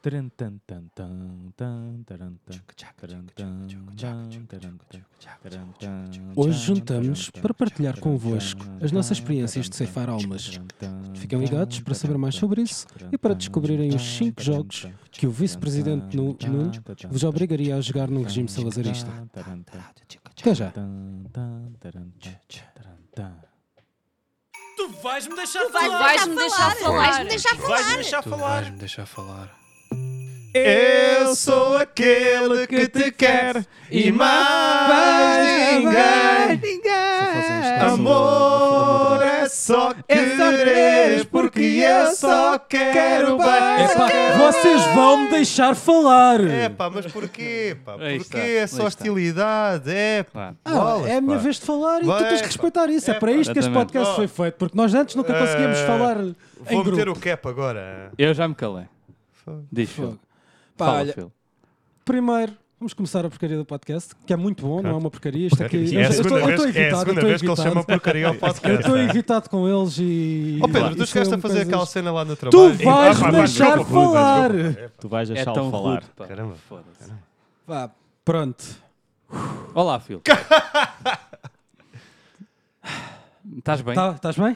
Taran, tan, tan, tan, tan, taran, tan, taran, tan, tan, taran, tan, taran, tan, Hoje tan, juntamos taran, para tan, partilhar taran, convosco tan, as nossas tan, experiências de taran, ceifar tan, almas. taran, tan, Fiquem ligados para saber mais taran, sobre isso taran, e para tan, descobrirem os taran, 5 taran, jogos tan, que o tan, vice-presidente Nu- tan, Nunes tan, vos tan, obrigaria a jogar num tan, regime tan, salazarista. tan, taran, tan, Até já! tan, tan, taran, tan, taran, tan. Tu vais-me deixar Vais- falar! Vais-me deixar falar. Vais-me deixar falar. Vais-me deixar falar! Vais-me deixar falar. Eu sou aquele que te quer e mais ninguém. Amor é só querer, porque eu só quero bem. Epá, vocês vão me deixar falar! É pá, mas porquê? Pá? Aí está, Porquê essa aí hostilidade? É pá. Claro. Ah, bolas, é a minha pá. vez de falar e tu Vai, tens que pá. respeitar isso. É, É, para pá. isto que este Exatamente. podcast Oh. foi feito, porque nós antes nunca conseguíamos Eh, falar Vou em meter grupo. o cap agora. Eu já me calei. Diz, Phil. Fogo. Pá, Fala, olha, Phil. primeiro, vamos começar a porcaria do podcast, que é muito bom, não é uma porcaria. Isto aqui, É a eu estou- segunda eu vez, estou é a irritado, eu segunda estou vez que ele irritado. chama porcaria ao Eu podcast. estou irritado com eles e. Ó Pedro, Isto é tu chegaste a uma fazer coisa- aquela cena lá no trabalho. Tu vais Ah, pá, me pá, deixar desculpa, Rui, falar! Tu vais É deixar-me tão falar. rude, pá. Caramba. Foda-se. Vá, pronto. Olá, Phil. Estás bem? Tá- Estás bem?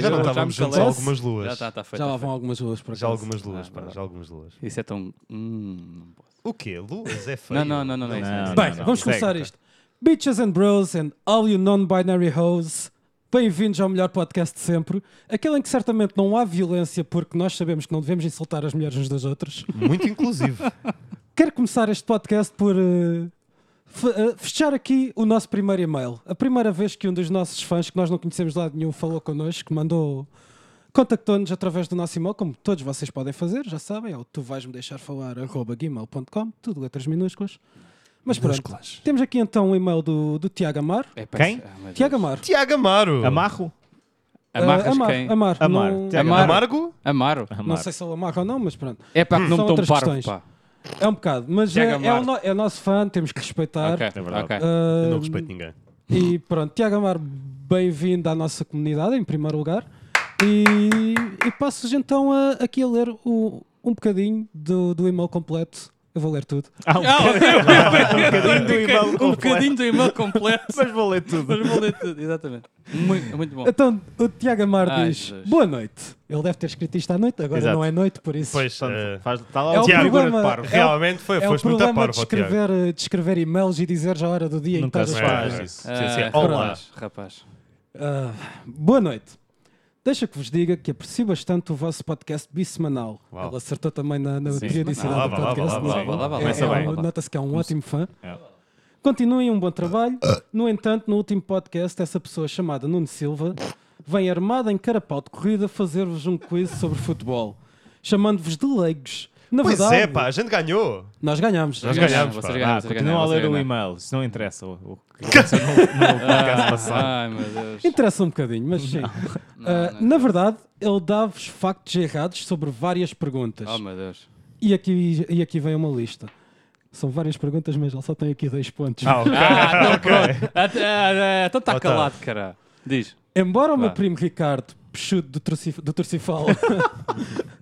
Já não estávamos juntos há algumas Já luas. está, está feito. Já lá vão algumas ruas para Já algumas luas, Ah, pá, não. já algumas luas. Isso é tão. Hum, não posso. O quê? Luas é feio? Não, não, não, não, não. isso Não, não, não, isso Bem, não. vamos Segue, começar tá. isto. Bitches and bros and all you non-binary hoes, bem-vindos ao melhor podcast de sempre. Aquele em que certamente não há violência porque nós sabemos que não devemos insultar as mulheres uns das outras. Muito inclusivo. Quero começar este podcast por eh, fe- eh, fechar aqui o nosso primeiro e-mail. A primeira vez que um dos nossos fãs, que nós não conhecemos de lado nenhum, falou connosco, mandou. Contactou-nos através do nosso e-mail, como todos vocês podem fazer, já sabem, é o tu vais me deixar falar, arroba gmail.com, tudo letras minúsculas. Mas pronto, temos aqui então um e-mail do, do Tiago Amar. É, pá, Quem? isso- ah, meu Deus. Tiago Amar. Tiago Amaro. Amarro? Eh, Amarras Amar, quem? Amar. Amar, Não, Tiago Amar. Amargo? Amaro. não sei se ele amarra ou não, mas pronto. É pá, que São nome tão outras parvo, questões. pá. É um bocado, mas é, Tiago é, o Amar. no- é nosso fã, temos que respeitar. Ok, verdade. ok. Ah, Eu não respeito ninguém. E pronto, Tiago Amar, bem-vindo à nossa comunidade, em primeiro lugar. E, e passo-vos então a- aqui a ler o- um bocadinho do, do e-mail completo. Eu vou ler tudo. Ah, Um bocadinho do e-mail completo. Mas vou ler tudo. Mas vou ler tudo, exatamente. Muito, muito bom. Então, o Tiago Amar Ai, diz: Jesus. Boa noite. Ele deve ter escrito isto à noite, agora Exato. não é noite, por isso. Pois, eh, Está lá É o o Tiago problema- de Parvo. é o- realmente foi, é o foste muito a problema de parvo, Tiago. escrever, de escrever e-mails e dizer a hora do dia em que Nunca estás a se falar. faz É. isso. Ah, Sim, sim. Olá. rapaz, rapaz. Ah, boa noite. Deixa que vos diga que aprecio bastante o vosso podcast bissemanal. Uau. Ele acertou também na, na Sim. periodicidade Vá lá, do vá lá, podcast. vá lá, não é? vá lá, vá lá, É- vá lá, é um- vá lá. Nota-se que é um ótimo fã. É. Continuem um bom trabalho. No entanto, no último podcast, essa pessoa chamada Nuno Silva vem armada em carapau de corrida fazer-vos um quiz sobre futebol, chamando-vos de leigos. Na Pois verdade, é, pá, a gente ganhou. nós ganhámos. Nós ganhámos, Vocês pá. ganharam, Ah, vocês continua ganharam, a vocês ler o ganharam. e-mail. Isso não interessa. O, o que aconteceu no, no podcast passado. Ai, meu Deus. Interessa um bocadinho, mas sim. Ah, não. é na verdade, ele dá-vos factos errados sobre várias perguntas. Oh, meu Deus. E aqui, e aqui vem uma lista. São várias perguntas, mas ele só tem aqui dois pontos. Ah, ok. Ah, não, pronto. Ah, ah, ah, Então está Ah, tá. calado, cara. Diz. Embora o meu Vá. primo Ricardo, peixudo do, Torcif do Torcifal,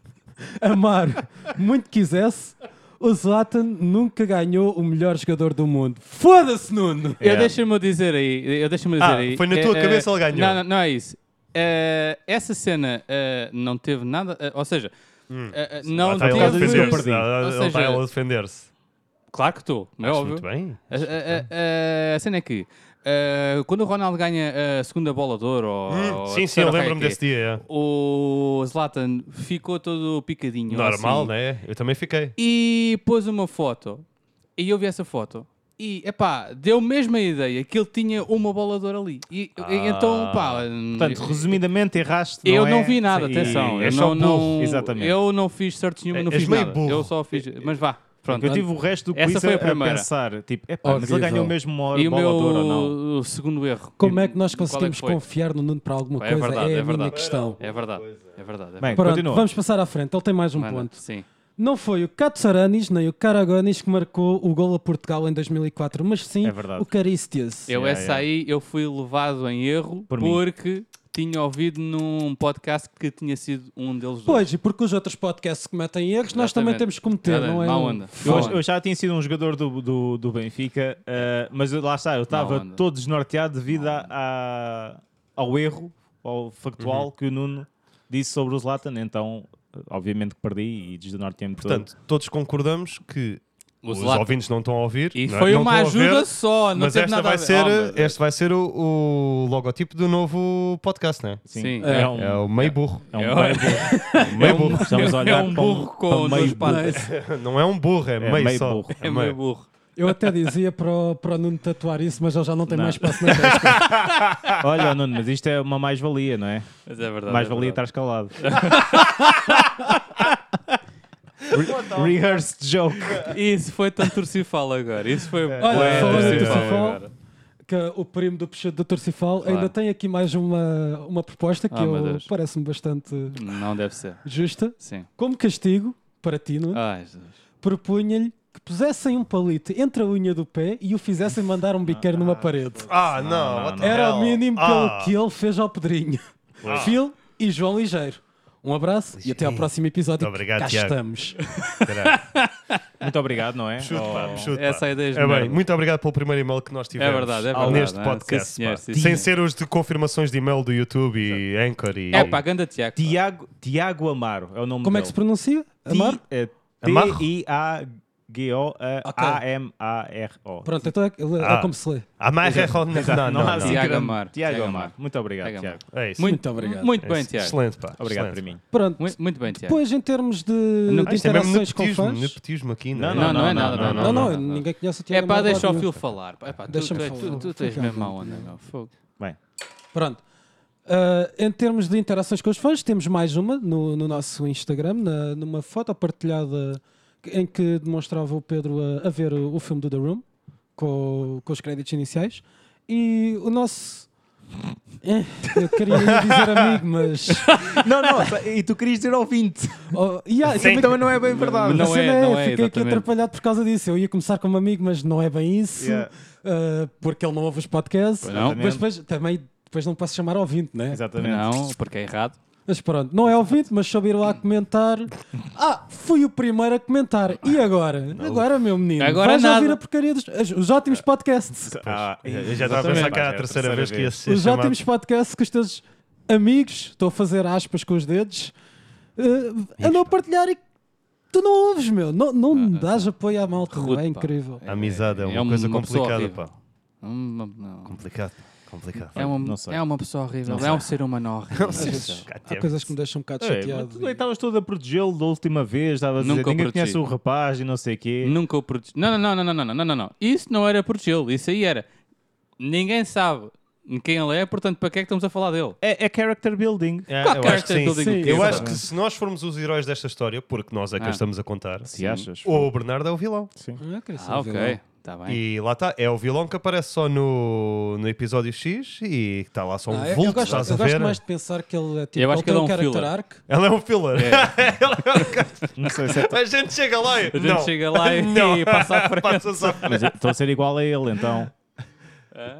amar muito quisesse, o Zlatan nunca ganhou o melhor jogador do mundo. Foda-se, Nuno! Eu Yeah. deixa-me dizer aí. Eu deixa-me dizer É. Ah, aí. foi na É, tua é, cabeça ele ganhou. Não, não, não é isso. É, essa cena é, não teve nada. é, ou seja, é, é, Lá não está ele a teve- defender-se. perdi. Lá- Ou Ele está seja, ele a defender-se. Claro que estou, é Acho óbvio. Muito bem. A, a- a- a cena é que eh, quando o Ronaldo ganha é, a segunda bola de ouro, ou, ou a Hum, Sim, sim, terceira, eu lembro-me ou o que é desse que é, dia. é. O Zlatan ficou todo picadinho. Normal, assim, né? Eu também fiquei. E pôs uma foto. E eu vi essa foto. E, epá, deu mesmo a ideia que ele tinha uma bola de ouro ali. E, e então, pá... Ah. Portanto, resumidamente, erraste. eu é? não vi nada, E- atenção. é eu, só não, burro. não, Exatamente. eu não fiz search nenhuma, É- não és fiz meio nada. burro. Eu só fiz... Mas vá, pronto. É, Eu tive o resto do Essa quiz foi a a, a primeira. pensar. Tipo, epá, mas ele Horrível. ganhou mesmo uma hora E de o bola de ouro ou não? meu segundo erro. Como é que nós Qual é que conseguimos foi? confiar no Nuno para alguma É coisa? verdade, é a minha verdade. questão. É verdade, é verdade. é Bem, Pronto, continua. vamos passar à frente. Ele tem mais um Mano, ponto. Sim. Não foi o Katsaranis nem o Karagonis que marcou o gol a Portugal em 2004, mas sim É verdade. o Caristias. Eu Yeah, essa yeah. aí eu fui levado em erro Por mim. porque tinha ouvido num podcast que tinha sido um deles dois. Pois, e porque os outros podcasts cometem erros, nós também Exatamente. temos que cometer, Nada, não é? má onda. Foda. Eu Eu, eu já tinha sido um jogador do, do, do Benfica, eh, mas eu- lá está, eu estava onda. todo desnorteado devido a- a- ao erro, ao factual Uhum. que o Nuno disse sobre o Zlatan, então eh, obviamente que perdi e desnorteei-me todo. Portanto, todos concordamos que O os Zlatan. ouvintes não estão a ouvir. E não é? foi Não uma estão a ver, ajuda só, não Mas teve esta nada a vai, ver. ser, Oh, meu Deus. este vai ser o, o logotipo do novo podcast, não é? sim. É, É. um, É o meio burro. é um É. meio burro. meio burro. Estamos a É olhar um para burro com para duas meio burro. patas. Não é um burro, é, É meio, meio só. burro. É meio burro. Eu até dizia para o, para o Nuno tatuar isso, mas ele já não tem Não. mais espaço na testa. Olha, Nuno, mas isto é uma mais-valia, não é? Mas é verdade. é Mais-valia verdade. estar escalado. Re rehearsed joke. Isso foi tão torcifal agora. Isso foi. bué Olha, falando em torcifal torcifal, agora. que o primo do Peixoto do Torcifal é, Claro. ainda tem aqui mais uma, uma proposta que Ah, meu eu Deus. parece-me bastante Não deve ser. justa. Sim. Como castigo para ti, Nuno, Ai, Jesus. propunha-lhe que pusessem um palito entre a unha do pé e o fizessem mandar um biqueiro numa parede. Ah, não. what the Era o hell? mínimo Ah. pelo que ele fez ao Pedrinho. Phil e João Ligeiro. Um abraço e até ao próximo episódio. Muito obrigado, Cá Tiago. estamos. Caralho. Muito obrigado, não é? Chute, pá, Oh. chute, pá. Essa é a ideia de É bem, merda. muito obrigado pelo primeiro e-mail que nós É tivemos verdade, é verdade, neste é. podcast. Sim, senhor, pá. sim, Sem senhor. ser os de confirmações de e-mail do YouTube e Anchor e. É pá, ganda Tiago. pá. Tiago, Tiago Amaro é o nome Como é que dele. é se pronuncia? Amar? Amaro? T-I-A-G-O-A-M-A-R-O. Pronto, então é, é Ah. como se lê. A mais é Não, não, Não há não. assim Tiago grande- Amaro. Tiago Tiago Amaro. Amaro. Muito obrigado, Tiago Tiago. É isso. Muito obrigado. Muito É bem, isso. Tiago. Excelente, pá. Obrigado para Excelente, mim. Pronto. Muito, muito bem, Tiago. Depois, em termos de, pá. de Isto é mesmo interações com nepotismo, fãs. nepotismo aqui, Não, não, Não, não é nada. não, Não, não, não. ninguém conhece o Tiago. É pá, Amado, deixa o não. Phil falar. pá. É pá, tu, tu, Deixa-me tu- falar. tu tens Fica à mesmo a vontade. onda, meu. Fogo. Pronto. Ah, em termos de interações com os fãs, temos mais uma no, no nosso Instagram, na- numa foto partilhada em que demonstrava o Pedro a, a ver o, o filme do The Room, com, com os créditos iniciais. E o nosso. Eh, eu queria dizer amigo, mas. Não, não, e tu querias dizer ouvinte. Oh, yeah, Sim. também- não é bem verdade. então, Não a cena é, não é, Fiquei aqui exatamente. atrapalhado por causa disso. Eu ia começar como amigo, mas não é bem isso, Yeah. ah, porque ele não ouve os podcasts. Pois não. Mas depois, também depois não posso chamar ouvinte, né? Exatamente. Não, porque é errado. Mas pronto, não é ouvinte, mas soube ir lá comentar. Ah, fui o primeiro a comentar. E agora? Agora, meu menino, Agora vais nada. ouvir a porcaria dos as- os ótimos Então, podcasts. Ah, eu já estava a é pensar que era a terceira vez que ia ser Os chamado. ótimos podcasts que os teus amigos, estou a fazer aspas com os dedos, eh, andam a partilhar e que tu não ouves, meu. Não, Ah, não dás apoio à malta, Rude, não é pá. incrível. A amizade é uma um- coisa pessoa complicada, horrível. É pá. Uma- não. Complicado, complicado. É uma, Não sei. é uma pessoa horrível, é um ser humano horrível. Há coisas que me deixam um bocado É, mas chateado. tu estavas todo a protegê-lo da última vez, estavas a dizer, Nunca o ninguém protegi. conhece o rapaz e não sei o quê. Nunca o protege. Não, não, não, não, não, não, não, não, não. Isso não era protegê-lo, isso aí era. Ninguém sabe quem ele é, portanto, para que é que estamos a falar dele? É, é character building. eu acho que character sim. building Sim, do que Eu isso, acho não que é? se nós formos os heróis desta história, porque nós é que Ah. a estamos a contar, Se achas? o Bernardo é o vilão. Ah, queria Ah, saber. ok, está bem. E lá está, é o vilão que aparece só no, no episódio X e está lá só um Ah, eu- vulto, eu gosto, estás eu a gosto ver? mais de pensar que ele é tipo Eu acho ele que tem ele é um character filler. arc. Ela é um filler. Ela é um ca- Não sei se é A gente chega lá e. A gente não. chega lá e- Não. e passa à frente. Passa-se à frente. Mas eu estou a ser igual a ele, então.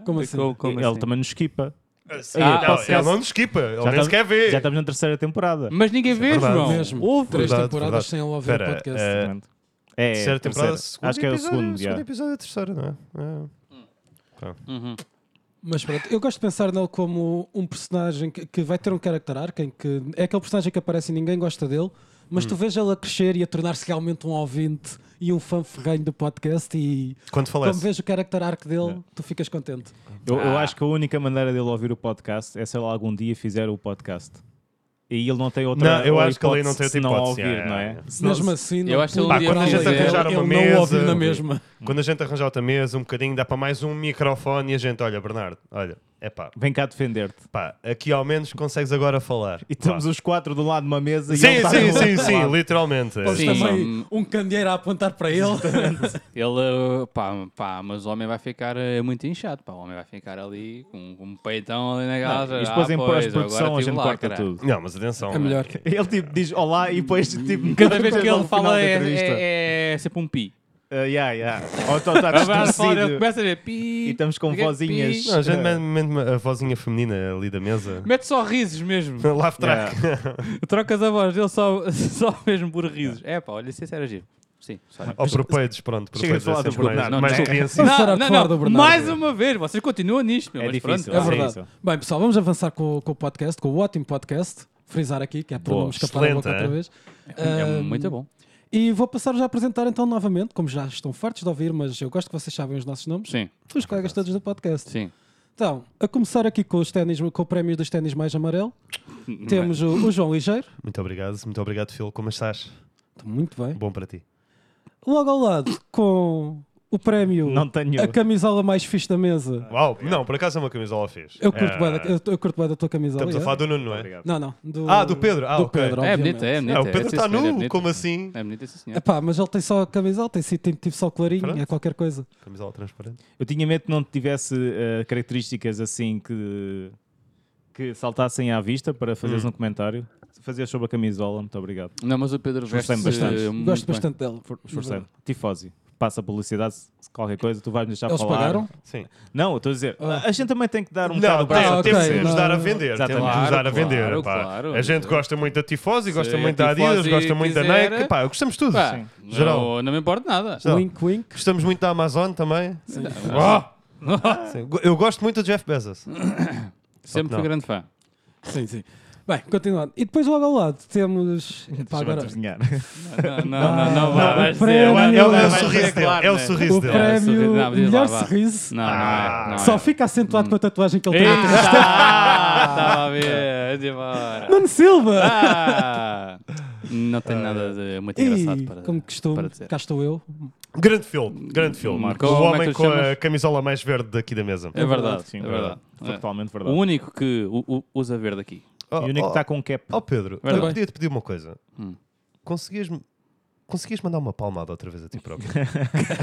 Como assim? Co- como ele assim? também nos esquipa. Sim, Ah, não, posso- ele não nos esquipa, ele nem estamos- sequer vê. Já estamos na terceira temporada. Mas ninguém vê, é verdade. João. Mesmo. Ouve. Três Verdade, temporadas verdade. sem ele ouvir Espera, o podcast. eh, Exatamente. É, Terceira é, temporada, segundo Acho que é o episódio, segundo, já. Segundo episódio é terceiro, não é? Uhum. Mas pronto, eu gosto de pensar nele como um personagem que, que vai ter um character arc, em que é aquele personagem que aparece e ninguém gosta dele, mas Hum. tu vês ele a crescer e a tornar-se realmente um ouvinte e um fã ferrenho do podcast e É. Quando como falece. vês o character arc dele, É. tu ficas contente. Eu, eu acho que a única maneira dele ouvir o podcast é se ele algum dia fizer o podcast. E ele não tem outra Não, eu acho que ele hipótese não tem outra se não hipótese, ouvir, é, é, não é. é? Se Mesmo assim, não eu acho que pude ele um dia parar quando a gente ele, arranjar uma ele mesa, não ouve na ok. mesma. Quando a gente arranjar outra mesa, um bocadinho, dá para mais um microfone e a gente, olha, Bernardo, olha, é pá, Vem cá defender-te. pá, aqui ao menos consegues agora falar. E estamos os quatro de um lado de uma mesa Pá. e ele Sim, está do sim, outro sim, sim, lado. literalmente. Pôs Sim. também um candeeiro a apontar para ele. Ele, uh, pá, pá, mas o homem vai ficar uh, muito inchado, pá. O homem vai ficar ali com, com um peitão ali na Não, galera. E depois ah, em pois, pós-produção agora a tive gente lá, corta caralho. Hum. tudo. Não, mas atenção. É melhor. Ele tipo diz olá e depois tipo Cada vez que no ele final fala da é, entrevista. é, é sempre um pi. Ah, yeah, yeah. Ou então está distorcido. Começa a ver. Pi, E estamos com pi, vozinhas. pi. Não, a gente é. mete mete a vozinha feminina ali da mesa. Mete só risos mesmo. Laugh track. Trocas a voz dele só, só mesmo por risos. É pá, olha, se esse era giro. Sim, sorry. Ou por peidos, pronto. Por Chega peidos de falar é do sempre mais, Bernardo, não mais é? compreensível. Isso era fora do Bernardo. mais uma vez, vocês continuam nisto, meu. É mas difícil. pronto. É verdade. isso. Bem, pessoal, vamos avançar com, com o podcast, com o ótimo podcast. Frisar aqui, que é para Boa, não me escapar a excelente, boca outra é? vez. É Ahm, muito bom. E vou passar já a apresentar então novamente, como já estão fartos de ouvir, mas eu gosto que vocês sabem os nossos nomes, Sim, os colegas todos do podcast. sim. Então, a começar aqui com os ténis, com o prémio dos ténis mais amarelo, temos o, o João Ligeiro. Muito obrigado, muito obrigado, Phil. Como estás? Muito bem. Bom para ti. Logo ao lado, com o prémio, Não tenho. a camisola mais fixe da mesa. Uau, não, por acaso é uma camisola fixe. Eu curto, É, bué da, eu, eu curto bué da tua camisola. Estamos a é? falar do Nuno, não é? Obrigado. Não, não. Do, Ah, do Pedro. Ah, do ok. Pedro, É obviamente. bonito, é bonito. Ah, o Pedro sim, está senhor, é nu, bonito. como assim? É bonito, sim, senhor. Epá, mas ele tem só a camisola, tem, si- tem tipo só o clarinho, Pronto. é qualquer coisa. Camisola transparente. Eu tinha medo que não tivesse eh, características assim que, que saltassem à vista para fazeres um comentário. Fazias sobre a camisola, muito obrigado. É Não, mas o Pedro veste Esforcei-me bastante. Gosto bastante dela. Esforcei-me. Tifosi. Passa a publicidade, se qualquer coisa, tu vais me deixar Eles falar. pagaram? Sim. Não, eu estou a dizer, Ah. a gente também tem que dar um Não, tá. bocado tem, Ah, para- ok, temos de nos não. dar a vender. Exatamente. Temos de nos dar a Claro, vender. claro, pá. claro. a gente gosta muito da Tifosi, gosta Se muito a da Adidas, Tifosi gosta muito quiser- da Nike. Pá, gostamos de tudo. Pá, Geral. não, não me importa nada. Geral. Wink, wink. Gostamos muito da Amazon também. Ah, Sim. Go- Eu gosto muito do Jeff Bezos. Sempre fui Não. grande fã. Sim, sim. Bem, continuando. E depois logo ao lado temos. Epá, Deixa-me agora... adivinhar. É Não, não, não, não, Ah, vai. o prémio- É o, é o Vai ser sorriso dele. claro, É o né? O sorriso Ah. dele. É, sorriso. prémio Não, diz lá, Melhor vá. Sorriso Não, não é. Não só é. fica acentuado com a tatuagem que ele tem. é Eita, Estava tá, a ver. Ande embora. Mano Silva! Ah, não tenho nada de muito engraçado Ei, para, como para costume, dizer. cá estou eu. Grande filme, grande filme. Marco, o como é que homem tu com a chamas? camisola mais verde daqui da mesa. É verdade, Sim, é verdade. É. Foi totalmente O verdade. único que u- u- usa verde aqui. Oh, E o único que oh, está com um cap. oh, Pedro, Verdade. eu podia te pedir uma coisa. Hum. Conseguias, conseguias mandar uma palmada outra vez a ti próprio?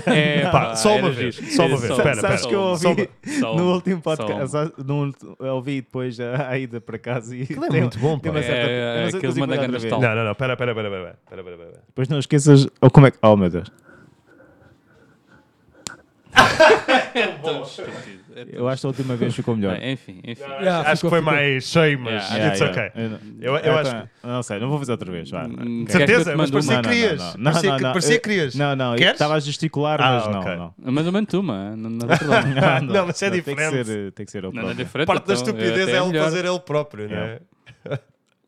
É, Pá, só era uma vez, giro. só Era uma vez. só- Espera, só- espera. Sabes que eu só- ouvi só uma. no último Só uma. podcast, um. só- no ulti- eu ouvi depois a, a ida para casa e Aquilo é muito bom, pá. uma certa- É, eu não sei aquilo se consigo manda olhar grande outra vez. nostalgia. Não, não, não, pera, pera, pera, pera, pera, pera, pera. Depois não esqueças. Ou como é que. Oh meu Deus. Eu acho que é. a última vez ficou melhor. É É, Bem, Enfim, enfim. Yeah, acho Ah, ficou- que foi ficou. mais cheio, mas Yeah, it's Yeah, ok. yeah. Eu, eu acho que. também- é, Não sei, não vou fazer outra vez. vá. Hum, Ok. Queres que eu te Certeza, mas mande parecia uma? que querias. Não, não, não, Parecia não, que- não. Parecia Eu- que querias. Não, não, eu Queres? estava a gesticular, Ah, mas não, ok. não. Mas manda-me uma. Não, não, perdão. Não, mas é Tem que diferente. ser, tem que ser eu Não, não é próprio. diferente. Parte da então, estupidez até é ele melhor. fazer ele próprio, não é? Yeah.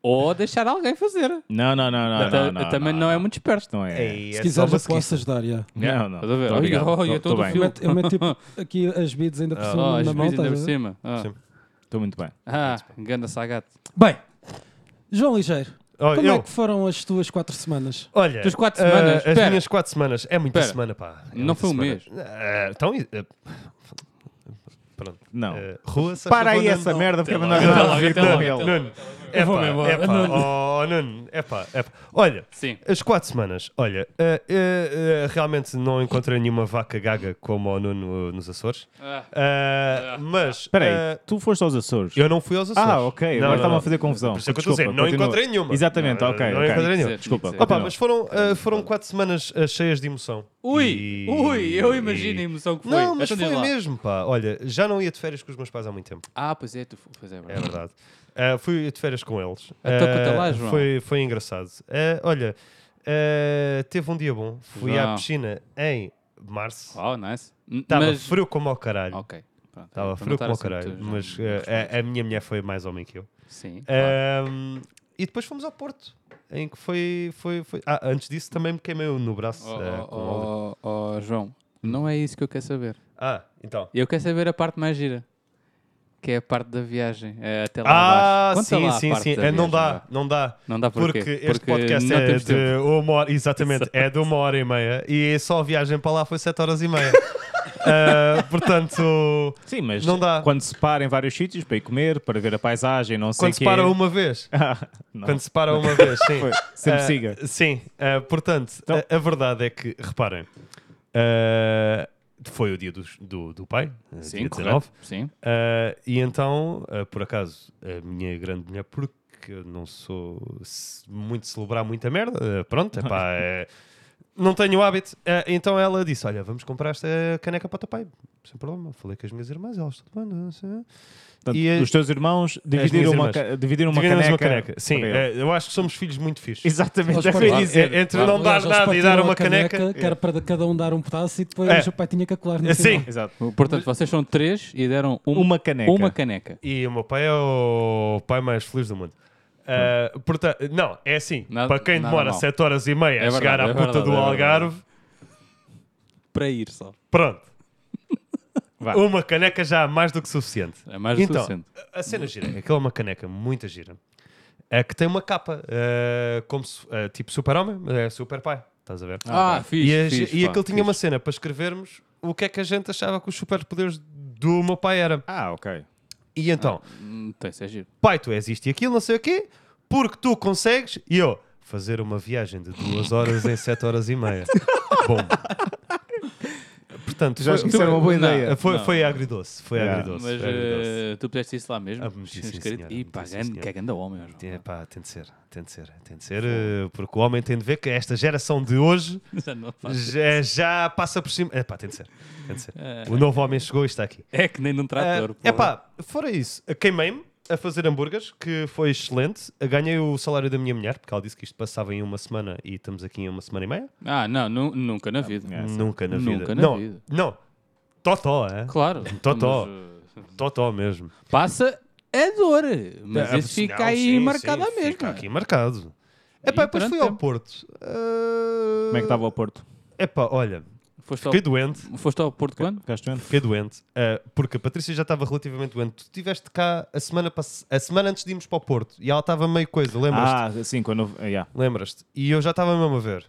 Ou deixar alguém fazer. Não, não, não, Ta- não, não, não. também não, é muito esperto. Não é. Ei, Se é só quiseres, uma eu posso seguinte. ajudar. yeah. Não, não. Estás a ver? Tô Olha, obrigado, olha, todo tô- tô o bem. Eu filme. meto, eu meto, tipo aqui as beads ainda por Ah. cima Oh, as na mão. bebidas ainda por estás a ver? cima. Ah, Sim. Estou muito bem. Ah, ganda sagato. Bem, João Ligeiro, Oh, como é eu- que foram as tuas quatro semanas? Olha, Tens quatro eh, semanas? as Espera. minhas quatro semanas. É muita Espera. semana, pá. É Não muita foi um semana. mês. Eh, então. eh, Pronto. Não. É. Eh, rua Sérgio Para aí Nuno. essa merda, porque lá, nós não até vamos lá, vir até com lá, ele. até lá. Nuno. É vou-me pá, embora. é pá. Oh, Nuno. É pá, é pá. Olha, Sim. as quatro semanas. Olha, eh, eh, eh, realmente não encontrei nenhuma vaca gaga como o Nuno eh, nos Açores. Ah, Eh, mas. Espera aí, eh, tu foste aos Açores. eu não fui aos Açores. Ah, Não, ok. não, Agora estava não. a fazer confusão. Por isso é que eu estou a dizer, Desculpa, não continua. encontrei nenhuma. Exatamente, Não, ok. não ok. encontrei nenhuma. Desculpa. Tinha que ser. Opa, continua. mas foram, eh, foram quatro semanas eh, cheias de emoção. Ui, E- ui, eu imagino a emoção que foi. Não, mas Então foi diz lá. mesmo, pá. Olha, já não ia de férias com os meus pais há muito tempo. Ah, pois é, tu pois é, É verdade. verdade. Ah, fui de férias com eles. Então Ah, conta lá, João. Foi, foi engraçado. Ah, olha, ah, teve um dia bom. Fui João. à piscina em março. Wow, Oh, nice. N- Estava Ah, mas- É. frio como ao caralho. Ok. pronto. Estava Para frio não estar como ao assim caralho. muito- Mas ah, a, a minha mulher foi mais homem que eu. Sim. claro. Ah, e depois fomos ao Porto. Em que foi. foi, foi... Ah, antes disso também me queimei no braço. Oh, ah, com óleo. oh, oh, oh, João, não é isso que eu quero saber. Ah, então. Eu quero saber a parte mais gira. Que é a parte da viagem. é até lá Ah, abaixo. Conta lá sim, a sim, parte sim. da Ah, não viagem, dá, vá. não dá. Não Ah, dá porquê. Porque este podcast é temos tempo. de uma hora, exatamente, é de uma hora e meia e só a viagem para lá foi 7 horas e meia. Ah, portanto, Sim, mas Não dá. quando se para em vários sítios para ir comer, para ver a paisagem, não sei quando quê. se para uma vez, Ah, não. quando se para uma vez, sim. Sempre Ah, siga. Sim, Ah, portanto, Então- a, a verdade é que, reparem, ah, foi o dia dos- do, do pai, ah, Sim, dia correto. 19, Sim. Ah, e então, ah, por acaso, a minha grande mulher, porque eu não sou se- muito de celebrar muita merda, ah, pronto, epá, é não tenho o hábito. Eh, então ela disse: Olha, vamos comprar esta caneca para o teu pai. Sem problema. Falei com as minhas irmãs, elas tudo bem, não sei. Portanto, E, eh, os teus irmãos minhas dividiram uma, irmãs. ca- dividiram uma Dividimos caneca. Sim, para ele. eh, eu acho que somos filhos muito fixos. Exatamente, Eles é o que eu ia podem- dizer. Eh, Entre não dar Aliás, eles nada e dar partiram uma a caneca. Que era para cada um dar um pedaço e depois É. o pai tinha que colar no Eh, final. Sim. Exato. Portanto, vocês são três e deram um- Uma caneca. uma caneca. E o meu pai é o pai mais feliz do mundo. Ah, portanto, não, é assim. Nada- para quem nada demora mal. 7 horas e meia É a chegar verdade, à é puta verdade, do é verdade. Algarve, Para ir só. pronto. Vá. Uma caneca já é mais do que suficiente. É mais do Então, suficiente. A cena gira, aquela é uma caneca muito gira, é que tem uma capa, ah, como se- ah, tipo super-homem, mas é super-pai, estás a ver? Ah, fixe, e, a- fixe, e pá, aquilo tinha fixe. uma cena para escrevermos o que é que a gente achava que os superpoderes do meu pai era. Ah, ok. E então, Hum, Tem, isso é giro. pai, tu és isto e aquilo, não sei o quê, porque tu consegues, e eu, fazer uma viagem de duas horas em sete horas e meia. Bom. Portanto, Já acho que isso era uma boa Não, ideia. foi, foi agridoce, foi Yeah. agridoce. Mas foi agridoce. eh, tu puseste isso lá mesmo? Ah, meti, sim, senhora, e meti, pá, sim, grande, senhora. que é grande homem. ó, Tem, João. pá, tem de ser, tem de ser, tem de ser, eh, porque o homem tem de ver que esta geração de hoje Já não faz. já, já passa por cima. É pá, tem de ser, tem de ser. É. O novo homem chegou e está aqui. É que nem num trator. É pá, fora isso, queimei-me a fazer hambúrgueres, que foi excelente. Ganhei o salário da minha mulher, porque ela disse que isto passava em uma semana e estamos aqui em uma semana e meia. Ah, não, nu- nunca na vida. É, Nunca na vida. Nunca na não, vida. não. Totó, é? Claro. Totó. mas, eh, Totó mesmo. passa a dor, mas É, isso fica não, aí sim, marcado sim, à mesma. Fica aqui marcado. É pá, depois durante fui ao tempo. Porto. Como é que estava o Porto? É pá, olha, Foste, fiquei ao, doente. foste ao Porto quando? Ficaste doente? Fiquei doente, eh, porque a Patrícia já estava relativamente doente. Tu estiveste cá a semana, pass- a semana antes de irmos para o Porto e ela estava meio coisa, lembras-te? Ah, sim, quando. ah, yeah. Lembras-te? E eu já estava mesmo a ver.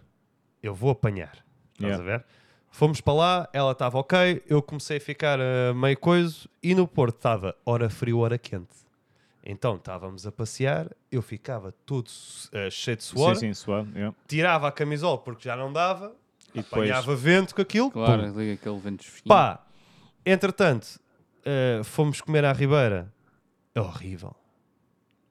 Eu vou apanhar. Estás Yeah. a ver? Fomos para lá, ela estava ok, eu comecei a ficar eh, meio coiso e no Porto estava hora frio, hora quente. Então estávamos a passear, eu ficava todo eh, cheio de suor, Sim, sim, suave. yeah. tirava a camisola porque já não dava, E depois. apanhava vento com aquilo. Claro, pum. liga aquele vento fresquinho. Pá, entretanto, eh, fomos comer à Ribeira. É horrível.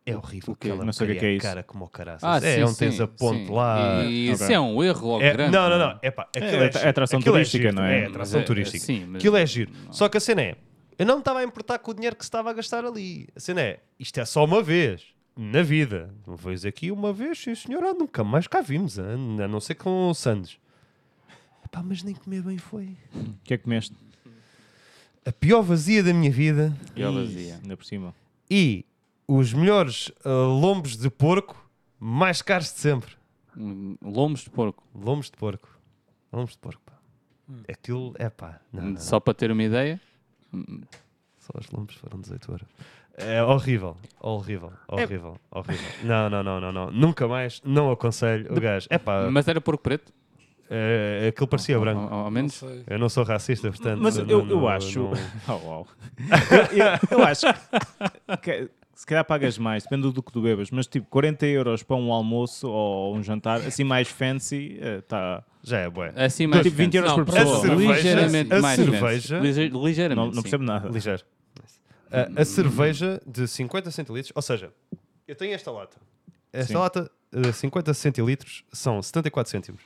É horrível. O quê? Aquela Não sei o que é que porcaria, é isso. Cara como o caraças. Ah, é sim, onde tens sim, a ponte sim. lá. E isso Ok. é um erro logo É, grande. não, não, não. Epá, aquilo É, é, é giro. atração Aquilo turística, giro, não é? É Mas atração é- é- turística. sim, mas- Aquilo é giro. Só que a cena é, eu não me estava a importar com o dinheiro que se estava a gastar ali. A cena é, isto é só uma vez na vida. Uma vez aqui, uma vez, sim senhor, ah, nunca mais cá vimos, ah, a não ser com o Santos. Epá, mas nem comer bem foi. O que é que comeste? A pior vazia da minha vida E ela dizia. Ainda por cima. e os melhores ah, lombos de porco mais caros de sempre. Hum, Lombos de porco. Lombos de porco. Lombos de porco, pá. Aquilo, é pá. Não, não, não. Só para ter uma ideia. Só os lombos foram 18 horas. É horrível, horrível, É- horrível, horrível. Não, não, não, não, não. Nunca mais, não aconselho o gajo. Epá, Mas era porco preto? é, aquilo parecia branco. Ao, ao- ao menos. Não sei. Eu não sou racista, portanto. Mas eu, não- eu não- acho. não- Oh, uau. eu, eu- eu acho que, que se calhar pagas mais, depende do que tu bebas, mas tipo 40 euros para um almoço ou um jantar, assim mais fancy, eh, tá, está. Já é bué. Assim mais. Tipo, 20 fancy. euros Não, por pessoa. A cerveja- Ligeiramente a mais. cerveja- fancy. Lige- Ligeiramente. não não sim. percebo nada. Ligeiro. Hum, A, a cerveja de 50 centilitros, ou seja, eu tenho esta lata. Esta Sim. lata de 50 centilitros são 74 cêntimos.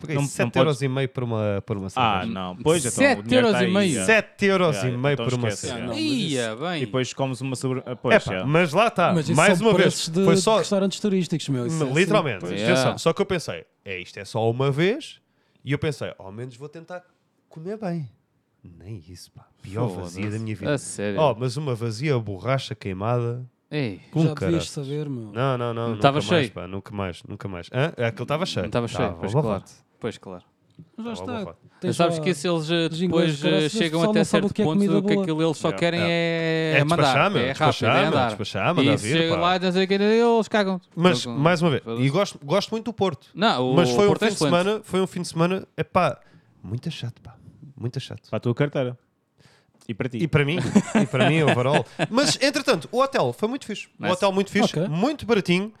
Paguei Não- não 7,5€ podes- por uma, por uma Ah, cerveja. não. Pois, então, Sete o dinheiro euros tá e aí, meio. já. 7,5€ Já, já, por então uma esquece, cerveja. já. Não, mas Ia, bem. E depois comes uma sobre. ah, Pois, Epá, já. mas lá está, Mas isso mais são uma vez, preços de foi só, restaurantes turísticos, meu. isso é assim. literalmente, pois. atenção. Yeah. só que eu pensei, é isto é só uma vez, e eu pensei, ao menos vou tentar comer bem. Nem isso, pá, pior Foda-se. vazia da minha A vida. sério. Oh, mas uma vazia borracha queimada, Ei. com Já cara. devias saber, meu. Não, não, não, nunca tava mais, cheio. pá, nunca mais, nunca mais. Hã? É Aquilo estava cheio. Estava cheio, pois bom claro. voto. Pois claro. Já Estava bom está. voto. Tens Sabes lá- que se eles eh, os depois ingleses, eh, graças, chegam pessoal até não sabe certo o que é ponto, comida o que boa. aquilo eles só Yeah. querem é, É mandar. despachar, meu, É rápido, despachar, é meu, andar. despachar, mandar e vir, chega pá. lá e não sei o que, eles cagam. Mas, Ficam- mais uma vez, foda-se. e gosto, gosto muito do Porto, Não, o mas foi um Porto é fim de excelente. semana, foi um fim de semana, é pá, muito chato, pá, muito chato. Para a tua carteira. E para Tipo. ti. E para mim, e para mim, overall. Mas, entretanto, o hotel foi muito fixe. O Nice. hotel muito fixe, Ok. muito baratinho.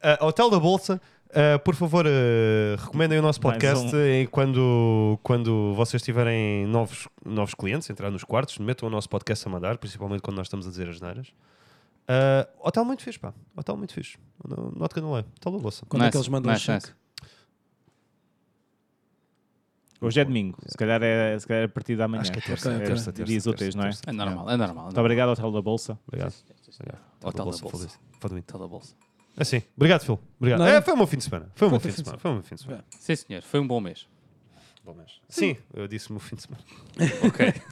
Ah, hotel da Bolsa. Ah, por favor, ah, recomendem o nosso Mais podcast um. eh, quando, quando vocês tiverem novos, novos clientes, entrar nos quartos, metam o nosso podcast a mandar, principalmente quando nós estamos a dizer as neiras. Ah, hotel muito fixe, pá. Hotel muito fixe. Não- Not gonna lie. é. Hotel da Bolsa. Quando é que eles mandam o nice, cheque? nice. Hoje é domingo, se calhar é, se calhar é a partir da manhã. Acho que é terça, Ok, ok. terça, De terça, dias terça, úteis, não é? terça. É normal, é normal. Muito obrigado, Hotel da Bolsa. Obrigado. Tá Hotel da Bolsa. Foda-me. Hotel da Bolsa. Assim, obrigado, Phil. Obrigado. Não. É, foi um bom fim de semana. Foi um bom fim de semana. Foi um bom fim de semana. Sim, senhor, foi um bom mês. Bom mês. Sim, eu disse meu fim de semana. Ok.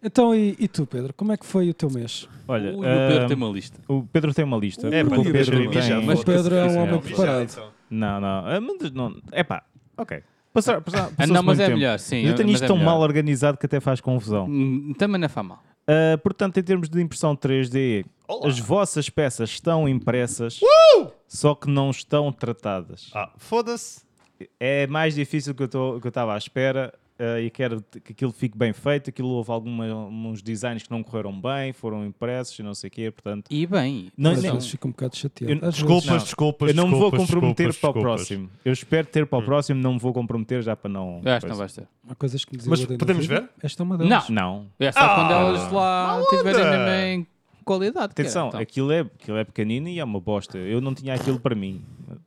Então, e, e tu, Pedro, como é que foi o teu mês? Olha, Ui, o Pedro ah, tem uma lista. o Pedro tem uma lista. É, pá, porque o deixa-me Pedro mijar, tem- Mas Foda-se, Pedro é sim, um senhor. homem preparado. Não, não. é, Mas não. É pá, ok. Passar, passar, Ah, passou-se não, mas muito é tempo. melhor, sim. Eu tenho mas isto é tão melhor. mal organizado que até faz confusão. Hum, Também não faz mal. Ah, portanto, em termos de impressão 3D, Olá. as vossas peças estão impressas, só que não estão tratadas. Ah, foda-se. É mais difícil do que eu tô- que eu estava à espera ah, e quero t- que aquilo fique bem feito. Aquilo houve alguns designs que não correram bem, foram impressos e não sei o quê, portanto. E bem, Não, Às nem- vezes fico um bocado chateado. Eu- Às Desculpas, vezes. desculpas, eu não me vou desculpas, comprometer desculpas, para o desculpas. Hum. próximo. Eu espero ter para o próximo, não me vou comprometer já para não. acho que não coisa. vais ter. Há coisas que me Mas desiludem na podemos vida. ver? Esta é uma Não, delas. Não. Ah! é só quando elas lá tiverem malandra! na em qualidade. que era, Atenção, então. aquilo, é, aquilo é pequenino e é uma bosta. Eu não tinha aquilo para mim.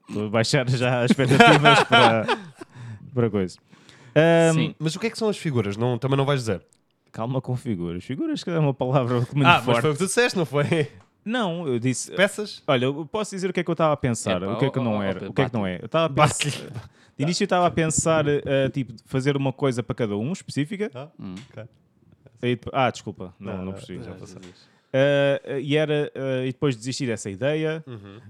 Estou a baixar já as expectativas para, para coisa. Ahm, Sim. Mas o que é que são as figuras? Não, também não vais dizer. Calma com figuras. Figuras que é uma palavra muito ah, mas forte. foi o que tu disseste, não foi? Não, eu disse. Peças? Olha, eu posso dizer o que é que eu estava a pensar. Epá, o que é que ó, ó, não ó, era? Pedro, O que é que não é? Eu estava a pensar. De início eu estava a pensar, eh, tipo, fazer uma coisa para cada um, específica. Ah, Hum. ok. E depo- Ah, desculpa. Não, não percebi. Já já. passou. Uh, e era uh, e depois desisti dessa ideia.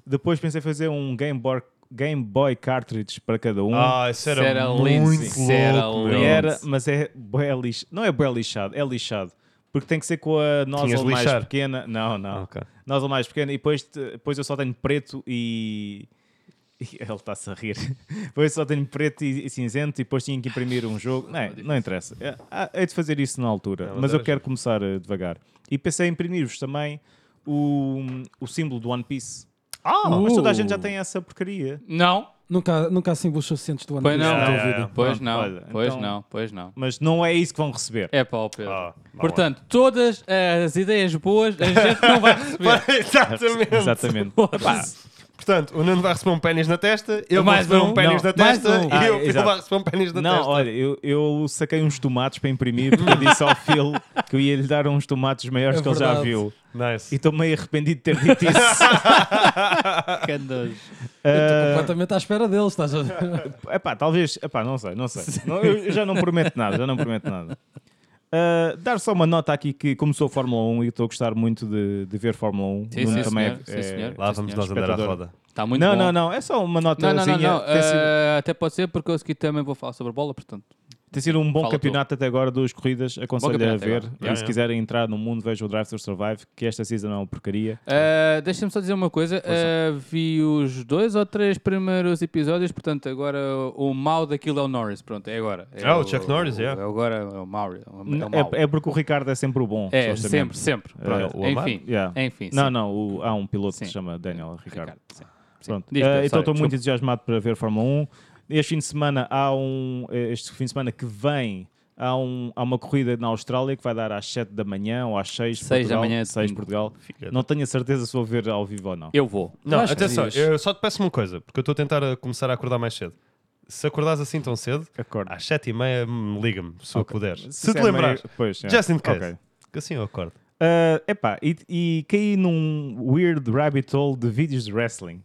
Depois pensei em fazer um Game Boy, Game Boy cartridge para cada um. Ah, isso era, Isso era muito lindo, isso era louco, lindo. meu. E era, mas é bué lix- não é bué lixado, é lixado. Porque tem que ser com a Tinhas nozzle de mais lixar. pequena. Não, Ah, não. ok. Nozzle mais pequena e depois, te- depois eu só tenho preto e. e ele está-se a rir. Depois só tenho preto e, e cinzento e depois tinha que imprimir um jogo. Não, é, não interessa. É, há- hei de fazer isso na altura, mas mas eu era quero começar eh, devagar. E pensei em imprimir-vos também o, o símbolo do One Piece. Ah, Mas toda a Uh. gente já tem essa porcaria. Não, Nunca, nunca há símbolos suficientes do ano. pois não. Ah, é, é. Pois Pronto, não, olha, pois então- não, pois não. Mas não é isso que vão receber. É para o Pedro. Ah, Portanto, todas as ideias boas a gente não vai receber. Exatamente. Exatamente. Epá, Portanto, o Nuno vai receber um pênis na testa, eu Mais vou receber um, um? pênis Não, na testa mais um. e Ah, eu, Phil, exato. vai receber um pênis na Não, testa. olha, eu, eu saquei uns tomates para imprimir porque eu disse ao Phil que eu ia lhe dar uns tomates maiores É que ele já verdade. viu. E Nice. estou meio arrependido de ter dito isso. Que nojo. Estou Ah, completamente à espera deles, estás a Ah. ver? epá, talvez, epá, não sei, não sei. Não, eu, eu já não prometo nada, já não prometo nada. Ah, dar só uma nota aqui que começou a Fórmula 1 e estou a gostar muito de, de ver Fórmula 1. Sim, Nuno sim, também é, senhor, sim, senhor. Sim, Lá vamos senhor. nós andar à Espectador. roda. Está muito Não, bom. não, não, é só uma Não, não, notazinha. não, não. Tem, sido, Eh, até pode ser porque eu aqui também vou falar sobre a bola, portanto. tem sido um bom fala tu. campeonato até agora dos corridas, aconselho a campeonato ver. agora. E Yeah, se yeah. quiserem entrar no mundo, vejam o Drive to Survive, que esta season é uma porcaria. Eh, Deixa-me só dizer uma coisa. Eh, vi os dois ou três primeiros episódios, portanto, agora o mal daquilo é o Norris. Pronto, é agora. É Ah, o Chuck Norris, é. é. Agora é o Mauri. É, o mau. É, é porque o Ricardo é sempre o bom. É, sempre, supostamente. sempre. Pronto, o Amaro? enfim, Yeah. enfim. É, Não, sim. não, o- há um piloto que Sim. se chama Daniel Ricardo. Ricardo, sim. Pronto. Diz, Eh, Pedro, então sorry, estou muito desculpa. entusiasmado para ver Fórmula 1. Este fim de semana há um. eh, Este fim de semana que vem há, um, há uma corrida na Austrália que vai dar às 7 da manhã ou às 6 Seis da Portugal, manhã de 6 domingo. Portugal. da- Não tenho a certeza se vou ver ao vivo ou não. Eu vou. Não, Eu acho que atenção, devias. eu só te peço uma coisa, porque eu estou a tentar a começar a acordar mais cedo. Se acordares assim tão cedo, Acordo. às sete e meia, hum, liga-me, se eu puder. Se, isso te é meio- lembrares, pois, é. just in case. Ok. que assim eu acordo. Eh, epá, e, e caí num weird rabbit hole de vídeos de wrestling.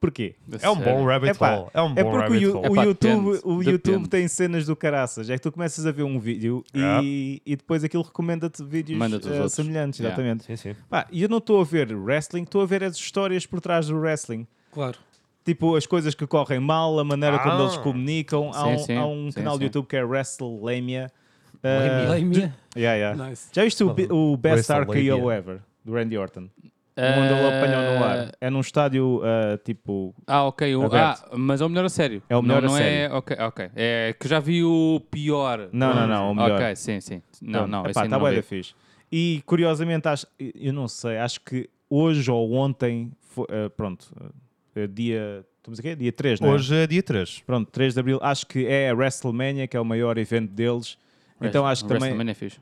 Porquê? É um bom rabbit Epá, hole. É um É bom porque o, rabbit Yu- hole. o Epá, YouTube, depende, o depende. YouTube tem cenas do caraças. É que tu começas a ver um vídeo Ah. e, e depois aquilo recomenda-te vídeos Manda-te os eh, outros. semelhantes. Yeah. Exatamente. Sim, sim. Pá, e eu não estou a ver wrestling, estou a ver as histórias por trás do wrestling. Claro. Tipo, as coisas que correm mal, a maneira como Ah. eles comunicam. há Sim, um, sim, há um sim, canal do sim. YouTube que é WrestleLamia. Uh, Eh, yeah, Ah. yeah. Nice. Já viste o, bi- o Best WrestleLamia. RKO Ever, do Randy Orton? Eh, Quando ele apanhou um no ar. É num estádio, eh, tipo, Ah, ok. o- Aberto. ah, mas é o melhor a sério. É o melhor não, a não É, ok, ok. É que já vi o pior. Não, não, não, o melhor. Ok, sim, sim. Não, não. esse Epá, ainda tá não bué vi. da fixe. E curiosamente, acho, eu não sei, acho que hoje ou ontem, foi, eh, pronto, eh, dia, estamos aqui? Dia 3, não é? Hoje é dia 3. Pronto, 3 de Abril, acho que é a WrestleMania, que é o maior evento deles. Então acho que também Wrestlemania é fixe.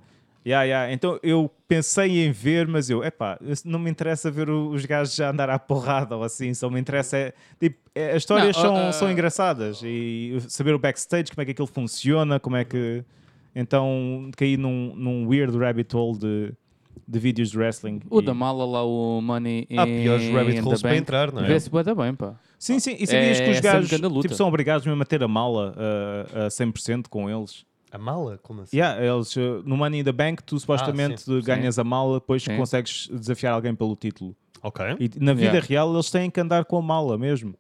Yeah, yeah. Então eu pensei em ver, mas eu, epá, eu- não me interessa ver o- os gajos a andar à porrada ou assim, só me interessa. É, tipo, é- as histórias Não, são, ah, ah. são engraçadas e saber o backstage, como é que aquilo funciona, como é que. Então caí num, num weird rabbit hole de, de vídeos de wrestling. O E- da mala lá, o Money in Ah, Há piores rabbit in the holes para Bank. entrar, não é? Vê-se bué da bem, pá. Sim, sim, e sabias É que os essa gajos grande luta. tipo, são obrigados mesmo a ter a mala ah, a 100% com eles. A mala? Como assim? Yeah, eles, uh, no Money in the Bank, tu supostamente ganhas a mala, depois Ah, Sim. consegues desafiar alguém pelo título. Ok. E na vida Yeah. real eles têm que andar com a mala mesmo.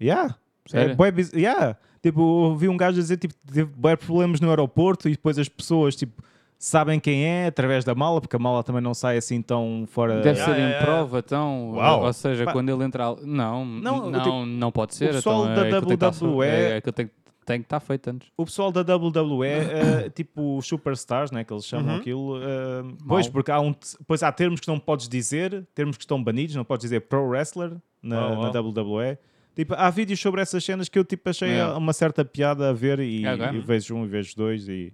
Yeah. Sério? É bué biz- yeah. Tipo, ouvi um gajo dizer tipo, teve bué problemas no aeroporto e depois as pessoas tipo, sabem quem é através da mala, porque a mala também não sai assim tão fora. Deve Yeah, ser yeah, em yeah. prova, então. Uau. Ou seja, Pá. quando ele entra. al- Não, Não, não, o não, tipo- não pode ser. pessoal então, da é aquilo tem que tá- WWE É, é que tem, tem que estar feito antes. O pessoal da WWE, eh, tipo os superstars, né, que eles chamam aquilo. eh, pois, porque há, um, pois há termos que não podes dizer, termos que estão banidos, não podes dizer pro wrestler na, Oh, oh. na WWE. Tipo, há vídeos sobre essas cenas que eu tipo, achei Yeah. uma certa piada a ver e, Ok. e vejo um e vejo dois e,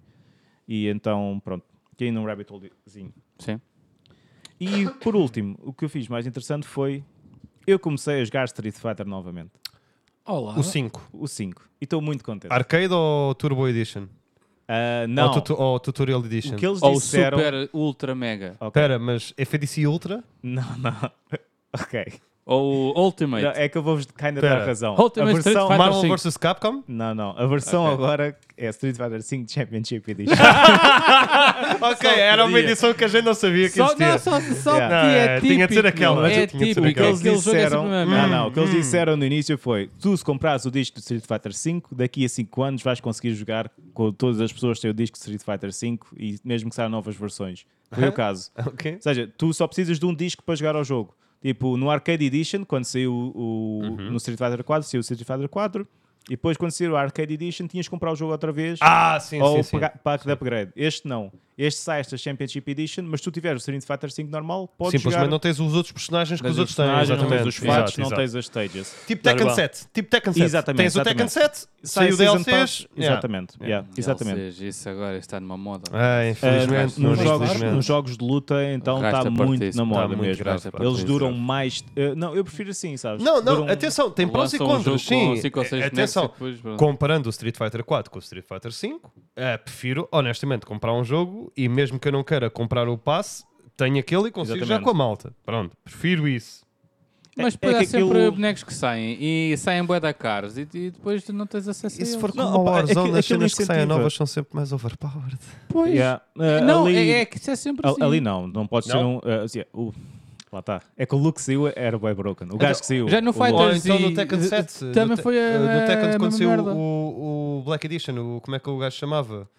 e então pronto, caí num rabbit holezinho. Sim. E por último, o que eu fiz mais interessante foi, eu comecei a jogar Street Fighter novamente, Olá. O 5. o 5, e estou muito contente. Arcade ou Turbo Edition? Ah, não, Ou, Ah. Oh, tutu- ou Tutorial Edition? o que eles Ou disseram... super, ultra, mega. Espera, mas é FDC Ultra? Não, não. Ok. Ou ultimate. Não, é que eu vou-vos ainda Pera. dar razão. Ultimate a versão... Street Fighter- Marvel sim. vs Capcom? Não, não. A versão agora é Street Fighter 5 Championship Edition. Ok, era uma podia. edição que a gente não sabia que Só, existia. não, só, só Yeah. que é Não, é, típico. tinha de ser aquela, meu. mas É eu tinha de ser típico. aquela. o que Aquele eles jogo é sempre disseram... a mesma Hum. não, merda. não. O que eles disseram no início foi tu se comprares o disco de Street Fighter 5, daqui a 5 anos vais conseguir jogar com todas as pessoas que têm o disco de Street Fighter 5 e mesmo que saiam novas versões. Foi o caso. Ok. Ou seja, tu só precisas de um disco para jogar ao jogo. Tipo, no Arcade Edition, quando saiu o, Uhum. no Street Fighter 4, saiu o Street Fighter 4, e depois quando saiu o Arcade Edition, tinhas que comprar o jogo outra vez Ah, sim, ou sim, sim. pagar- pack de upgrade. Este não. Este sai esta Championship Edition, mas se tu tiveres o Street Fighter 5 normal, podes Simplesmente jogar não tens os outros personagens que Tens os outros têm. personagens, não tens exatamente. os fatos, Exato, não exato. tens as stages. Tipo Claro, Tekken igual. 7. Tipo Tekken 7. Exatamente, Tens o Tekken exatamente. 7, saiu Season DLCs. Pass. yeah. Exatamente. yeah, exatamente. É. Ou seja, isso agora está numa moda. Ah, infelizmente. Uh, nos, não, jogos, infelizmente. nos jogos de luta, então Rasta está muito partíssimo. na moda Tá muito mesmo. grave, pá. Eles Sim, duram sim. mais. uh, não, eu prefiro assim, sabes? Não, não, Duram- atenção, tem prós e Lançam um contras, jogo com sim. É, cinco ou seis atenção, bonecos e depois, pronto. comparando o Street Fighter 4 com o Street Fighter 5, eh, prefiro, honestamente, comprar um jogo e mesmo que eu não queira comprar o passe, tenho aquele e consigo já Exatamente. com a malta. Pronto, prefiro isso. Mas É- depois é há que sempre aquilo- bonecos que saem e saem bué da caros e, e depois tu não tens acesso a E se eles. for como Não, o opa, Warzone, aquilo- as cenas que aquilo saem incentiva. novas são sempre mais overpowered. Pois. Yeah. Uh, Não, ali, é, é que isso é sempre al- assim. ali não, não pode ser Não? um. uh, assim, o- lá está. É que o look que saiu era bem broken. O gajo que saiu. Então, assim. Já no o- Fighters Ou então no e- Tekken e- 7. também no te- foi a- eh, a No Tekken mesma aconteceu merda. o, o Black Edition, o, como é que o gajo chamava?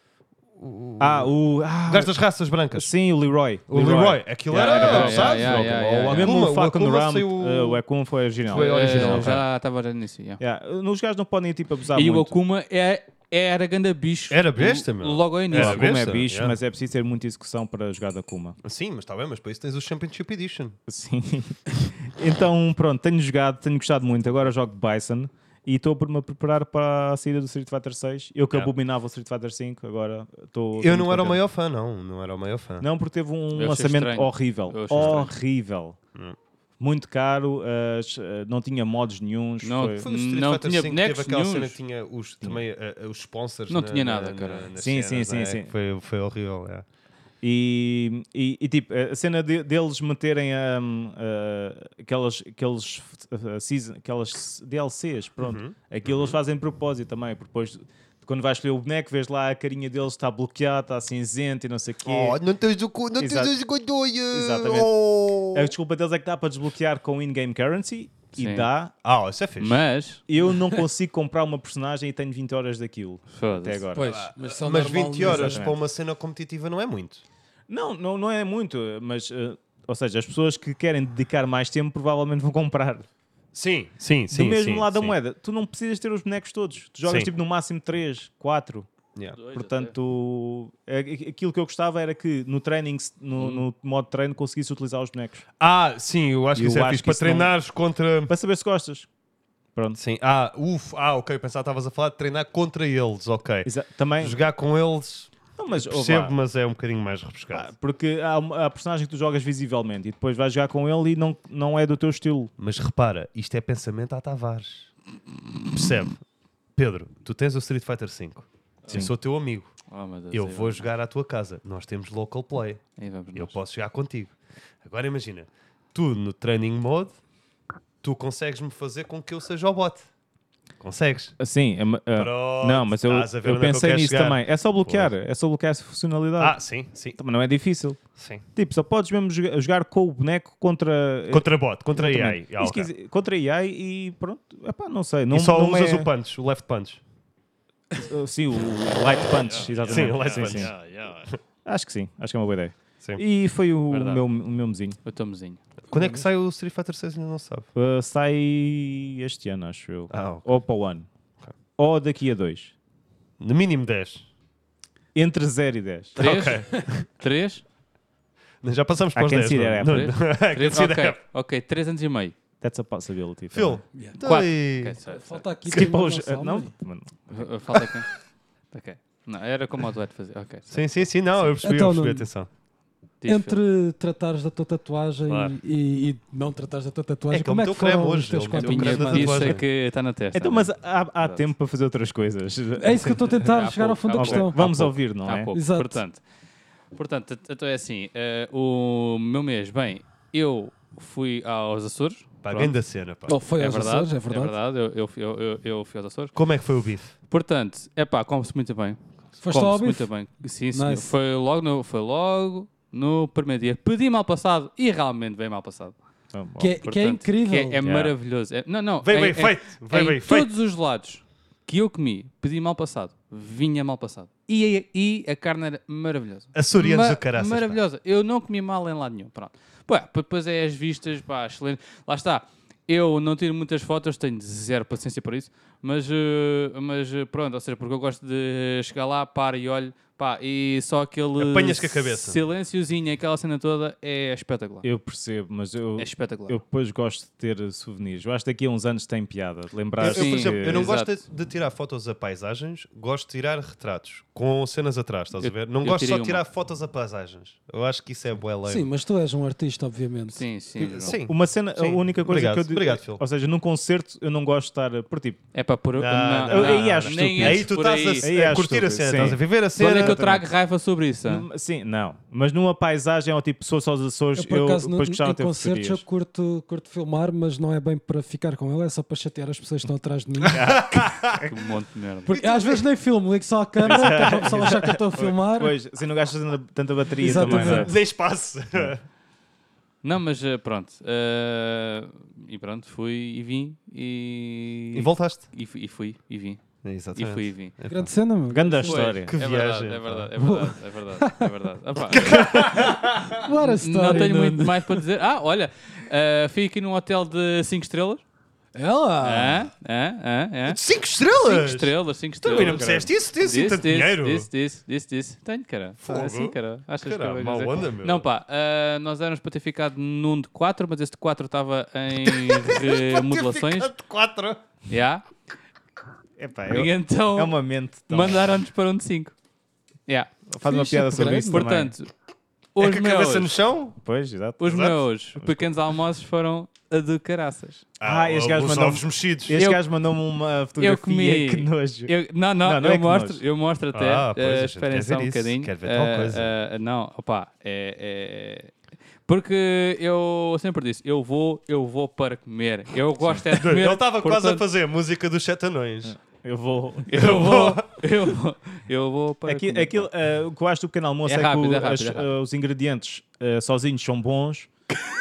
O, Ah, o. o Ah, gajo das raças brancas. sim, o Leroy. O Leroy, aquilo Yeah, era yeah, pesado. yeah, yeah, bro. yeah, Ou yeah. Mesmo o Akuma, o Falcon Akuma Ram, saiu... uh, o Akuma foi original. Foi Eh, original, Tá já estava já nisso. yeah. Yeah, Nos gajos não podem tipo abusar E o muito. Akuma é, era ganda bicho. Era besta, meu. Logo ao O início. Era Akuma é besta, bicho, yeah. mas é preciso ter muita execução para jogar da Akuma. Sim, mas está bem, mas para isso tens o Championship Edition. Sim. então, pronto, tenho jogado, tenho gostado muito. Agora jogo Bison e estou por me preparar para a saída do Street Fighter 6. Eu que Yeah. abominava o Street Fighter 5, agora estou. estou Eu não muito era o contente. maior fã, não. Não era o maior fã. Não, porque teve um Eu achei lançamento estranho. horrível. Eu achei estranho. Horrível. Muito caro, as- eh, não tinha mods nenhums. é- Não, foi- Foi o Street Não Fighter tinha 5 que bonecos teve aquela cena nenhuns. que tinha os, também, eh, eh, os sponsors. Não na- tinha na- nada, na- cara. nas Sim, cenas, sim, né? sim, sim. Foi, foi horrível, é. E, e, e, tipo, a cena de- deles meterem hum, ah, aquelas, aqueles, ah, season- aquelas DLCs, pronto, aquilo eles fazem de propósito também, porque depois quando vais escolher o boneco, vês lá a carinha deles está bloqueada, está cinzenta e não sei o quê. Oh, não tens o cu, não tens Exato. os Exatamente. Oh. A desculpa deles é que dá para desbloquear com in-game currency e Sim. dá. Ah, isso é fixe. Mas. Eu não consigo comprar uma personagem e tenho 20 horas daquilo até Foda-se. agora. Pois, mas, são Mas normal- 20 horas Exatamente. para uma cena competitiva não é muito. Não, não, não é muito, mas. ah, ou seja, as pessoas que querem dedicar mais tempo provavelmente vão comprar. Sim, sim, sim. do mesmo sim, lado sim. da moeda, tu não precisas ter os bonecos todos. Tu jogas Sim. tipo no máximo 3, 4. Yeah. Portanto, a- a- aquilo que eu gostava era que no training, se- no, no modo de treino, conseguisse utilizar os bonecos. Ah, sim, eu acho que Eu isso é acho fixe. que Para isso não- treinares contra. Para saber se gostas. Pronto. Sim, ah, uff, ah, ok. Pensava que estavas a falar de treinar contra eles, ok. Exa- Também. Jogar com eles. Não, mas, oh, vá. Percebo, mas é um bocadinho mais Ah, repescado. Porque há uma- a personagem que tu jogas visivelmente e depois vais jogar com ele e não, não é do teu estilo. Mas repara, isto é pensamento a Tavares. Percebe? Pedro, tu tens o Street Fighter V. Sim. Eu sou teu amigo. Oh, meu Deus, Eu aí vou vamos- jogar à tua casa. Nós temos local play. aí vamos Eu nós. posso jogar contigo. Agora imagina, tu no training mode, tu consegues-me fazer com que eu seja o bot. Consegues? Sim, é ma- ah, Pronto, não, mas eu, estás a ver eu onde é que eu pensei quero nisso chegar. também. É só bloquear, é só bloquear essa funcionalidade. Ah, sim, sim, Também não é difícil. sim. Tipo, só podes mesmo joga- jogar com o boneco contra. Contra bot, contra AI. Exatamente. Ah, E se ok. quiser- Contra AI e pronto. Epá, não sei. Não, E só não usas é- o punch, o left punch. Uh, Sim, o Light Punch, exatamente. Sim, o light punch. Acho que sim, acho que é uma boa ideia. Sim. E foi o Verdade. meu, o meu mesinho. O Tomozinho. Quando é que sai o Street Fighter 6 ainda não se sabe? Uh, sai este ano, acho eu. Ah, ok. Ou para o ano. Ou daqui a dois. No mínimo 10. Entre 0 e 10. Três? Três? Já passamos para I os can 10. see não- that não- happening. I can Três? see that Ok, happening. ok. Três anos e meio. That's a possibility. Phil, Yeah. então Quatro. e- Ok, sorry, sorry. Falta aqui. Skip também o os... Gonçalo, Não, né? mano. Uh, uh, Falta quem? Ok. Não, era como o Duarte fazia. Ok. sorry. Sim, sim, sim, não, eu percebi, Então, eu percebi, Nuno. atenção. Diz, Phil. Entre tratares da tua tatuagem Claro. e, e não tratares da tua tatuagem, É que ele como é meteu que o creme foram hoje, os teus ele meteu A quatro o minha creme na meses? disso é tatuagem. que está na testa. Então, né? mas há, há Exato. tempo para fazer outras coisas. É isso que eu estou a tentar Há chegar ao pouco, fundo da há Ok, questão. pouco. Vamos Há ouvir, não Há é? pouco. Exato. Portanto, portanto, t- então é assim. eh, o meu mês, bem, eu fui aos Açores. Pá, pronto. grande cena, pá. Ou foi é, aos verdade, Açores, é verdade, Eu, eu, fui- eu- eu- eu fui aos Açores. Como é que foi o bife? Portanto, é pá, come-se muito bem. Foste ao Come-se bife? muito bem. Sim, senhor. Nice. Foi, logo no, foi logo no primeiro dia. Pedi mal passado e realmente bem mal passado. Ah, bom. Que é, que é Portanto, incrível. que é, é maravilhoso. É- não, não. Vem é- bem é- feito, vem em bem feito. todos os lados que eu comi, pedi mal passado, vinha mal passado. E, e a carne era maravilhosa. Açorianos Ma- do caraças. pá. Maravilhosa. Eu não comi mal em lado nenhum. Pronto. Pô, é, depois é as vistas, pá, excelente. Lá está. Eu não tiro muitas fotos, tenho zero paciência para isso, mas, eh, mas eh, pronto, ou seja, porque eu gosto de chegar lá, paro e olho, pá, e só aquele Apanhas com a cabeça. silenciozinho, aquela cena toda é espetacular. Eu percebo, mas eu, É espetacular. eu depois gosto de ter souvenirs. Eu acho que daqui a uns anos tem piada. de Eu, Lembrar eu, que... Sim, por exemplo, eu não exato. gosto de, de tirar fotos a paisagens, gosto de tirar retratos com cenas atrás, estás a Eu- ver? Não eu gosto só tirei de uma. tirar fotos a paisagens. Eu acho que isso é bué Sim, lei. mas tu és um artista, obviamente. Sim, sim. João. Sim. Uma cena, Sim. a única coisa Obrigado, que eu digo. obrigado, Phil. Ou seja, num concerto eu não gosto de estar. Por tipo, É para pôr. Não, na- não, na- Eu- eu acho nem estúpido. entres Aí tu por estás aí. a, Aí a acho curtir a estúpido, cena, sim. estás a viver a De onde cena. é que eu trago raiva sobre Tá. isso? hein? num- sim, não. Mas numa paisagem ou tipo, sou só os Açores, Eu, eu, por acaso, no- depois gostava em de ter concertos eu fotografias. curto, curto filmar, mas não é bem para ficar com ele, é só para chatear as pessoas que estão atrás de mim. Que monte de merda. Porque às vezes nem filmo, ligo só a câmera, que é para o pessoal achar que eu estou a filmar. Pois, assim não gastas tanta- tanta bateria Exatamente. também. não é? Dê espaço. Não, mas eh, pronto. eh, e pronto, fui e vim. E, E voltaste. É, E fui e, fui, e vim. Exatamente. E fui e vim. Grande cena, meu. Grande a Foi. história. Que é viagem, Verdade, é pá. verdade, é verdade, é verdade, é verdade. Ah, pá, What a não story, tenho Nuno. muito mais para dizer. Ah, olha, eh, fui aqui num hotel de 5 estrelas. Ela! Ah, ah, ah, ah. 5 Cinco estrelas? estrelas, 5 estrelas. Também não me caralho. disseste isso? Tens assim Disse, tanto disse, dinheiro? Disse, disse, disse, disse. Tenho, cara. Fogo. Ah, sim, cara. Achas Cara, que é- eu mau vou dizer? onda, meu. Não, pá. ah, nós éramos para ter ficado num de 4, mas este de 4 estava em remodelações. Ficado Quatro. Já. Epá, E eu- então é uma mente tão. mandaram-nos para um de 5. Yeah. Faz uma Fixe, piada programa. sobre isso. também. Portanto, É os que a cabeça no meus, chão? Pois, exato. é os Exato. meus pequenos almoços foram a de caraças. Ah, este gajo os mandou- ovos mexidos. Este eu- gajo mandou-me uma fotografia. comi- Que nojo. Eu- não, não, Não, não eu, é que mostro, nós. eu mostro até. Ah, pois, eh, a gente esperem quer só ver um isso, bocadinho. quer ver tal Eh, coisa. eh, não, opá, é, é- Porque eu sempre disse, eu vou, eu vou para comer. Eu gosto é de comer. Ele estava quase a portanto, fazer a música dos sete anões. Eu vou. Eu vou, eu vou, eu vou para Aqui, comer. aquilo, ah, o que eu acho do pequeno almoço É é, rápido, que o- é rápido, as- é rápido. ah, os ingredientes ah, sozinhos são bons,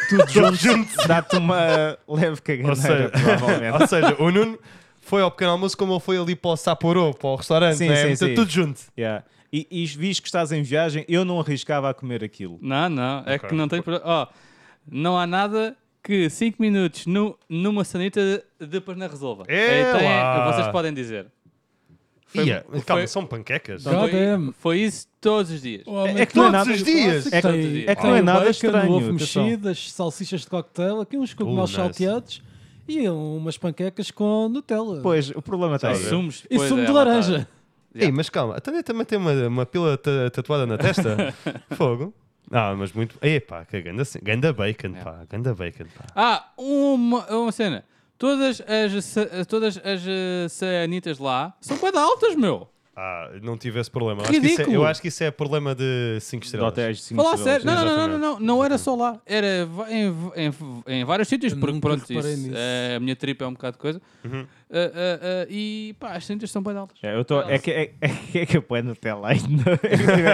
tudo junto dá-te uma leve Ou caganeira, seja, provavelmente. É, ou seja, o Nuno foi ao pequeno almoço como ele foi ali para o Sapporo, para o restaurante, Sim, né? sim, Portanto, sim. tudo junto. Yeah. E, e visto que estás em viagem, eu não arriscava a comer aquilo. Não, não, é Ok. que não tem problema. Ó, não há nada que 5 minutos nu- numa sanita depois não resolva. É então lá. vocês podem dizer. Foi- Ia, calma, foi- são panquecas. Não. God Foi, damn. foi isso todos os dias. O homem é que não é Todos nada- os dias. clássico É que- tem- é que não é tem nada um bacon, estranho, Ovo atenção. mexidas, salsichas de cocktail, aqui uns cogumelos nice. salteados e umas panquecas com Nutella. Pois, o problema está aí. Sim. Sumos e depois sumo é de à vontade. laranja. Ei, mas calma, a Tânia também tem uma, uma pila ta- tatuada na testa. Fogo. Ah, mas muito. Epá, que ganda, ce- ganda bacon, pá. Ganda bacon, pá. Ah, uma, uma cena. Todas as, sa- todas as eh, sanitas lá são bem altas, meu. Ah, não tive esse problema. Eu acho que isso é- Ridículo. eu acho que isso é problema de 5 De estrelas. hotéis de cinco Falar estrelas. sério. Não, não, não, não, Exatamente. não, não era só lá. Era va- em, em, em vários sítios, Eu porque nunca pronto, reparei isso, nisso. eh, a minha tripa é um bocado de coisa. Uhum. Eh, eh, eh, e pá, as sanitas são bem altas. É, eu tô, é, que, é, é, é que eu ponho na tela ainda.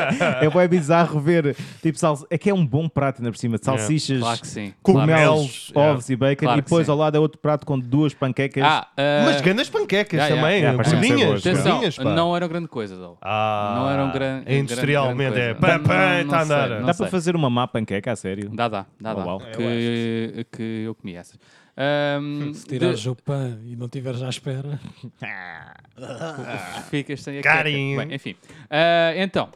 é bem bizarro ver. Tipo, sal, é que é um bom prato ainda por cima. Salsichas, Claro que sim. cogumelos, Claro. ovos e bacon. Claro e que depois sim. ao lado é outro prato com duas panquecas. Ah, eh, Mas gandas panquecas Ya, ya. também. Ya, parece que são gordinhas, boas, pá. atenção, gordinhas, é? pá. não eram grande coisa, Dol. Ah, não era um gran- grande- Industrialmente grande é. coisa. Pá, Não, pá, não, não tá a sei, andar. não Dá sei. para fazer uma má panqueca, a sério? Dá, dá, Oh, dá, dá. Uau. Que, que eu comi essas. Ahm, Se tirares de- o pão e não estiveres à espera. Ficas sem a Carinho. queca. Bem, enfim. Ah, então,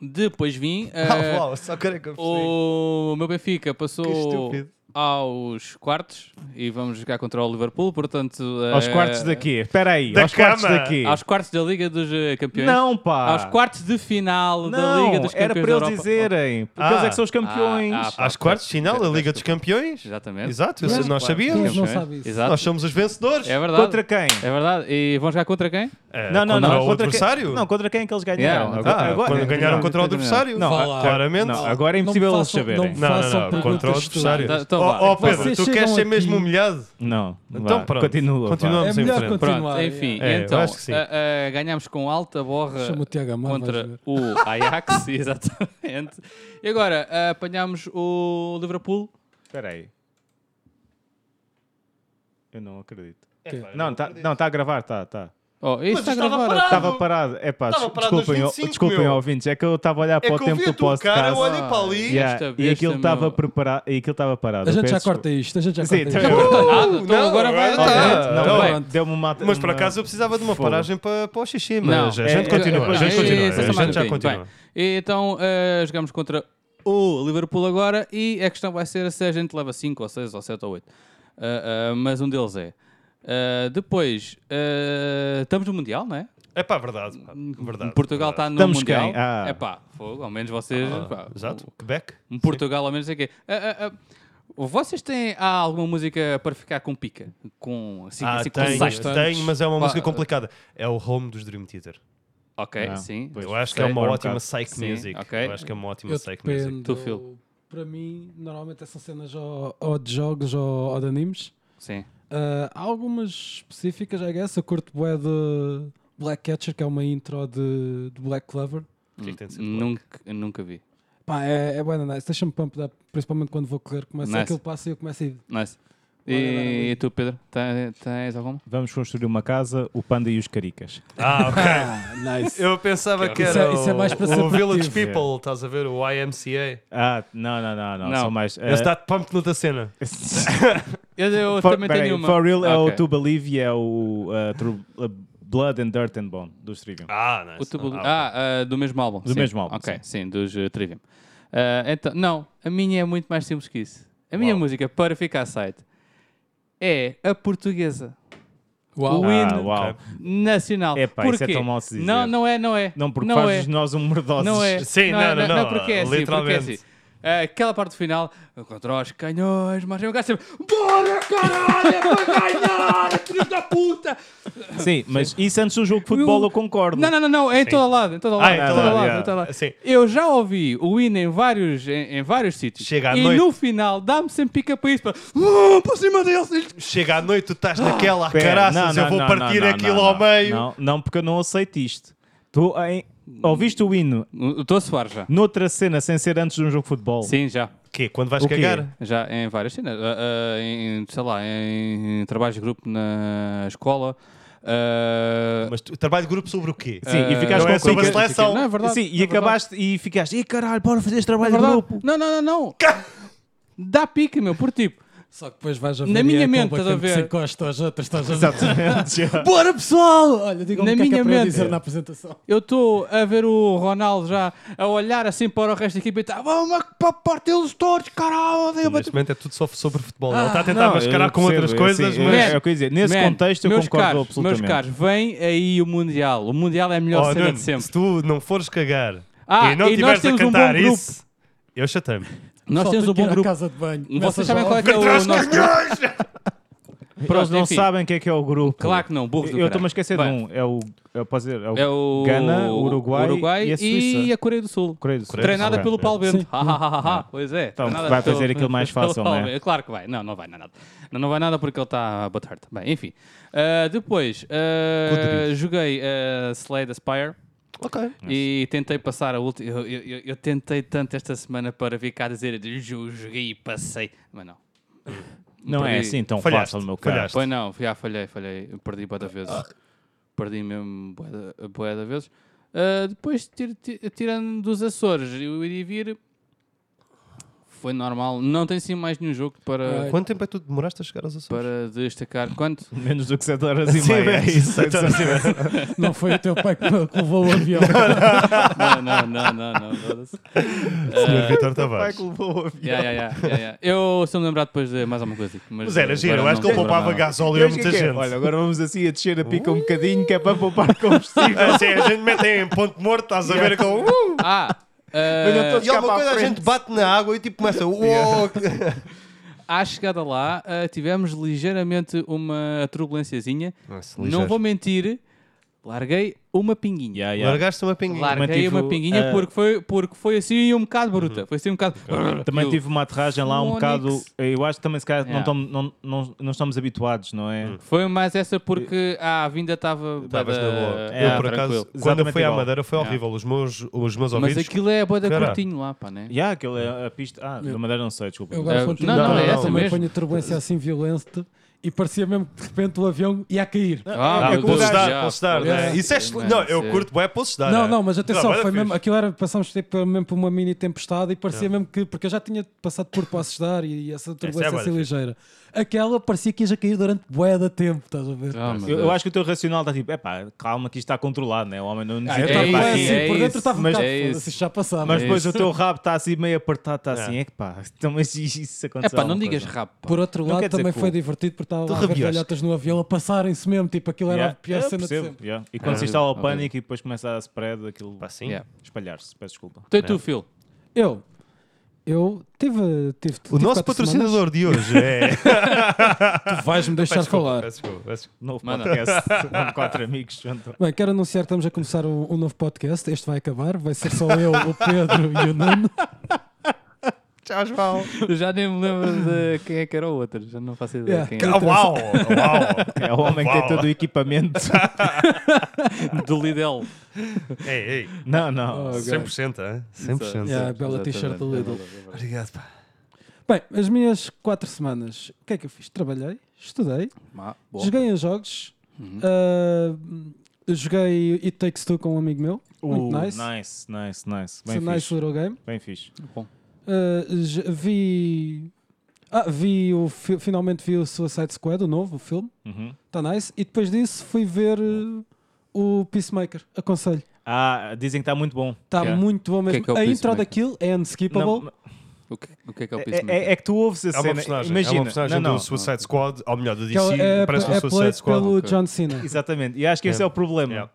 depois vim. Ah, ah, uau, só quero que eu percebi. o meu Benfica Que passou estúpido. aos quartos e vamos jogar contra o Liverpool, portanto. Aos ah, quartos daqui. Espera aí. Da aos quartos cama. daqui. Aos quartos da Liga dos eh, Campeões. Não, pá. Aos quartos de final da Não, Liga dos Campeões. era para da eles Europa. dizerem. Ah. Porque eles é que são os campeões. Ah, ah, pá. Às quartas de final da Liga dos Campeões? Exatamente. Exato, eu- Mas, nós Eles sabíamos. não Ok. sabem isso. É. Exato. Nós somos os vencedores. É verdade. Contra quem? É verdade. E vão jogar contra quem? Eh, Não, não, contra não. o adversário? Quem, não, contra quem é que eles Yeah. ganharam? Ah, quando ganharam não. contra o adversário? Não, Vá lá. ah, claramente. Não, agora é Não me impossível eles façam- saberem. Não, Façam não, não, contra o perguntas adversário. estúpidas. Então vá, oh, oh, então Pedro, vá. tu Vocês queres ser chegam mesmo aqui- humilhado? Não, Então vá, pronto. Continua. vá. Continuamos. É Vamos em melhor frente. Pronto, continuar. enfim, É, eu então acho que sim. ah, ah, ganhámos com alta borra Chama o Tiago Amar. vais contra ver. o Ajax, exatamente. E agora ah, apanhámos o Liverpool. Espera aí. Eu não acredito. Ok. Não, está não, tá a gravar, está, tá. Oh, isso Mas está a estava gravar. parado. Estava parado. É pá, Estava des- parado aos desculpem, ó- 25, desculpem meu. ouvintes, é que eu estava a olhar É para o que eu tempo vi do o teu cara, eu podcast. olhei é para ali. Yeah, Esta E é- besta, aquilo estava meu. preparado. E aquilo estava parado. A gente Eu já peço corta isto. A gente já Sim, corta tá isto. bom. Está nada, então Não, agora vai agora andar. tá. desculpa. Não, Não, bem. bem, deu-me uma Mas por acaso eu uma- precisava de uma Fogo. paragem para, para o xixi, Não. mas a gente É, continua, é, a gente é, continua, é, a gente já Bem, continua. Então ah, jogamos contra o Liverpool agora e a questão vai ser se a gente leva 5 ou 6 ou 7 ou 8. mas um deles é. Ah, depois, ah, estamos no Mundial, não é? Um É pá, verdade, pá, Hum, verdade. Portugal está verdade. no Estamos Mundial. quem? Ah. É pá, fogo, ao menos vocês. pá, Ah, Exato, Quebec. Um Portugal, ao menos aqui. Ah, ah, ah, vocês têm há alguma música para ficar com pica? Com assim, Ah, assim com tenho, sais? tenho, mas é uma Pá, música complicada. É o Home dos Dream Theater. Ok, Não, sim. pois. Eu acho que é sei. uma Bora um ótima bocado. psych Sim, music. ok. Eu acho que é uma ótima Eu psych music. Tu, Phil. dependo. Para mim, normalmente são cenas ou, ou de jogos ou, ou de animes. Sim. Ah, há algumas específicas, I guess. Eu curto bué de Blackcatcher, que é uma intro de, de Black Clover. O que é que tem de ser Hum, de Black? Nunca, nunca vi. Pá, é, é bué da nice. Deixa-me pump up, principalmente quando vou correr. Começa Nice. aquele passo e eu começo a ir. Nice. Olha, maravilha. é E, e tu, Pedro, tá, te- tens alguma? Vamos construir uma casa, o panda e os caricas. Ah, ok. Ah, nice. Eu pensava que Isso era é- isso é mais o, para ser o Village produtivo. People, estás a ver? O YMCA. Ah, não, não, não, não. Não. São mais. Esse eh, dá pump no da cena. Eu, eu for, também peraí, tenho uma. For Real é o Ok. To Believe e é o eh, True- eh, Blood and Dirt and Bone do Trivium. Ah, O nice. tubo- Ah, ok. ah, ah, do mesmo álbum. Do sim. mesmo álbum, Ok, sim. sim, dos eh, Trivium. Ah, então, não, a minha é muito mais simples que isso. A minha Uau. música para ficar site é a portuguesa. Uau. O hino Ah, uau. Ok. nacional. Epá, isso é Porquê? tão mau de se dizer. Não, não é, não é. Não, porque não fazes é. nós um mordosos. Não é. Sim, não, não, não, porque é assim, porque é literalmente. assim. Ah, Aquela parte final, contra os canhões, mas eu gajo sempre, bora caralho, é para ganhar, filhos da puta! Sim, mas isso antes do jogo de futebol eu concordo. Não, não, não, não, é em todo lado, em todo lado, Ah, em em todo todo lado, lado, yeah. em todo lado. Sim. Eu já ouvi o hino em vários, em, em vários sítios. Chega à e noite. no final dá-me sempre pica para isso, para, "Ah, para cima deles! Chega à noite, tu estás naquela, ah, Pera, caraças, eu vou não, partir não, não, aquilo não, ao não. meio. Não, não, porque eu não aceito isto. Tu em- ouviste o hino Estou a suar já. noutra cena sem ser antes de um jogo de futebol? Sim, já. Quê? Quando vais O quê? cagar? Já em várias cenas, Ah, ah, em, sei lá, em, em trabalhos de grupo na escola. ah, Mas tu, trabalho de grupo sobre o quê? Uh, Sim, e ah, ficaste Não com é sobre a pica- seleção. Não, é verdade. Sim, e é verdade. É acabaste e ficaste, e caralho, bora fazer este trabalho de Verdade? grupo. Não, não, não, não. Dá pica, meu, por tipo. Só que depois vais a ver. Na e minha é mente, tão estás bacana a que ver? Se encosta aos outros, estás a ver. Exatamente. já. Bora pessoal! Olha, digam-me Na o que é que é minha para eu mente. dizer na apresentação. Eu estou a ver o Ronaldo já a olhar assim para o resto da equipa e está. Vamos para a parte deles todos, caralho! odeio bater-" Neste momento é tudo só sobre futebol. Ah, Ele está a tentar Não, mascarar eu com outras percebo, é coisas, assim, mas. Man, é, é o que eu ia dizer. Nesse Man, contexto eu meus concordo caros, absolutamente. Meus caros, vem aí o Mundial. O Mundial é a melhor Oh, cena Nuno, de sempre. Se tu não fores cagar Ah, e não e nós tiveres a temos um cantar bom grupo. isso, eu chatei-me. Nós Só temos tenho um que ir bom à grupo. casa de banho. Começa Vocês sabem já qual é que é o nosso grupo? Para os que não Enfim, sabem o que é que é o grupo. Claro que não, burros do Eu estou-me caralho. a esquecer de Bem, um. É o. Eu posso dizer, é o É o Gana, o Uruguai e a Suíça. Coreia do Sul. Coreia do Sul. Treinada Ok. pelo Paulo Sim. Bento. Ha, ha, ha, ha, ha. Pois é. né? Então, treinada vai pelo- fazer aquilo mais pelo fácil, Paulo né? Bento. Claro que vai. Não, não vai não é nada. Não, não vai nada porque ele está butthurt. Bem, enfim. Ah, depois, ah, Poderido. joguei ah, Slay the Spire. Ok. E tentei passar a última. Eu, eu- eu- eu tentei tanto esta semana para vir cá dizer "Jo- joguei e passei. Mas não. Não é Perdi. assim tão Falhaste, fácil, meu caro. falhaste. Pois não, já falhei, falhei. Perdi bué da vezes. Ah. Perdi mesmo bué da- bué da vezes. Ah, depois, tir- ti- tirando dos Açores, eu iria vir. Foi normal. Não tem sim mais nenhum jogo Ah, para, Quanto tempo é que tu demoraste a chegar aos Açores? para destacar. Quanto? Menos do que 7 horas e Sim, meia. é isso. Sete horas e meia. Não foi o teu pai que que levou o avião. não, não, não, não, não. foda-se. Senhor Vitor Vai Tavares. que levou o avião. Yeah, yeah, yeah, yeah, yeah. Eu, se eu me lembrar depois de mais alguma coisa. Mas, Mas era agora giro, eu acho não que ele me lembro poupava nada. gasóleo a Hoje muita é que é? gente. Olha, agora vamos assim a descer a pica um bocadinho que é para poupar combustível. Assim, a gente mete em ponto morto, estás a ver com. Uh, Ah, eh, Mas eu tô- e alguma Escapa à coisa a frente. gente bate na água e tipo começa. "Uou", à chegada lá, eh, tivemos ligeiramente uma turbulênciazinha. Nossa, Não ligeiro. vou mentir, larguei uma pinguinha. Largaste uma pinguinha. Ah. Larguei Também tive, uma pinguinha eh, porque, foi, porque foi assim um bocado bruta. Foi assim um bocado. Uhum. Também Eu- tive uma aterragem lá um Onix. bocado. Eu acho que também se calhar não, Yeah. tamo- não, não, não estamos habituados, não é? Hum. Foi mais essa porque a vinda estava. Estavas na boa. É, eu, por acaso, tranquilo. quando eu Exatamente fui à igual. Madeira foi horrível. Os meus, os meus Mas ouvidos. aquilo é a boa da Caralho. curtinho lá, pá, né? Yeah, aquele é a pista. Ah, da Madeira não sei, desculpa. Eu agora É, quando não, não, também é essa também mesmo. ponho turbulência assim violenta e parecia mesmo que de repente o avião ia cair. Ah, Ah, meu com o Deus, É, Posso gajo. já, dar, posso dar. foda-se. né? Isso é excelente. Não, eu Sim. curto, bué, posso dar. Não, é. não, mas atenção, bué da foi fixe. mesmo, aquilo era, passámos tipo, mesmo por uma mini tempestade e parecia mesmo que, porque eu já tinha passado por Poços de Ar e, e essa turbulência bué da assim fixe. ligeira. Aquela parecia que ia já cair durante bué da tempo, estás a ver? Ah, meu Eu, eu Deus. acho que o teu racional está tipo, epá, calma que isto está controlado, né? O homem não nos eu é estava isso, bué é assim, por isso, dentro estava um mas bocado, é isso. foda-se, isto já passava. É. Mas depois isso. o teu rabo está assim meio apertado, está assim, é que pá, então, mas isso- É isso aconteceu. pá, não alguma digas coisa. rabo. pá. Por outro Não lado, quer dizer também cool. foi divertido porque estava Tu lá a ver rabiaste. velhotas no avião a passarem-se mesmo, tipo, aquilo era Yeah. a pior Eu cena de percebo, sempre. yeah. E quando Ah, se instala o ok. pânico e depois começa a spread, aquilo É Pá, sim. Yeah. espalhar-se, peço desculpa. Tu e É. tu, Phil. Eu, eu tive, tive O tive tipo, nosso quatro patrocinador de hoje é. semanas. Tu vais-me deixar falar. Peço desculpa, peço desculpa. Novo Manda. podcast, com quatro amigos. Então. Bem, quero anunciar que estamos a começar um, um novo podcast. Este vai acabar, vai ser só eu, o Pedro e o Nuno. Tchau, João. Eu já nem me lembro de quem é que era o outro. Já não faço ideia Yeah, quem ca- é. Ah, Uau! Uau! É o homem que tem Uau. todo o equipamento. Do Lidl. Ei, ei. Não, Ah, não. 100%, hein? 100%. Yeah, bela t-shirt é do Tá Lidl. Obrigado, pá. Bem, as minhas quatro semanas, o que é que eu fiz? Trabalhei, estudei, Ah, boa. joguei em jogos, ah, joguei It Takes Two com um amigo meu, muito Uh, nice. nice, nice, nice. It's a Bem nice fixe. little game. Bem fixe. Bom. Ah, j- vi. Ah, vi o. fi- Finalmente vi o Suicide Squad, o novo, o filme. Uhum. Está nice. E depois disso fui ver ah, o Peacemaker. Aconselho. Ah, dizem que está muito bom. Está Yeah. muito bom mesmo. que é que é o a intro Peacemaker? daquilo é Não, unskippable. O que, o que é que é o é, Peacemaker? é- é que tu ouves a É cena. uma personagem. Imagina. é uma personagem não, não. do Suicide Squad, ou melhor, do que é, DC, é, parece um é Suicide played Squad. pelo ok. John Cena. Exatamente. E acho que esse é o problema. Yeah.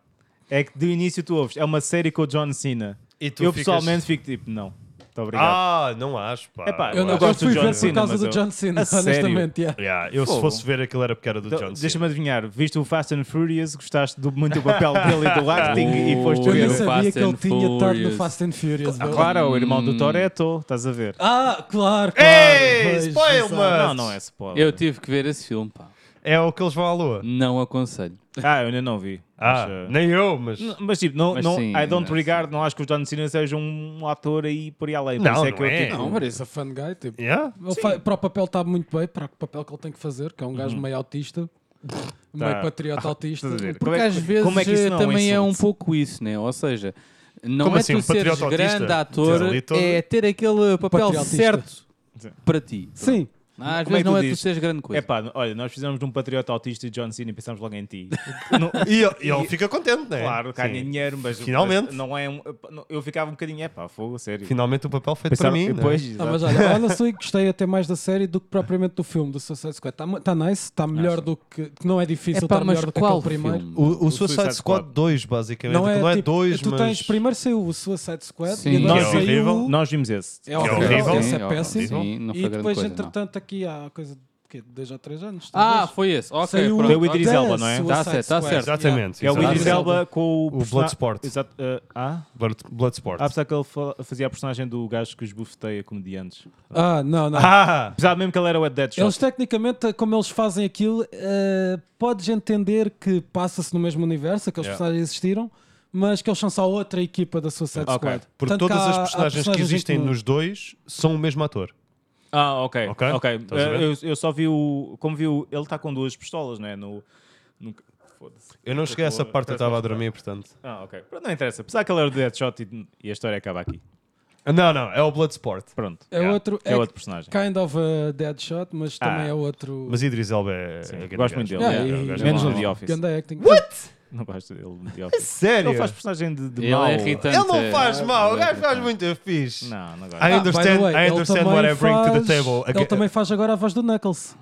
É que do início tu ouves. É uma série com o John Cena. E tu eu ficas- pessoalmente fico tipo, não. Muito obrigado. Ah, não acho, pá. Epá, Eu, Eu não, eu gosto do fui John ver por Cena, causa mas do eu- John Cena, A sério? honestamente. yeah. Yeah, eu se Fogo. fosse ver aquilo era porque era do Então, John Cena. Deixa-me adivinhar. Viste o Fast and Furious, gostaste do, muito do papel dele e do acting e foste Oh, Eu nem o ver. sabia Fast que ele and tinha estado no Furious. Fast and Furious. Ah, meu. claro, é o irmão Hum. do Toretto, estás a ver. Ah, claro, claro. Ei, pois, spoiler! exato. Não, não é spoiler. Eu tive que ver esse filme, pá. É o que eles vão à lua. Não aconselho. Ah, eu ainda não vi. Ah, Mas, uh, nem eu, mas. N- Mas tipo, não, Mas não, sim, I don't não é regard, não acho que o John Cena seja um ator aí por aí além. Por Não, isso é não que eu, é. tipo, Não, mas esse é fun guy, tipo. Yeah? Ele fa- para o papel está muito bem, para o papel que ele tem que fazer, que é um gajo meio autista, meio patriota autista. estás a ver? Porque Como é às que- vezes como é que isso não é um também é um insulto? pouco isso, né? Ou seja, não Como é assim, tu um seres patriota autista? grande ator, Tens ali todo- é ter aquele papel Patriotista. certo Sim. para ti. Sim, Ah, às Como é vezes que não tu é tu dizes? seres grande coisa. É pá, olha, nós fizemos de um patriota autista de John Cena e pensámos logo em ti. Não- E ele, e ele fica contente, né? claro, ganha Sim. dinheiro, mas. Finalmente. mas não é um, não- eu ficava um bocadinho, é pá, fogo, a sério. Finalmente o papel feito Pensaram- para mim. né? Pois, Ah, exato. mas olha, honestly, gostei até mais da série do que propriamente do filme do Suicide Squad. Está tá nice, está melhor do que. que Não é difícil, É está pá, melhor mas do que qual aquele primeiro. filme? O, o Suicide Suicide, Squad. Squad 2, basicamente. Não é, né? não é tipo, dois, tu mas. tens primeiro saiu o Suicide Squad Sim. e agora Nós- saiu horrível. o- Nós vimos esse. É horrível, horrível, horrível. esse Sim, é péssimo. Sim, não foi e grande depois, coisa, não. entretanto, aqui há coisa de quê? dois ou três anos. Ah, talvez, foi esse. Ok, saiu pronto. o Idris da Elba, não é? Suicide Tá certo, tá Squad. certo. Exatamente. É o Exato. Idris exatamente. Elba com o. O persona- Bloodsport. Exato. eh, ah? Blood- Bloodsport. Ah, apesar que ele fa- fazia a personagem do gajo que os bufeteia comediantes. Ah, não, não. Ah! Apesar mesmo que ele era o Ed Deadshot. Eles tecnicamente, como eles fazem aquilo, eh, podes entender que passa-se no mesmo universo, aqueles Yeah. personagens existiram, mas que eles são só outra equipa da Suicide Ok, Squad. Porque Tanto que todas há- as há personagens que em existem comum. nos dois são o mesmo ator. Ah, ok. Ok, Ok. estás a ver? Eh, eu, eu só vi o. Como vi o. Ele está com duas pistolas, né? No. no Foda-se. Eu não cheguei a essa Boa. parte, eu estava a dormir, portanto. Ah, ok. Pronto, não interessa. Apesar que ele era o Deadshot e, e a história acaba aqui. Não, não, é o Bloodsport. Pronto. É outro- É, é- outro personagem. Kind of a dead shot, mas também Ah. é outro. Mas Idris Elba é. Sim, é grande gosto muito gajo. dele. Yeah, é, e- eu gosto menos muito no dele. The Office. Ganda acting. Não gosto dele no The É Office. Sério? Ele faz personagem de, de Ele mau. é irritante. Ele não faz Ah, mal, o é gajo faz irritante. muito fixe. Não, não gosto. I Ah, by the way, understand, I ele understand também what I bring to the faz- table. Ele também faz agora a voz do Knuckles.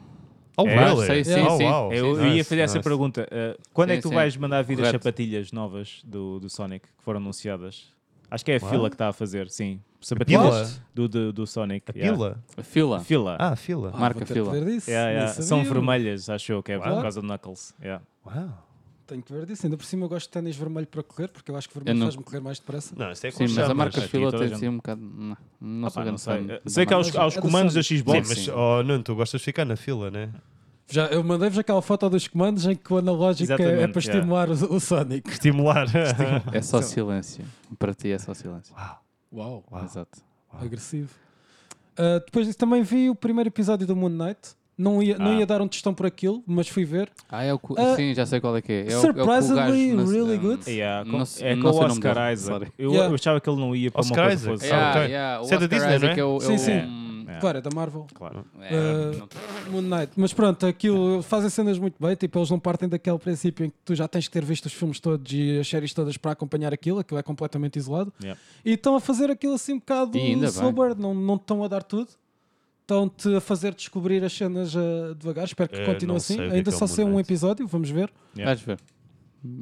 Oh, É, really? sei, sim, oh, sim. wow. Eu, eu ia Nice, fazer essa nice. pergunta. Eh, quando é Sim, que tu sim. vais mandar vir as Correto. sapatilhas novas do, do Sonic que foram anunciadas? Acho que é a Uau. fila que está a fazer, sim. Sapatilhas pila? do, do, do Sonic. A yeah. pila? A Fila. Fila. Ah, a fila. Ah, Marca vou ter fila. que ver disso. Yeah, nem yeah. São sabia. vermelhas, acho eu que é Uau. por causa do Knuckles. Yeah. Uau. Tenho que ver disso. Ainda por cima eu gosto de ténis vermelho para correr, porque eu acho que Eu vermelho não- faz-me correr mais depressa. Não, isso é Sim, mas a marca aqui fila toda tem a de gente- ser um bocado. Não, não Ah, sou pá, não grande sei. fã Eh, da sei que há marca. os, há os É do comandos da Sonic. Sim, Xbox. mas, Sim. oh, Nuno, tu gostas de ficar na fila, né? Já, eu mandei-vos aquela foto dos comandos em que o analógico é, é para Exatamente, estimular o, o Sonic. Estimular. É só silêncio. Para ti é só silêncio. Uau, Exato. agressivo. Ah, depois disso também vi o primeiro episódio do Moon Knight. Não ia, não Ah. ia dar um testão por aquilo, mas fui ver. Ah, é o cu... Ah, Sim, já sei qual é que é. é. o- é o cu gajo Surprisingly na- really hum, good. Yeah, com- Não sei- é não com o sei o nome Oscar dele, Isaac. sorry. Eu, Yeah. eu achava que ele não ia para Oscar uma coisa Isaac. fosse. Yeah, ok. yeah, o Isso é da Oscar Disney, Isaac não é? é o- é Sim, o- sim. hum, É. Claro, é da Marvel. Claro. é, Ah, não- Moon Knight. Mas pronto, aquilo fazem cenas muito bem. Tipo, eles não partem daquele princípio em que tu já tens que ter visto os filmes todos e as séries todas para acompanhar aquilo. Aquilo é completamente isolado. Yeah. E estão a fazer aquilo assim um bocado E ainda bem. slow burn. Não, não te estão a dar tudo. Estão-te a fazer descobrir as cenas ah, devagar. Espero que Eh, continue não assim. sei o que é Ainda que é só o sei Moon um Knight. episódio, vamos ver. Yeah. Vais ver.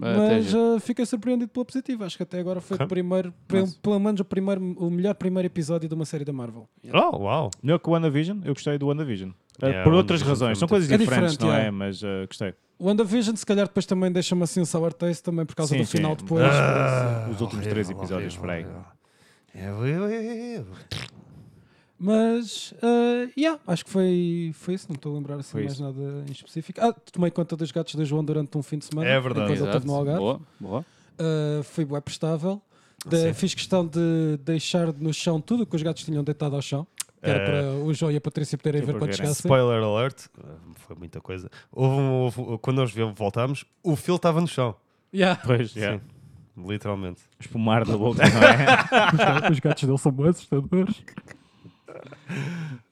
É, Até Mas giro. ah, fiquei surpreendido pela positiva. Acho que até agora foi Ok. o primeiro, Nice. pelo menos o, primeiro, o melhor primeiro episódio de uma série da Marvel. oh, uau. Melhor que o WandaVision, eu gostei do WandaVision. Uh, Yeah, por outras WandaVision razões, foi são muito coisas É diferentes, diferente, não yeah. é? Mas uh, gostei. O WandaVision, se calhar, depois também deixa-me assim um sour taste também por causa Sim, do sim. final depois. Ah, Os últimos três horrível, episódios, horrível, É, espera horrível. Eu- eu- eu- Mas, ah, yeah, acho que foi, foi isso. Não estou a lembrar assim Foi mais isso. nada em específico. Ah, tomei conta dos gatos do João durante um fim de semana. É verdade. Enquanto ele Exato. esteve no Algarve. Boa, boa. Ah, fui bué prestável. De- Sim. fiz questão de deixar no chão tudo o que os gatos tinham deitado ao chão. Que era Eh, para o João e a Patrícia poderem eu ver vou quando ver. chegassem. Spoiler alert, ah, foi muita coisa. Houve um- houve- quando nós viemos- voltámos, o fio estava no chão. Yeah. Pois, yeah. Sim. Literalmente. espumar da boca, não é? Os gatos dele são bem assustadores.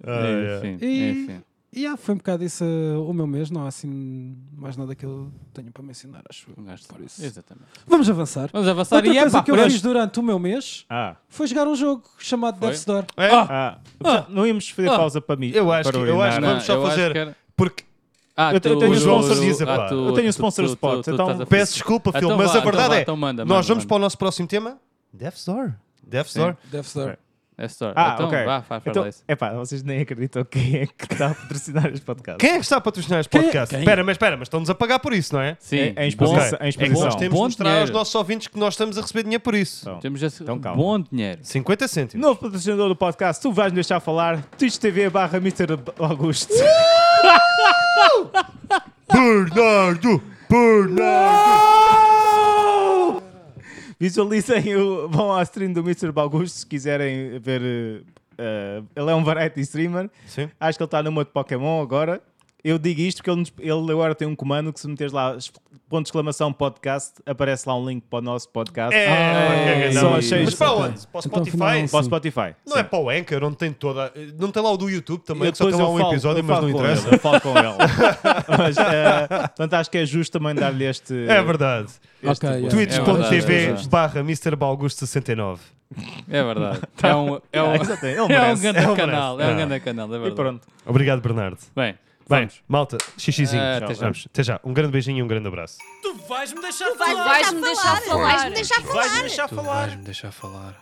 Ah, yeah. Enfim, E- enfim. E ah, foi um bocado isso ah, o meu mês, não há assim mais nada que eu tenho para mencionar, acho eu. Um gajo de Por isso. Exatamente. Vamos avançar. Vamos avançar Outra e coisa epá, que eu pronto. fiz durante o meu mês Ah, foi jogar um jogo chamado Foi? Death's Door. É, ah, portanto, não íamos fazer Ah. pausa para mim. Oh, Eu acho para que- eu acho urinar. que- Vamos só eu acho fazer- que era- Porque Ah, Eu te- eu tenho tu- sponsor tu- disso, ah, pá. tu- Eu tenho tu- sponsor tu- tu- spot, tu então estás a fazer- peço desculpa, Então Phil, mas vá, a verdade então vá, é então manda, nós manda, vamos manda. para o nosso próximo tema. Death's Door. Death's Door. Death's Door. É story. Ah, então, ok. vá, faz Então, então, isso. epá, vocês nem acreditam quem é que está a patrocinar este podcast. Quem é que está a patrocinar este podcast? Quem? Espera, mas espera, mas estão-nos a pagar por isso, não é? Sim, É, é bom, exposição. Ok. em É que nós exposição. temos de Bom mostrar aos dinheiro. nossos ouvintes que nós estamos a receber dinheiro por isso. Então, temos esse Então, calma. bom dinheiro. 50 cêntimos. Novo patrocinador do podcast, tu vais me deixar falar, twitch.tv barra Mr. Augusto. Bernardo! Bernardo! Visualizem, o, vão à stream do Mr. Augusto se quiserem ver. eh, eh, ele é um variety streamer. Sim. Acho que ele está numa de tá Pokémon agora. Eu digo isto porque ele, nos- ele agora tem um comando que se meteres lá es- ponto de exclamação podcast, aparece lá um link para o nosso podcast. É, Ah, que só não. achei Mas isso. para onde? Para o Então, Spotify? afinal, Para o Spotify. Não é para o Anchor, não tem toda. Não tem lá o do YouTube também, Eu que só tem depois lá eu um falo- episódio, eu mas falo não com interessa. ele, Eu falo com ele. Mas, eh, portanto, acho que é justo também dar-lhe este. É verdade. Ok, yeah. é Twitch.tv verdade. barra Mr. Balgusto 69. É verdade. É um, é um, É, exatamente. Ele é um merece. grande ele merece. canal. É um Ah. grande canal, é E verdade. pronto. Obrigado, Bernardo. Bem, Bem, vamos. malta, xixizinho. Ah, tchau. até já. Vamos. Até já. Um grande beijinho e um grande abraço. Vais-me deixar falar. Vais-me deixar falar.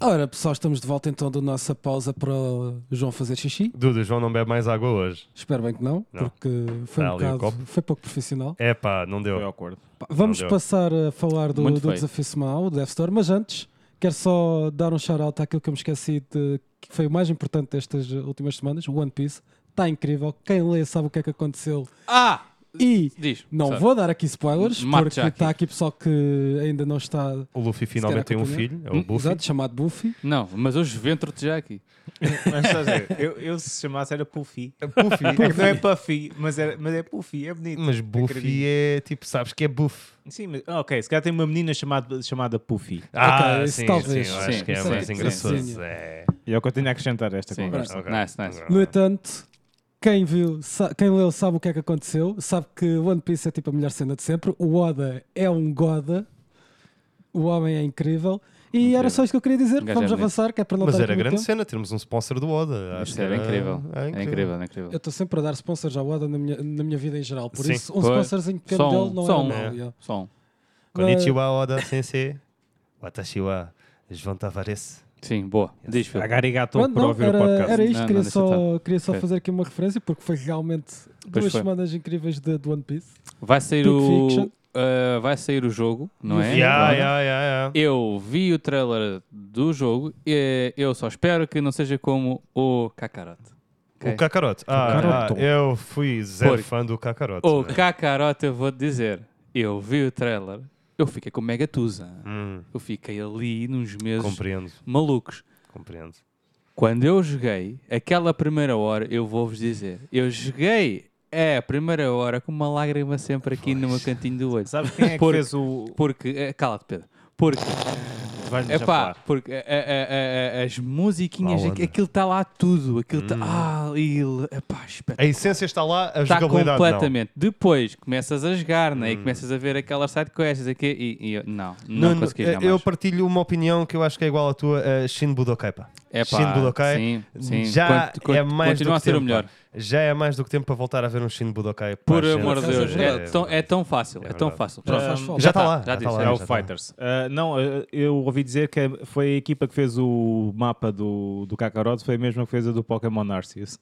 Ora, pessoal, estamos de volta então da nossa pausa para o João fazer xixi. Duda, João não bebe mais água hoje. Espero bem que não, Não. porque foi Dá um ali o bocado, foi pouco profissional. É pá, não deu. Foi ao acordo. Pá, Vamos deu. passar a falar do, Muito do feio. desafio semanal, do Death Store, mas antes quero só dar um shout-out àquilo que eu me esqueci de que foi o mais importante destas últimas semanas, o One Piece. Está incrível, quem lê sabe o que é que aconteceu. Ah! E Diz. não Sabe. vou dar aqui spoilers, Mate porque já aqui. está aqui pessoal que ainda não está O Luffy finalmente tem um acompanhar. filho, é o Buffy. Exato, chamado Buffy. Não, mas hoje ventro-te já aqui. Mas estás a ver, eu, eu se chamasse era Puffy. Buffy. É que não é Puffy, mas, era, mas é Puffy, é bonito. Mas Buffy Acredito. é tipo, sabes que é buff. Sim, mas, ah, ok, se calhar tem uma menina chamada, chamada Puffy. Ok, isso talvez. Ah, eu acho Sim, que é sim, mais sim, sim. engraçoso. É. E é o que eu tenho a acrescentar a esta Sim. conversa. Ok. Nice, nice. No entanto, quem viu, sa- quem leu sabe o que é que aconteceu, sabe que One Piece é tipo a melhor cena de sempre. O Oda é um Goda, o homem é incrível. E era só isto que eu queria dizer. Um gajo é Vamos bonito. avançar, que é para não Mas estar era aqui muito grande tempo. cena, termos um sponsor do Oda. Acho Isto que era incrível. É É incrível, é incrível. Eu estou sempre a dar sponsors ao Oda na minha, na minha vida em geral. Por Sim. isso, um Pois. sponsorzinho pequeno Só um- dele não só é um. mau. É. yeah. Som. Konnichiwa Oda Sensei. Watashi wa João Tavares. Sim, boa. Diz, Filipe. Agarigato Pronto, para não, ouvir era, o podcast. era isto, Não, não, queria, deixa só, queria só Ok. fazer aqui uma referência porque foi realmente duas foi. semanas incríveis de, de One Piece. Vai sair Pulp o. Fiction. ah, vai sair o jogo, não é? Yeah, Agora. yeah, yeah, yeah. Eu vi o trailer do jogo e eu só espero que não seja como o Kakarote. O Kakarote. Ah, Kakaroto. ah, eu fui zero Porco. fã do Kakarote. O né? Kakarote, eu vou te dizer. Eu vi o trailer, eu fiquei com Megatusa. Hum, Eu fiquei ali nos meses compreendo, malucos. compreendo. Quando eu joguei, aquela primeira hora, eu vou-vos dizer, eu joguei é a primeira hora com uma lágrima sempre aqui no meu cantinho do olho. Sabes quem é que Porco. fez o. Porque, eh, cala-te Pedro, porque Vais É pá, porque eh, eh, eh, eh, as musiquinhas, Malandro. aquilo está lá tudo, aquilo Hum. está. Ah, ele. Epá, espetacular. A essência está lá, a Hum. Está jogabilidade completamente. Depois começas a jogar, né? E começas a ver aquelas sidequests aqui e, e eu- não, não. não, consegui eu jogar eh, eu mais. partilho uma opinião que eu acho que é igual à tua, a Shin Budokai. pá. É pá, Shin Budokai sim, sim. já Conti- conti- é mais continua do que a ser tempo, o melhor. pá. Já é mais do que tempo para voltar a ver um Shin Budokai. pá, Por gente. amor de é Deus, é, verdade. tão, é tão fácil, É é, tão verdade. fácil. Já Pronto. faz hum, falta. Já está lá. já Já está disse, lá. já É o já está lá. Fighters. Ah, não, ah, eu ouvi dizer que foi a equipa que fez o mapa do, do Kakarot, foi a mesma coisa do Pokémon Arceus.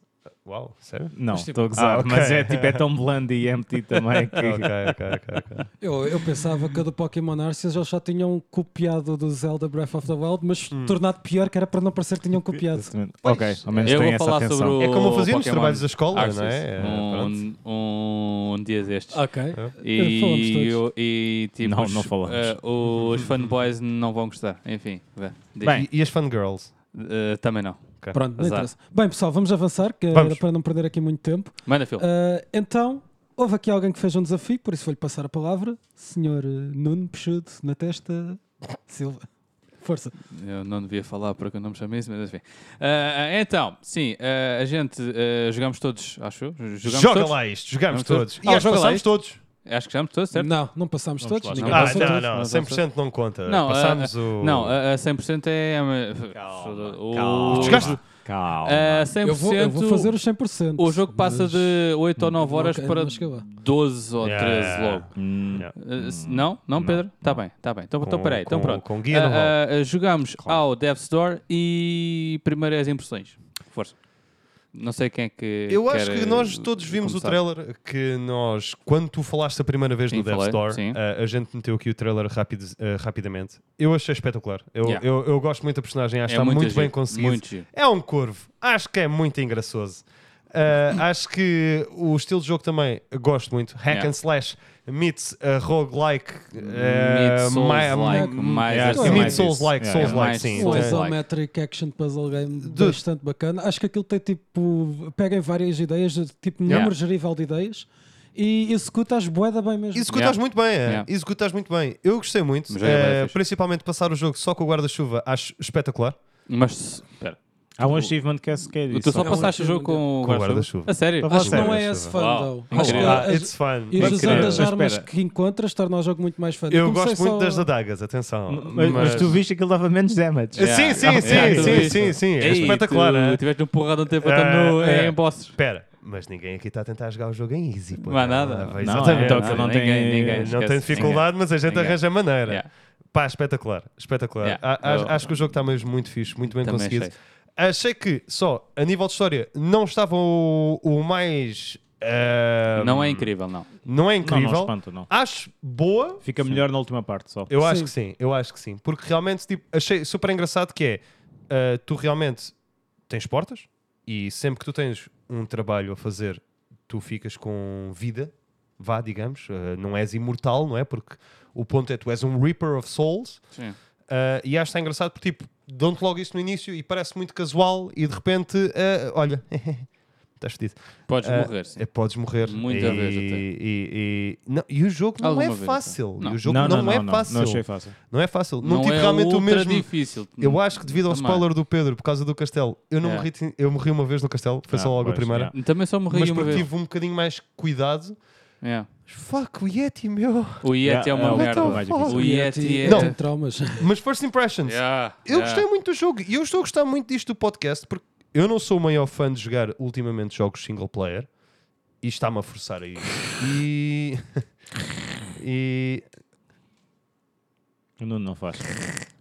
Uau, sério? Não, Mas, tipo, estou a gozar, Ah, ok. mas é tipo, é tão blando e empty também que. ok, ok, ok. ok. Eu, eu pensava que a do Pokémon Arceus eles só tinham copiado do Zelda Breath of the Wild, mas tornado pior que era para não parecer que tinham copiado. ok, ao menos Eu tem vou essa falar atenção. sobre o. É como eu fazia nos Pokémon trabalhos da escola, Arceus, não é? É, Um, um, um dia destes. Ok. E, Falamos todos. eu- e, tipo, Não, os, não falamos. eh, os fanboys não vão gostar. Enfim, vá, diz. Bem. E, e as fangirls? Eh, também não. Pronto, não Azar. interessa. Bem, pessoal, vamos avançar, que Vamos. era para não perder aqui muito tempo. Manda, Phil. Ah, então, houve aqui alguém que fez um desafio, por isso vou-lhe passar a palavra. Senhor eh, Nuno Peixudo, na testa, Silva. Força. Eu não devia falar porque eu não me chamei isso, mas enfim. Eh, então, sim, eh, a gente eh, jogamos todos, acho eu. Jogamos Joga todos. lá isto, Jogamos jogamos todos. todos. E Ah, acho que joga lá passamos isto. todos. Acho que jogamos todos, certo? Não, não passámos Vamos todos. lá, ninguém não. Ah, passou não, todos. não, 100% não conta. Não, Passámos a, a, o. Não, a, a 100% é. é- Calma, o- calma, Desgaste. calma. A 100%. Eu vou, eu vou fazer os 100%. O jogo passa mas- de 8 ou 9 Não horas quero, para não chegou lá. 12 ou 13 Yeah. logo. Hum, Yeah. Uh, s- não? Não, Pedro? Está bem, está bem. Então, então Com- peraí, então com- pronto. com guia Uh, não uh, uh, jogamos ao Dev Store e primeiro é as impressões. Força. Não sei quem é que. Eu quer, acho que uh, nós todos vimos começar. o trailer que nós, quando tu falaste a primeira vez Sim, no Dev falei, Store, eh, sim. a, a gente meteu aqui o trailer rapid, eh, rapidamente. Eu achei espetacular. Eu, Yeah. eu, eu gosto muito da personagem, acho É que está muito, giro, bem conseguido. Muito giro. É um corvo, acho que é muito Eh, engraçoso. Ah, acho que o estilo de jogo também gosto muito. Hack Yeah. and slash meets a roguelike. eh, Mid Souls my- like, hum, mais yeah, assim, mid mais Souls isso. like, Yeah, Souls like, mais sim. Souls Um Então- like. isometric action puzzle game bastante bacana. Acho que aquilo tem tipo. Pega em várias ideias, tipo Yeah. número gerível de ideias e executa as boeda bem mesmo. Executas Yeah. muito bem, é. Yeah. Executas muito bem. Eu gostei muito. O jogo é bué eh, fixe. principalmente passar o jogo só com o guarda-chuva, acho espetacular. Mas, espera. Há um achievement que é que é Tu disso. só É um passaste o jogo achievement, com o Com o guarda-chuva. guarda-chuva? A sério? Para Acho que Sério, não é acho esse que- fun, Uau. though. Incrível. Acho que Ah, as- it's fun. e a usando incrível. das Mas armas espera. que encontras torna o jogo muito mais fun. Eu Comecei gosto muito só- das adagas, atenção. Mas, mas tu viste que ele dava menos damage. Eh, Sim, Yeah. sim, Yeah, sim, yeah, tudo sim, isso. sim, sim. É Ei, espetacular, tu é? Tiveste um porrada de tempo Ah, no, é. em bosses. Espera, mas ninguém aqui está a tentar jogar o jogo em easy. pois Não é há nada. Ah, Não, exatamente. então aquilo não ninguém- tem- ninguém, Não esquece, tem ninguém. dificuldade, mas a gente Ninguém. arranja maneira. Yeah. Pá, espetacular, espetacular. Yeah. A- a- Eu- acho que o jogo está mesmo muito fixe, muito bem Também conseguido. Achei. que só a nível de história não estava o, o mais. ah, Não é incrível, não. Não é Não, incrível. não espanta, não. Acho boa. Fica melhor na última parte só. Eu acho Sim. que sim, eu acho que sim. Porque realmente tipo, achei super engraçado que é ah, tu realmente tens portas e sempre que tu tens um trabalho a fazer, tu ficas com vida, vá, digamos, ah, não és imortal, não é? Porque o ponto é tu és um Reaper of Souls Sim. ah, e acho que está engraçado porque tipo, dão-te logo isso no início e parece muito casual e de repente, ah, olha, estás fedido. Podes Ah, morrer, sim. É, podes morrer. Muita e, vez até. E, e- não, e o jogo não Alguma é vez até. fácil. E Não. o jogo não, é fácil. Não achei fácil. Não é fácil. Não, tive é realmente o ultra mesmo. difícil. Eu acho que devido ao Também. spoiler do Pedro por causa do castelo, eu não É. morri. ti- Eu morri uma vez no castelo, foi Ah, só logo a pois, primeira. yeah. Também só morri Mas uma porque vez. tive um bocadinho mais cuidado. Yeah. Mas Fuck, o Yeti, meu. O Yeti é Yeah, Então, uma é o merda. mais difícil. O Yeti é... Não. tem traumas. Mas first impressions. Yeah, Eu yeah. gostei muito do jogo e eu estou a gostar muito disto do podcast porque eu não sou o maior fã de jogar ultimamente jogos single player e está-me a forçar a isso. E. e. O Nuno não faz.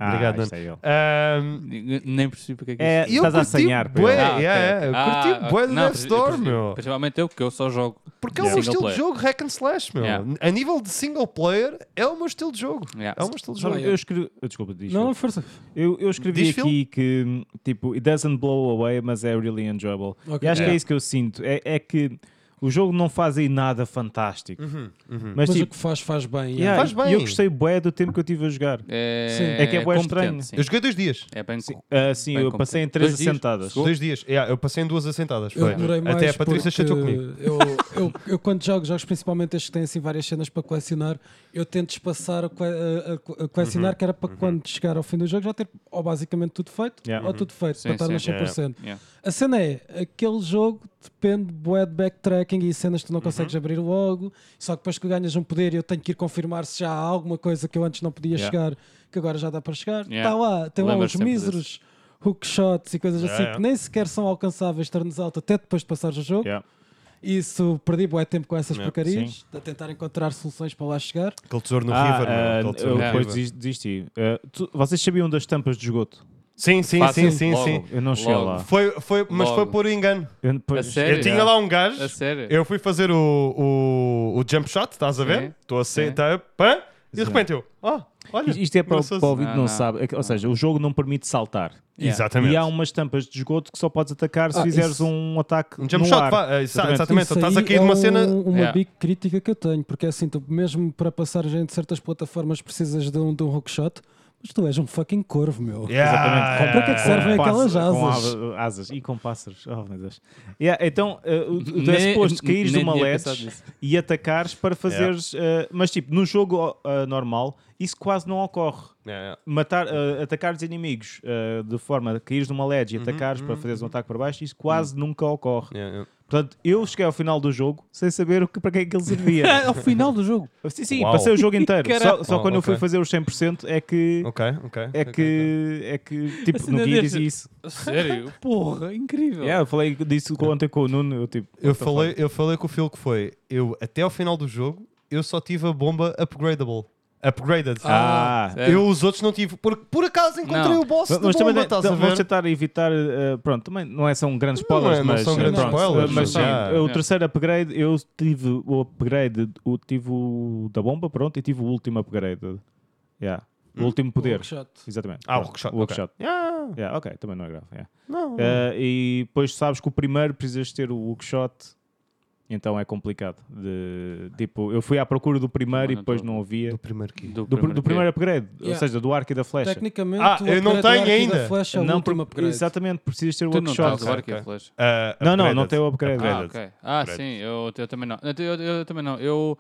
Obrigado, ah, Nuno. isto é ele. Ahm, N- Nem percebi porque é que É, isso- E eu estás a curti assanhar para bué. ele. Ah, yeah, ok. eu curti bué do não, Death percebi- Door, percebi. meu. Principalmente eu, porque eu só jogo. Porque é um Yeah. estilo Single de jogo hack and slash, meu. Yeah. A nível de single player, é o meu estilo de jogo. Yeah. É o meu estilo de João, jogo. Eu escrevi. ah, Desculpa, diz. Não, não, força. Eu, eu escrevi Diz, Phil? aqui que, tipo, it doesn't blow away, mas é really enjoyable. Ok. E acho que É. é isso que eu sinto. É, é que o jogo não faz aí nada fantástico. Mas, Mas o tipo, que faz, faz bem. yeah, Uhum, Faz e- bem. e eu gostei bué do tempo que eu tive a jogar. É, É que é bué competente, estranho. sim. Eu joguei dois dias. É bem Sim, co- ah, sim, bem eu passei em competente. três Dois dias? assentadas. Go- Dois dias. Yeah, eu passei em duas assentadas. Eu foi. demorei mais Até a Patrícia porque chateou comigo. Eu, eu, eu quando jogo jogos, principalmente estes que têm assim várias cenas para colecionar, eu tento espaçar a, co- a- a- a Uhum. colecionar, que era para quando chegar ao fim do jogo já ter ou basicamente tudo feito Yeah. ou tudo feito, Sim, para estar sim. nos 100%. Yeah. A cena é, aquele jogo depende bué de backtracking e cenas que tu não consegues abrir logo, só que depois que ganhas um poder eu tenho que ir confirmar se já há alguma coisa que eu antes não podia Yeah. chegar, que agora já dá para chegar. Está Yeah. lá, tem lá Lembro uns sempre míseros hookshots e coisas Yeah, assim que yeah. nem sequer são alcançáveis turnos alto até depois de passares o jogo. Yeah. Isso, perdi bué tempo com essas Yeah, porcarias, a tentar encontrar soluções para lá chegar. Aquele tesouro no Ah, River, meu. ah, Aquele tesouro eu no depois River. desisti. desisti. Ah, tu- vocês sabiam das tampas de esgoto? Sim, sim, Fácil, sim, sim, logo, sim. Eu não cheguei logo. lá. Foi, foi, mas Logo. foi por engano. Eu depois- A sério? Eu tinha lá um gajo. A sério? Eu fui fazer o, o, o jump shot, estás a ver? Sim. Estou a ser. Sim. tá, pá, e de repente eu. Oh, olha. Isto é para, o- engraçado. para o ouvido Ah, que não, não. sabe. É que- Ou seja, o jogo não permite saltar. Yeah. Exatamente. E há umas tampas de esgoto que só podes atacar se Ah, fizeres isso- um ataque Um jump no shot, ar. vá, é, exa- exatamente. Isso Estás aí a cair numa é cena. um- Uma Yeah. big crítica que eu tenho, porque é assim, tu mesmo para passar gente de certas plataformas precisas de um, de um hookshot, mas tu és um fucking corvo, meu. Yeah, Ah, Exatamente. yeah, Para que é que yeah. servem aquelas pássaro- com asas? ava- asas. E com pássaros. Oh, meu Deus. Yeah, então, eh, o- tu tu és Nem- suposto caíres de nem uma tinha ledge pensado nisso. e atacares para fazeres. eh, mas, tipo, no jogo oh, eh, normal, isso quase não ocorre. Yeah, yeah. Matar, eh, atacar os inimigos eh, de forma a caíres numa ledge Uhum, e atacares para fazeres um ataque para baixo, isso quase Hum. nunca ocorre. Yeah, yeah. Portanto, eu cheguei ao final do jogo sem saber o que, para que é que ele servia. É, ao final do jogo. sim, sim, Uau. passei o jogo inteiro. só Caralho. só Oh, quando eu fui ok. fazer os 100% é que. Ok, ok. É ok, que, é que, A tipo, cena no guia deste- dizia isso. Sério? Porra, incrível. Yeah, eu falei disso com- ontem com o Nuno. Eu, tipo, Eu what the falei, fuck? eu falei com o Phil que foi. Eu, até ao final do jogo, eu só tive a bomba upgradable. Upgraded. Ah, sério? Eu os outros não tive. Porque por acaso encontrei Não. o boss da mas bomba, também não- estás a vamos ver? tentar evitar. eh, pronto, também não é, são grandes Não é- spoilers, não mas. são grandes pronto, spoilers, Mas sim, já. o É. terceiro upgrade, eu tive o upgrade, o, tive o da bomba, pronto, e tive o último upgrade. Yeah. O último poder. Hookshot. Exatamente. Hum. Ah, o Pronto, hookshot, O hookshot. Ah, Yeah, ok, também não é grave. yeah. não. Eh, e depois sabes que o primeiro precisas ter o hookshot Então é complicado. de- tipo, eu fui à procura do primeiro Também e não depois estou a não havia. Do, primeiro que Do, pr- do primeiro upgrade, ou Yeah. seja, do arco e da flecha. Tecnicamente, Ah, o eu não upgrade tenho do arco e da ainda. Flash é o não, último por- upgrade. Exatamente, precisas ter o Tu não workshop. estás o arco e a ok. flecha. Não, não, não tem o É upgrade. Ah, Uh, Upgraded. ok. Ah, Upgraded. sim, eu, eu também não. Eu, eu- eu também não. Eu,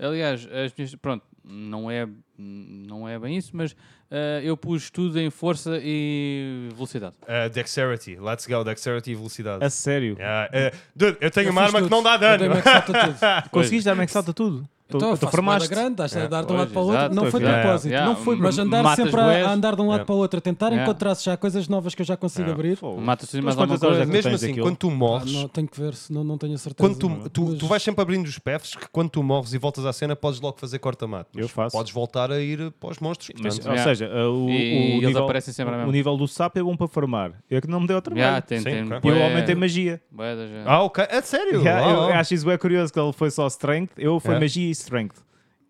aliás, as minhas, pronto, não é, não é bem isso, mas ah, eu pus tudo em força e velocidade. Uh, dexterity. Let's go. Dexterity e velocidade. A sério. Ah, eh, dude, eu tenho Eu uma fiz arma tudo. que não dá Eu dano. dei max out a tudo. Conseguiste dar max out a tudo? Tu- Então, eu tu faço formaste. uma grande, estás a dar de um pois, lado para o outro. exato, Não foi foi de fixe. propósito. Yeah, não foi, Mas andar matas sempre a, bués. a andar de um lado para o outro, a tentar Yeah. encontrar se já há coisas novas que eu já consigo abrir. Fogo. Matas tudo e mais Mas alguma quantas horas coisa. é que- Mesmo tens assim, aquilo. quando tu Ah, morres, não, tenho que ver, senão não é? tenho a certeza. quando tu, tu, tu vais sempre abrindo os paths que quando tu morres e voltas à cena, podes logo fazer corta-mato. Eu faço. Podes voltar a ir para os monstros. Mas, portanto. ou Yeah. seja, uh, E- o, o e eles nível, aparecem sempre à o mesma. nível do sapo é bom para farmar. Eu que não me deu outro Yeah, tipo, é. trabalho. tem, Sim, tem claro. E eu bué- aumentei magia. bué da gente. Ah, ok. É sério? Yeah, Ah, eu ah. acho isso bem curioso que ele foi só strength, eu foi Yeah. magia e strength.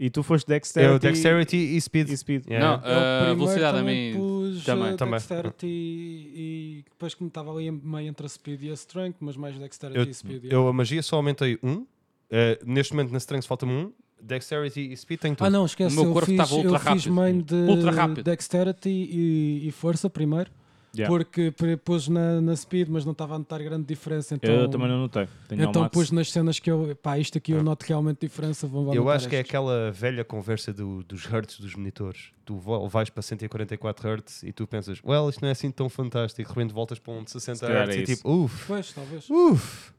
E tu foste dexterity, Eu, É dexterity e speed. e speed. Não, Yeah. Eu ah, É primeiro velocidade a também mim. pus também. também, Também. Dexterity e, e depois como estava ali em- meio entre a Speed e a Strength, mas mais Dexterity Eu- e Speed. yeah. Eu a magia só aumentei um. Eh, neste momento na strength falta-me um. Dexterity e speed tenho tudo. Ah não, esquece, O meu eu corpo fiz, estava ultra eu fiz rápido. main de Ultra rápido. Dexterity e, e Força primeiro, Yeah. porque pre- pus na, na Speed, mas não estava a notar grande diferença, então, Eu também não notei. Tenho ao então max. pus nas cenas que eu, pá, isto aqui eu noto realmente diferença, vão vão Eu notar acho que é estes. aquela velha conversa do- dos hertz dos monitores. Tu vo- vais para 144 hertz e tu pensas, well, isto não é assim tão fantástico. De repente voltas para um de 60 calhar hertz é e isso. É. tipo, uff, Pois, talvez. uff,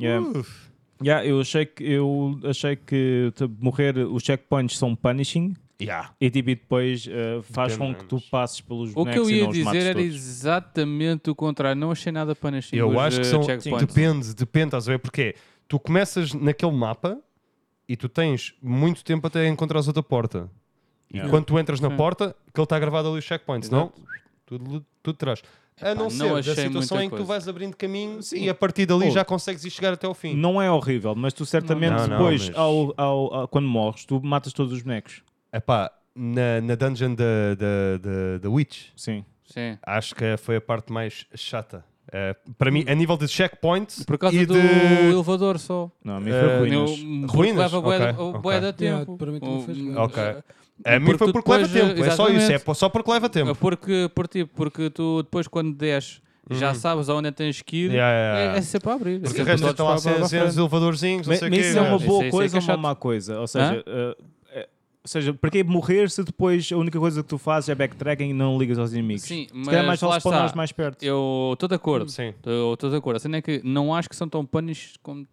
Yeah. Uh! uff. Yeah, eu achei que, eu achei que tipo, morrer, os checkpoints são punishing Yeah. e tipo, e depois uh, faz com que tu Dependemos. passes pelos é O que bonecos eu e ia não os mates dizer era todos. exatamente o contrário. Não achei nada para nascer. Eu acho que são. eh, tipo, checkpoints. Depende, depende, estás a ver? Porque tu começas naquele mapa e tu tens muito tempo até encontrares outra porta. E Yeah. quando tu entras na Sim. porta, aquele está gravado ali os checkpoints, não? Tudo, tudo trás. A não não ser da achei situação muita em que tu coisa. Oh. vais abrindo caminho e a partir dali Ou- já consegues ir chegar até ao fim. Não é horrível, mas tu certamente Não, não, depois, mas- ao- ao- ao- quando morres, tu matas todos os bonecos. Epá, na, na dungeon da, da, da, da Witch, Sim. Sim. acho que foi a parte mais chata. Eh, para mim, a nível de checkpoints Hum. Por causa e do de. elevador só. Não, a mim foi Eh, ruínas. Ruínas. Ruínas? hum, Leva bué Ok, da- ok. bué da Yeah, tempo. Hum, para mim também fez O- bué. Ok. A mim Porque foi tu porque leva depois, tempo, é só exatamente. isso, é po- só porque leva tempo. Porque, por ti, porque tu depois quando desces Uhum. já sabes aonde é que tens que ir, Yeah, yeah, yeah. É, é sempre para abrir. Porque é o sempre resto para estão lá lá para- para a cenas, frente. elevadorzinhos, não Mas, sei o mas quê. isso é então assim, uma Isso boa aí é que é coisa ou uma chato. má coisa? Ou seja, eh, eh, ou seja, porque morrer se depois a única coisa que tu fazes é backtracking e não ligas aos inimigos? Sim, se calhar é mas mais lá fácil está. spawnar mais perto. Eu estou de acordo. Sim. Eu Estou de acordo. A cena é que não acho que são tão panis como,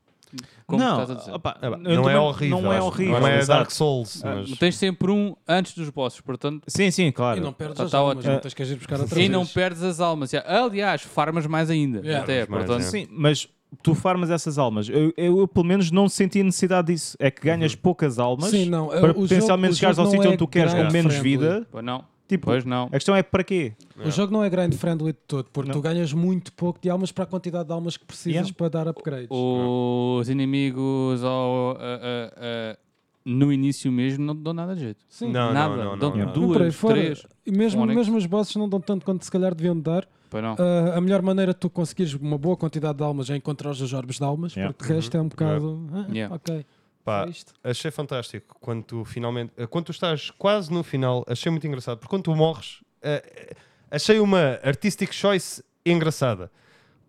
como não, Tá estás a dizer. opa, Ah, pá, eu Não é também- horrível. Não é acho. horrível. Não é exato. Dark Souls. mas- Tens sempre um antes dos bosses, portanto. Sim, sim, E não claro. perdes Tá- as tá almas, ótimo. não tens que as ir buscar outra E vez. não perdes as almas. já. Aliás, farmas mais ainda. Yeah. Até, Farmas mais, portanto, é. Sim, mas tu farmas essas almas. Eu, eu, eu, pelo menos não senti a necessidade disso. É que ganhas Uhum. poucas almas Sim, não, para o jogo- potencialmente o chegares ao jogo não sítio é onde tu queres com grande menos friendly. vida. Pois não. Tipo, Pois não. A questão é para quê? O jogo não é grind friendly de todo, porque tu Não. ganhas muito pouco de almas para a quantidade de almas que precisas Yeah. para dar upgrades. Os inimigos ao, a- a- a- no início mesmo não te dão nada de jeito. Sim. Não, nada. não, não, dão não, não. Não, por aí duas, fora. três. E mesmo, Onyx. mesmo os bosses não dão tanto quanto se calhar deviam dar. Pois não. Ah, a melhor maneira de tu conseguires uma boa quantidade de almas é encontrar os orbes de almas, Yeah. porque o resto é um bocado. ah, Yeah. Ok. Pá, é isto. achei fantástico quando tu finalmente, eh, quando tu estás quase no final, achei muito engraçado, porque quando tu morres, eh, eh, achei uma artistic choice engraçada.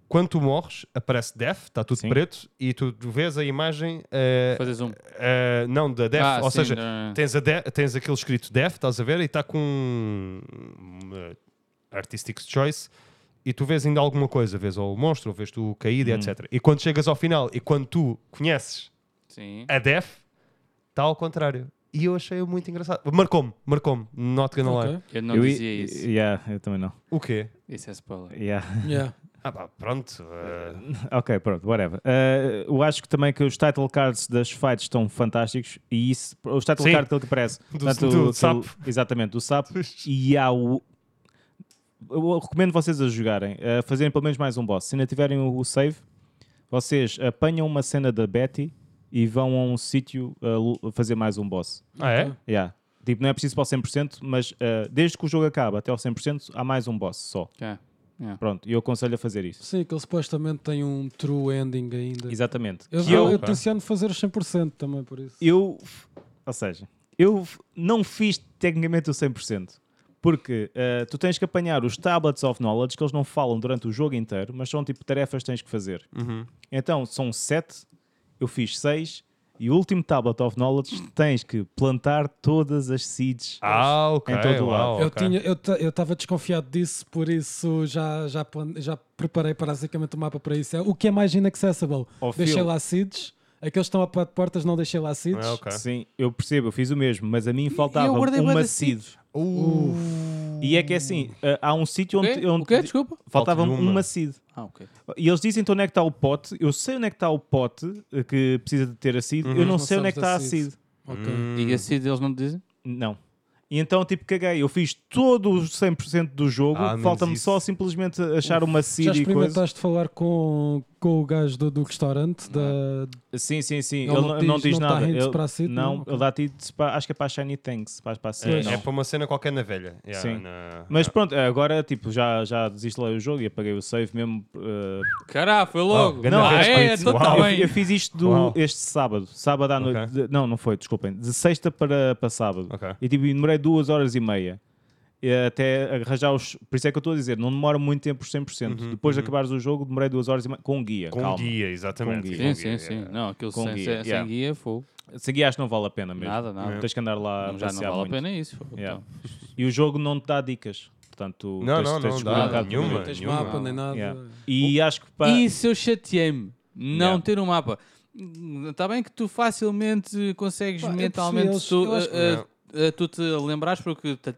Quando tu morres, aparece Death, está tudo Sim. preto, e tu vês a imagem, eh, Fazes um. eh, não, da Death, Ah, ou sim, seja, não, não. tens, a de- tens aquele escrito Death, estás a ver, e está com um, eh, artistic choice, e tu vês ainda alguma coisa, vês ou o monstro, ou vês tu caído, e etc. E quando chegas ao final, e quando tu conheces Sim. a Def está ao contrário. E eu achei muito engraçado. Marcou-me, marcou-me. Not gonna lie. Ok. Eu não eu, dizia isso. Yeah, eu também não. O quê? Isso é spoiler. Yeah. Yeah. Ah pá, pronto. eh, Ok, pronto, whatever. Eh, eu acho que também que os title cards das fights estão fantásticos e isso, os title Sim. cards que ele aparece, Do- portanto, do o- sapo. Exatamente, do sapo. e há o. Eu recomendo vocês a jogarem, a fazerem pelo menos mais um boss. Se ainda tiverem o o save, vocês apanham uma cena da Betty e vão a um sítio a lu- fazer mais um boss. ah, é? Yeah. Tipo, não é preciso para o 100%, mas eh, desde que o jogo acaba até ao 100%, há mais um boss só. Ok. Yeah. Pronto, e eu aconselho a fazer isso. Sim, que ele supostamente tem um true ending ainda. Exatamente. Eu, que eu, eu, eu tenciono fazer os 100% também, por isso. eu- ou seja, eu f- não fiz tecnicamente o 100%, porque eh, tu tens que apanhar os tablets of knowledge que eles não falam durante o jogo inteiro, mas são tipo tarefas que tens que fazer. Uhum. Então, são sete, eu fiz seis, e o último tablet of knowledge tens que plantar todas as seeds. Ah, ok. Em todo uau, lado. Eu ok. tinha, eu ta- eu estava desconfiado disso, por isso já, já, plan- já preparei basicamente o mapa para isso. É, o que é mais inaccessible? Oh, deixei Phil. lá seeds. Aqueles que estão a par de portas não deixei lá seeds. Ah, ok. Sim, eu percebo, eu fiz o mesmo, mas a mim faltava guardei bué uma de seed. Uh, E é que é assim, eh, há um sítio O quê? onde, onde O quê? Desculpa. faltava Falta-lhe uma. uma seed. Ah, ok. E eles dizem onde é que está o pote. Eu sei onde é que está o pote eh, que precisa de ter a seed. Eu não Não sei onde é que sabes está da a seed. Ok. Hum. hum. E a seed eles não te dizem? Não. E então, tipo, caguei. Eu fiz todo o 100% do jogo. Ah, menos Falta-me isso. só simplesmente achar uma Já seed e coisa. experimentaste falar com, com o gajo do, do restaurante? Da, Sim, sim, sim. Ele Ele, não não- diz- não diz não dá nada. hints ele, para a seed, não, não? Ok. ele dá hints para, acho que é para a Shiny Things. Para, para a seed, é, não. é para uma cena qualquer na velha. Yeah, Sim. na- Mas na- pronto, agora tipo, já, já desinstalei o jogo e apaguei o save mesmo. eh, Caralho, foi Oh, logo. grande não, ah, arroz é, preto. então tá Uau. bem. Eu, eu fiz isto do- Uau. este sábado. Sábado à noite. Ok. de- não, não foi, desculpem. De sexta para, para sábado. Ok. E tipo, demorei duas horas e meia. E Até arranjar os. Por isso é que eu estou a dizer, não demora muito tempo os 100%. Uhum, Depois de acabares o jogo, demorei duas horas e meia. Com guia, com calma. guia, exatamente. é. Com guia. Sim, sim, sim. yeah. Não, aquilo Com sem, guia, sem, sem yeah. guia, é fogo. Se guias, não vale a pena mesmo. Nada, nada. Tens que andar lá. já não passear vale a muito. pena isso. fogo. Yeah. Então, E o jogo não te dá dicas. Portanto, tu Não, tens, não, tens não de dá experimentar tudo. nenhuma. tens nenhuma. mapa nem nada. Yeah. E acho que para. Isso eu chateei-me. Não Yeah. ter um mapa. Está bem que tu facilmente consegues Pá, eu mentalmente percebi, tu, eu acho que- ah, ah, ah, tu te lembrares porque ta-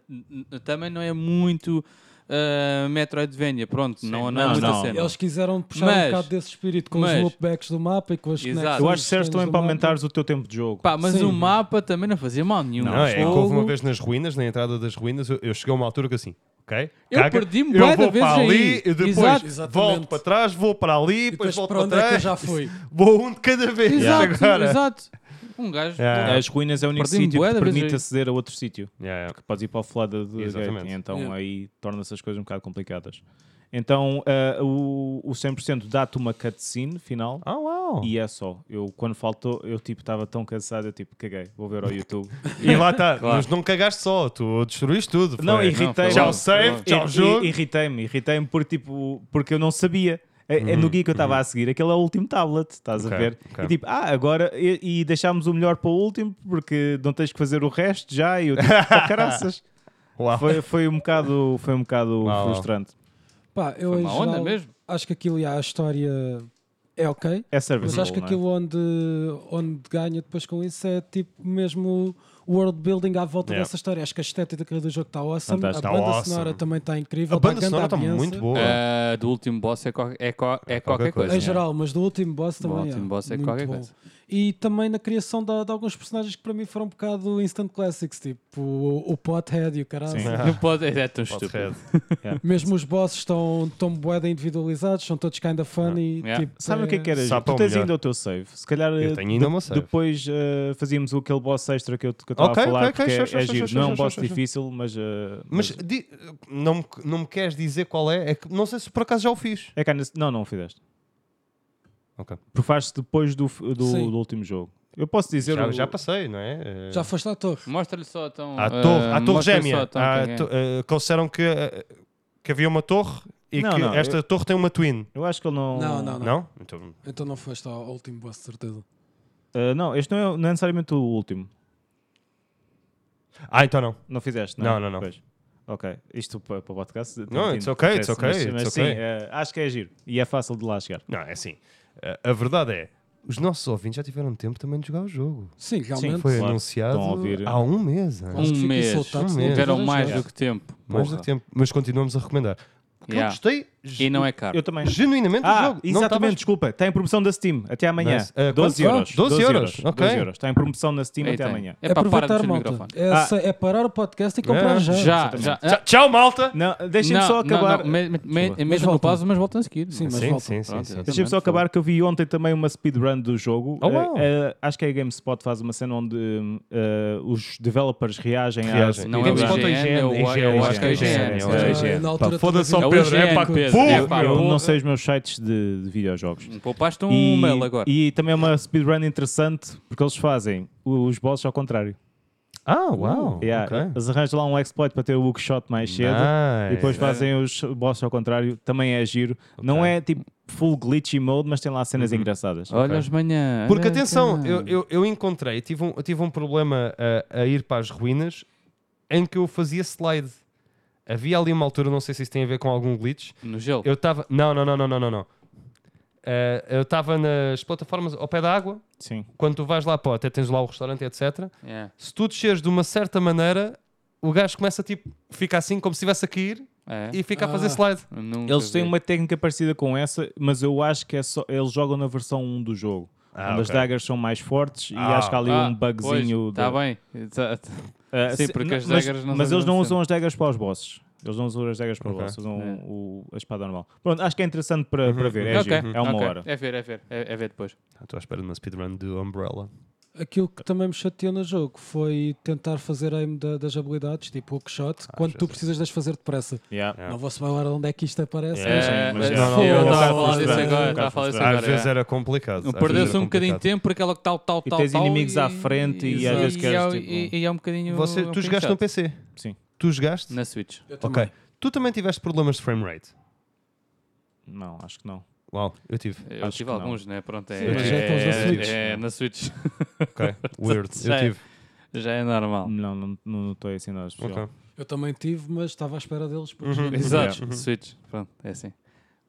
também não é muito ah, Metroidvania. Pronto, não, não é Não, muita não. cena. Eles quiseram puxar Mas- um bocado desse espírito com mas- os loopbacks do mapa e com as Exato. conexões Eu acho que estranhas serve também do para mapa. aumentares o teu tempo de jogo. Pá, mas Sim. o mapa também não fazia mal nenhum. Não, é que houve uma Fogo. vez nas ruínas, na entrada das ruínas, eu, eu cheguei a uma altura que assim, ok? Eu caga, perdi-me bué Eu de vou vezes para aí. ali, e depois Exato. Exatamente. volto para trás, vou para ali, E depois depois volto para para onde é que eu trás. já fui? Vou um de cada vez. Exato, Agora. exato. Um gajo. Yeah. As ruínas é o único Perdi-me sítio bué que da te vez permite aí. aceder a outro sítio. Yeah, yeah. porque podes ir para o flada do gate, Exatamente. e então Yeah. aí torna-se as coisas um bocado complicadas. Então ah, o, o 100% dá-te uma cutscene final Ah, uau. e é só. Eu quando faltou, eu tipo estava tão cansado, eu tipo caguei, vou ver ao YouTube. E lá está, mas não cagaste só, tu destruíste tudo. foi. não, irritei-me. foi Tchau, bom, foi save, bom. tchau, Ir- jogo. ir- Irritei-me, irritei-me porque, tipo, porque eu não sabia. É, é no guia que eu estava a seguir, aquele é o último tablet, estás Ok, a ver? ok. E tipo, ah, agora, e, e deixámos o melhor para o último porque não tens que fazer o resto já. E eu tipo, "Pá, caraças. Uau. Foi, foi um bocado, foi um bocado Uau. frustrante. Pá, eu Foi em uma onda geral, mesmo. Acho que aquilo, já, a história é ok. É service. Mas acho que aquilo onde, onde ganha depois com isso é tipo mesmo o world building à volta Yeah. dessa história. Acho que a estética do jogo está awesome. Fantástico. A Tá banda awesome. sonora também está incrível. A banda dá grande sonora está ambiência. muito boa. Ah, do último boss é, co- é, co- é qualquer coisa. qualquer coisa. Em Yeah. geral, mas do último boss também. Do último boss é muito qualquer bom. coisa. E também na criação de, de alguns personagens que para mim foram um bocado instant classics, tipo o, o Pothead e o caralho. Sim. Não pode, é tão Pode estúpido. ser. Mesmo os bosses estão tão boeda individualizados, são todos kinda funny. Yeah. Tipo, Sabe o que é que era? Sabe Ju? Tu para o tens melhor. ainda o teu save. Se calhar Eu eh, tenho ainda de- o meu save. depois eh, fazíamos aquele boss extra que eu que eu estava Ok, a falar, ok, ok, porque é- sure, sure, é sure, giro. sure, Não é um sure, boss sure, sure. difícil, mas, eh, Mas mas di- não, me, não me queres dizer qual é? é que, não sei se por acaso já o fiz. é kinda- Não, não fizeste. Ok. Porque faz-se depois do, f- do, Sim. do último jogo. Eu posso dizer. Já, o- já passei, não é? Eh, Já foste à torre. Mostra-lhe só então. À ah, torre, à torre mostra-lhe gêmea. só, então, À quem é. to- eh, que eles disseram que, eh, que havia uma torre e Não, que não, esta eu- torre tem uma twin. Eu acho que ele não. Não, não, não. Não? Então, Então não foste ao ao último boss, de certeza. Eh, não, este não é, não é necessariamente o último. ah, então não. Não fizeste, Não, não, não. Pois. Ok, isto para, para o podcast. Não, it's okay, it's okay, Mas, mas it's sim, okay. eh, acho que é giro. E é fácil de lá chegar. Não, é assim. eh, A verdade é, os nossos ouvintes já tiveram tempo também de jogar o jogo. Sim, realmente. Foi Claro, anunciado estão a ouvir. há um mês. hein? Acho que Um fiquei mês. soltado, É. Um senão mês. Tiveram não mais jogar. do que tempo. Mais do Porra. que tempo. Mas continuamos a recomendar. Porque Yeah. Eu gostei ge- E não é caro. Eu também. genuinamente do Ah, jogo. Não exatamente, tava- desculpa. Está em promoção da Steam. Até amanhã. Nice. Eh, 12 quanto? euros. Ah, 12 euros, ok. Está em promoção na Steam Aí até tem. amanhã. É para parar de aproveitar, mexer no malta. microfone. É, sa- é parar o podcast e comprar É. já. Já, já. Tchau, tchau, malta! Não, deixem-me só acabar. Mesmo voltam. no pausa, mas voltam a seguir. Sim, mas Sim, volta. sim, sim, Pronto, sim. exatamente. Deixa-me só acabar que eu vi ontem também uma speedrun do jogo. Oh, Eh, wow. eh, acho que a GameSpot faz uma cena onde hum, eh, os developers reagem, Reagem. à Não é o Temos speedrun. conta IGN, IGN, eu- eu IGN, acho que é IGN, IGN. Ah, É, Na é. altura Pá, também Foda-se vi- É ao o Pedro, é higiene, pá, Pedro. burro, É pá, eu burro. não sei os meus sites de, de videojogos. Poupaste um e... mail agora. e também é uma speedrun interessante porque eles fazem os bosses ao contrário. Ah, uau. Yeah, ok. Eles arranjam lá um exploit para ter o hookshot mais cedo Nice. e depois fazem os bosses ao contrário. Também é giro. Não é tipo full glitchy mode, mas tem lá cenas engraçadas. Olha os manhã. Porque olha atenção, cá. eu, eu, eu encontrei, eu tive um, eu tive um problema a, a ir para as ruínas em que eu fazia slide. Havia ali uma altura, não sei se isso tem a ver com algum glitch. No gelo. Eu estava. Não, não, não, não, não, não. não. Eh, eu estava nas plataformas ao pé da água. Sim. Quando tu vais lá, pô, até tens lá o restaurante, etc. É, Se tu desceres de uma certa maneira, o gajo começa tipo, fica assim como se estivesse a cair é. e fica a Ah. fazer slide. Nunca Eles têm vi. uma técnica é parecida com essa, mas eu acho que é só, eles jogam na versão 1 do jogo. Ah, onde as ok. daggers são mais fortes e Ah. acho que há ali Ah, um bugzinho. pois, Tá de- bem. Tá- tá- Ah, Sim, se- porque n- as mas, daggers não Mas são eles não grande usam as daggers para os bosses. Eles não usam as daggers para Ok. os bosses, usam É. o- a espada normal. Pronto, acho que é interessante um para, Uhum. para ver. É, Ok, giro, é uma ok. hora. É ver, é ver. É, é ver depois. Estou à espera de uma speedrun do Umbrella. Aquilo que também me chateou no jogo foi tentar fazer aim da- das habilidades, tipo hookshot, Ah, quando tu precisas das fazer depressa. Yeah. Não vou saber onde é que isto aparece. É, mas- É, mas mas não, não, eu não, estava a não, falar não, disso não, agora. não, Estava a falar disso Às agora. vezes é. era complicado. às vezes Perdeu-se era um bocadinho de é complicado. tempo porque ela tal, tal, E tal, tens tal, inimigos à frente e às vezes e queres, é- tipo- e- e é um bocadinho... Você, é um tu bocadinho jogaste no chato. PC? Sim. Tu jogaste? Na Switch. Eu também. Ok. Tu também tiveste problemas de frame rate? Não, acho que não. Uau, eu tive. Eu Acho tive que não. alguns, né? Pronto, é, Sim, mas é, já estamos na é- Switch. é na Switch. Ok, weird. Já eu é. tive. Já é normal. Não, não- não estou assim nada especial. Ok. Uhum. Eu também tive, mas estava à espera deles. Porque Uhum. Uhum. joguei no é. Exato, Switch. Pronto, é assim.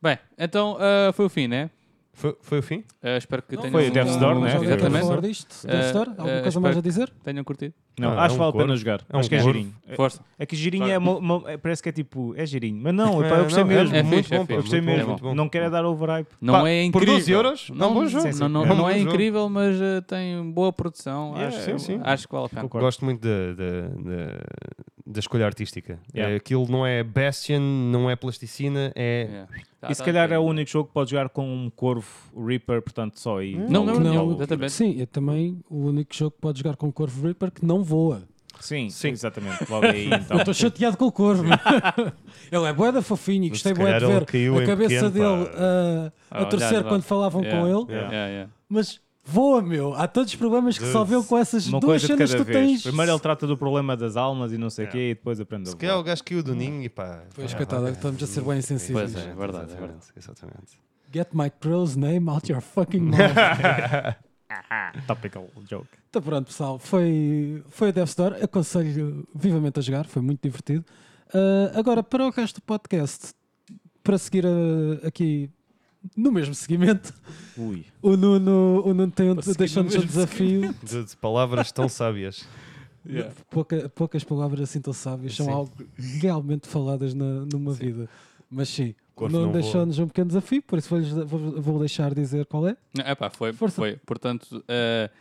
Bem, então ah, foi o fim, né? Foi, foi o fim? Ah, espero que Não, tenham... Foi o Death Store, não, né? mas alguém quer Exatamente. falar disto? Death Eh, Store? eh, Alguma coisa mais a espero- dizer? Tenham curtido. Não, Ah, acho é um que vale a pena corvo. jogar. É um acho que é corvo. girinho. É- Força. É que girinho Claro. é, mo- mo- é- parece que é tipo, é girinho. Mas não, epá, eu gostei não, mesmo. é muito fixe, é bom, fixe. eu gostei muito bom, mesmo. muito bom. Não quero é dar overhype. Não Pá, é por incrível. 12 euros, não é um bom jogo. Não, não, não É um é, bom jogo. incrível, mas eh, tem boa produção. Yeah, acho, sim, Ah, sim. acho que vale a pena. Concordo. É, Gosto muito da, da, da, da escolha artística. Yeah. É, aquilo não é Bastion, não é plasticina, é. Yeah. Tá- E se tá calhar é o incrível. único jogo que pode jogar com um corvo Reaper, portanto só aí. Não, não, não, Não, exatamente. Sim, é também o único jogo que pode jogar com o Corvo Reaper que não voa. Sim, Sim. exatamente. Logo aí então. Eu estou chateado com o Corvo. ele é boeda fofinho, gostei se bué de calhar ele ver caiu a em cabeça pequeno, dele pá. ah, a Ah, é. torcer olhar lá. quando falavam Yeah, com ele. yeah, yeah. Mas voa, meu. Há tantos problemas que Dude, resolveu com essas Uma duas coisa de cenas que cada tu vez. tens. Primeiro ele trata do problema das almas e não sei o quê, e depois aprende a Se calhar é voar. o gajo caiu do ninho e pá. Pois, pá, coitado, ok. estamos a ser bem insensíveis. Pois é, é verdade, é verdade. Exatamente, exatamente. Get my crow's name out your fucking mouth. Topical joke. Então pronto, pessoal, foi, foi a Death Store. Aconselho vivamente a jogar, foi muito divertido. Ah, agora, para o resto do podcast, para seguir ah, aqui no mesmo seguimento, Ui. o Nuno, o Nuno tem um, seguir no deixou-nos um mesmo desafio. De, de palavras tão sábias. Yeah. Pouca- poucas palavras assim tão sábias são Sim. algo realmente faladas na- numa vida. Mas sim, o Corvo Nuno não voa. deixou-nos um pequeno desafio, por isso vou-lhes- vou, vou deixar dizer qual é. Não, epá, foi, Força. foi. Portanto, eh,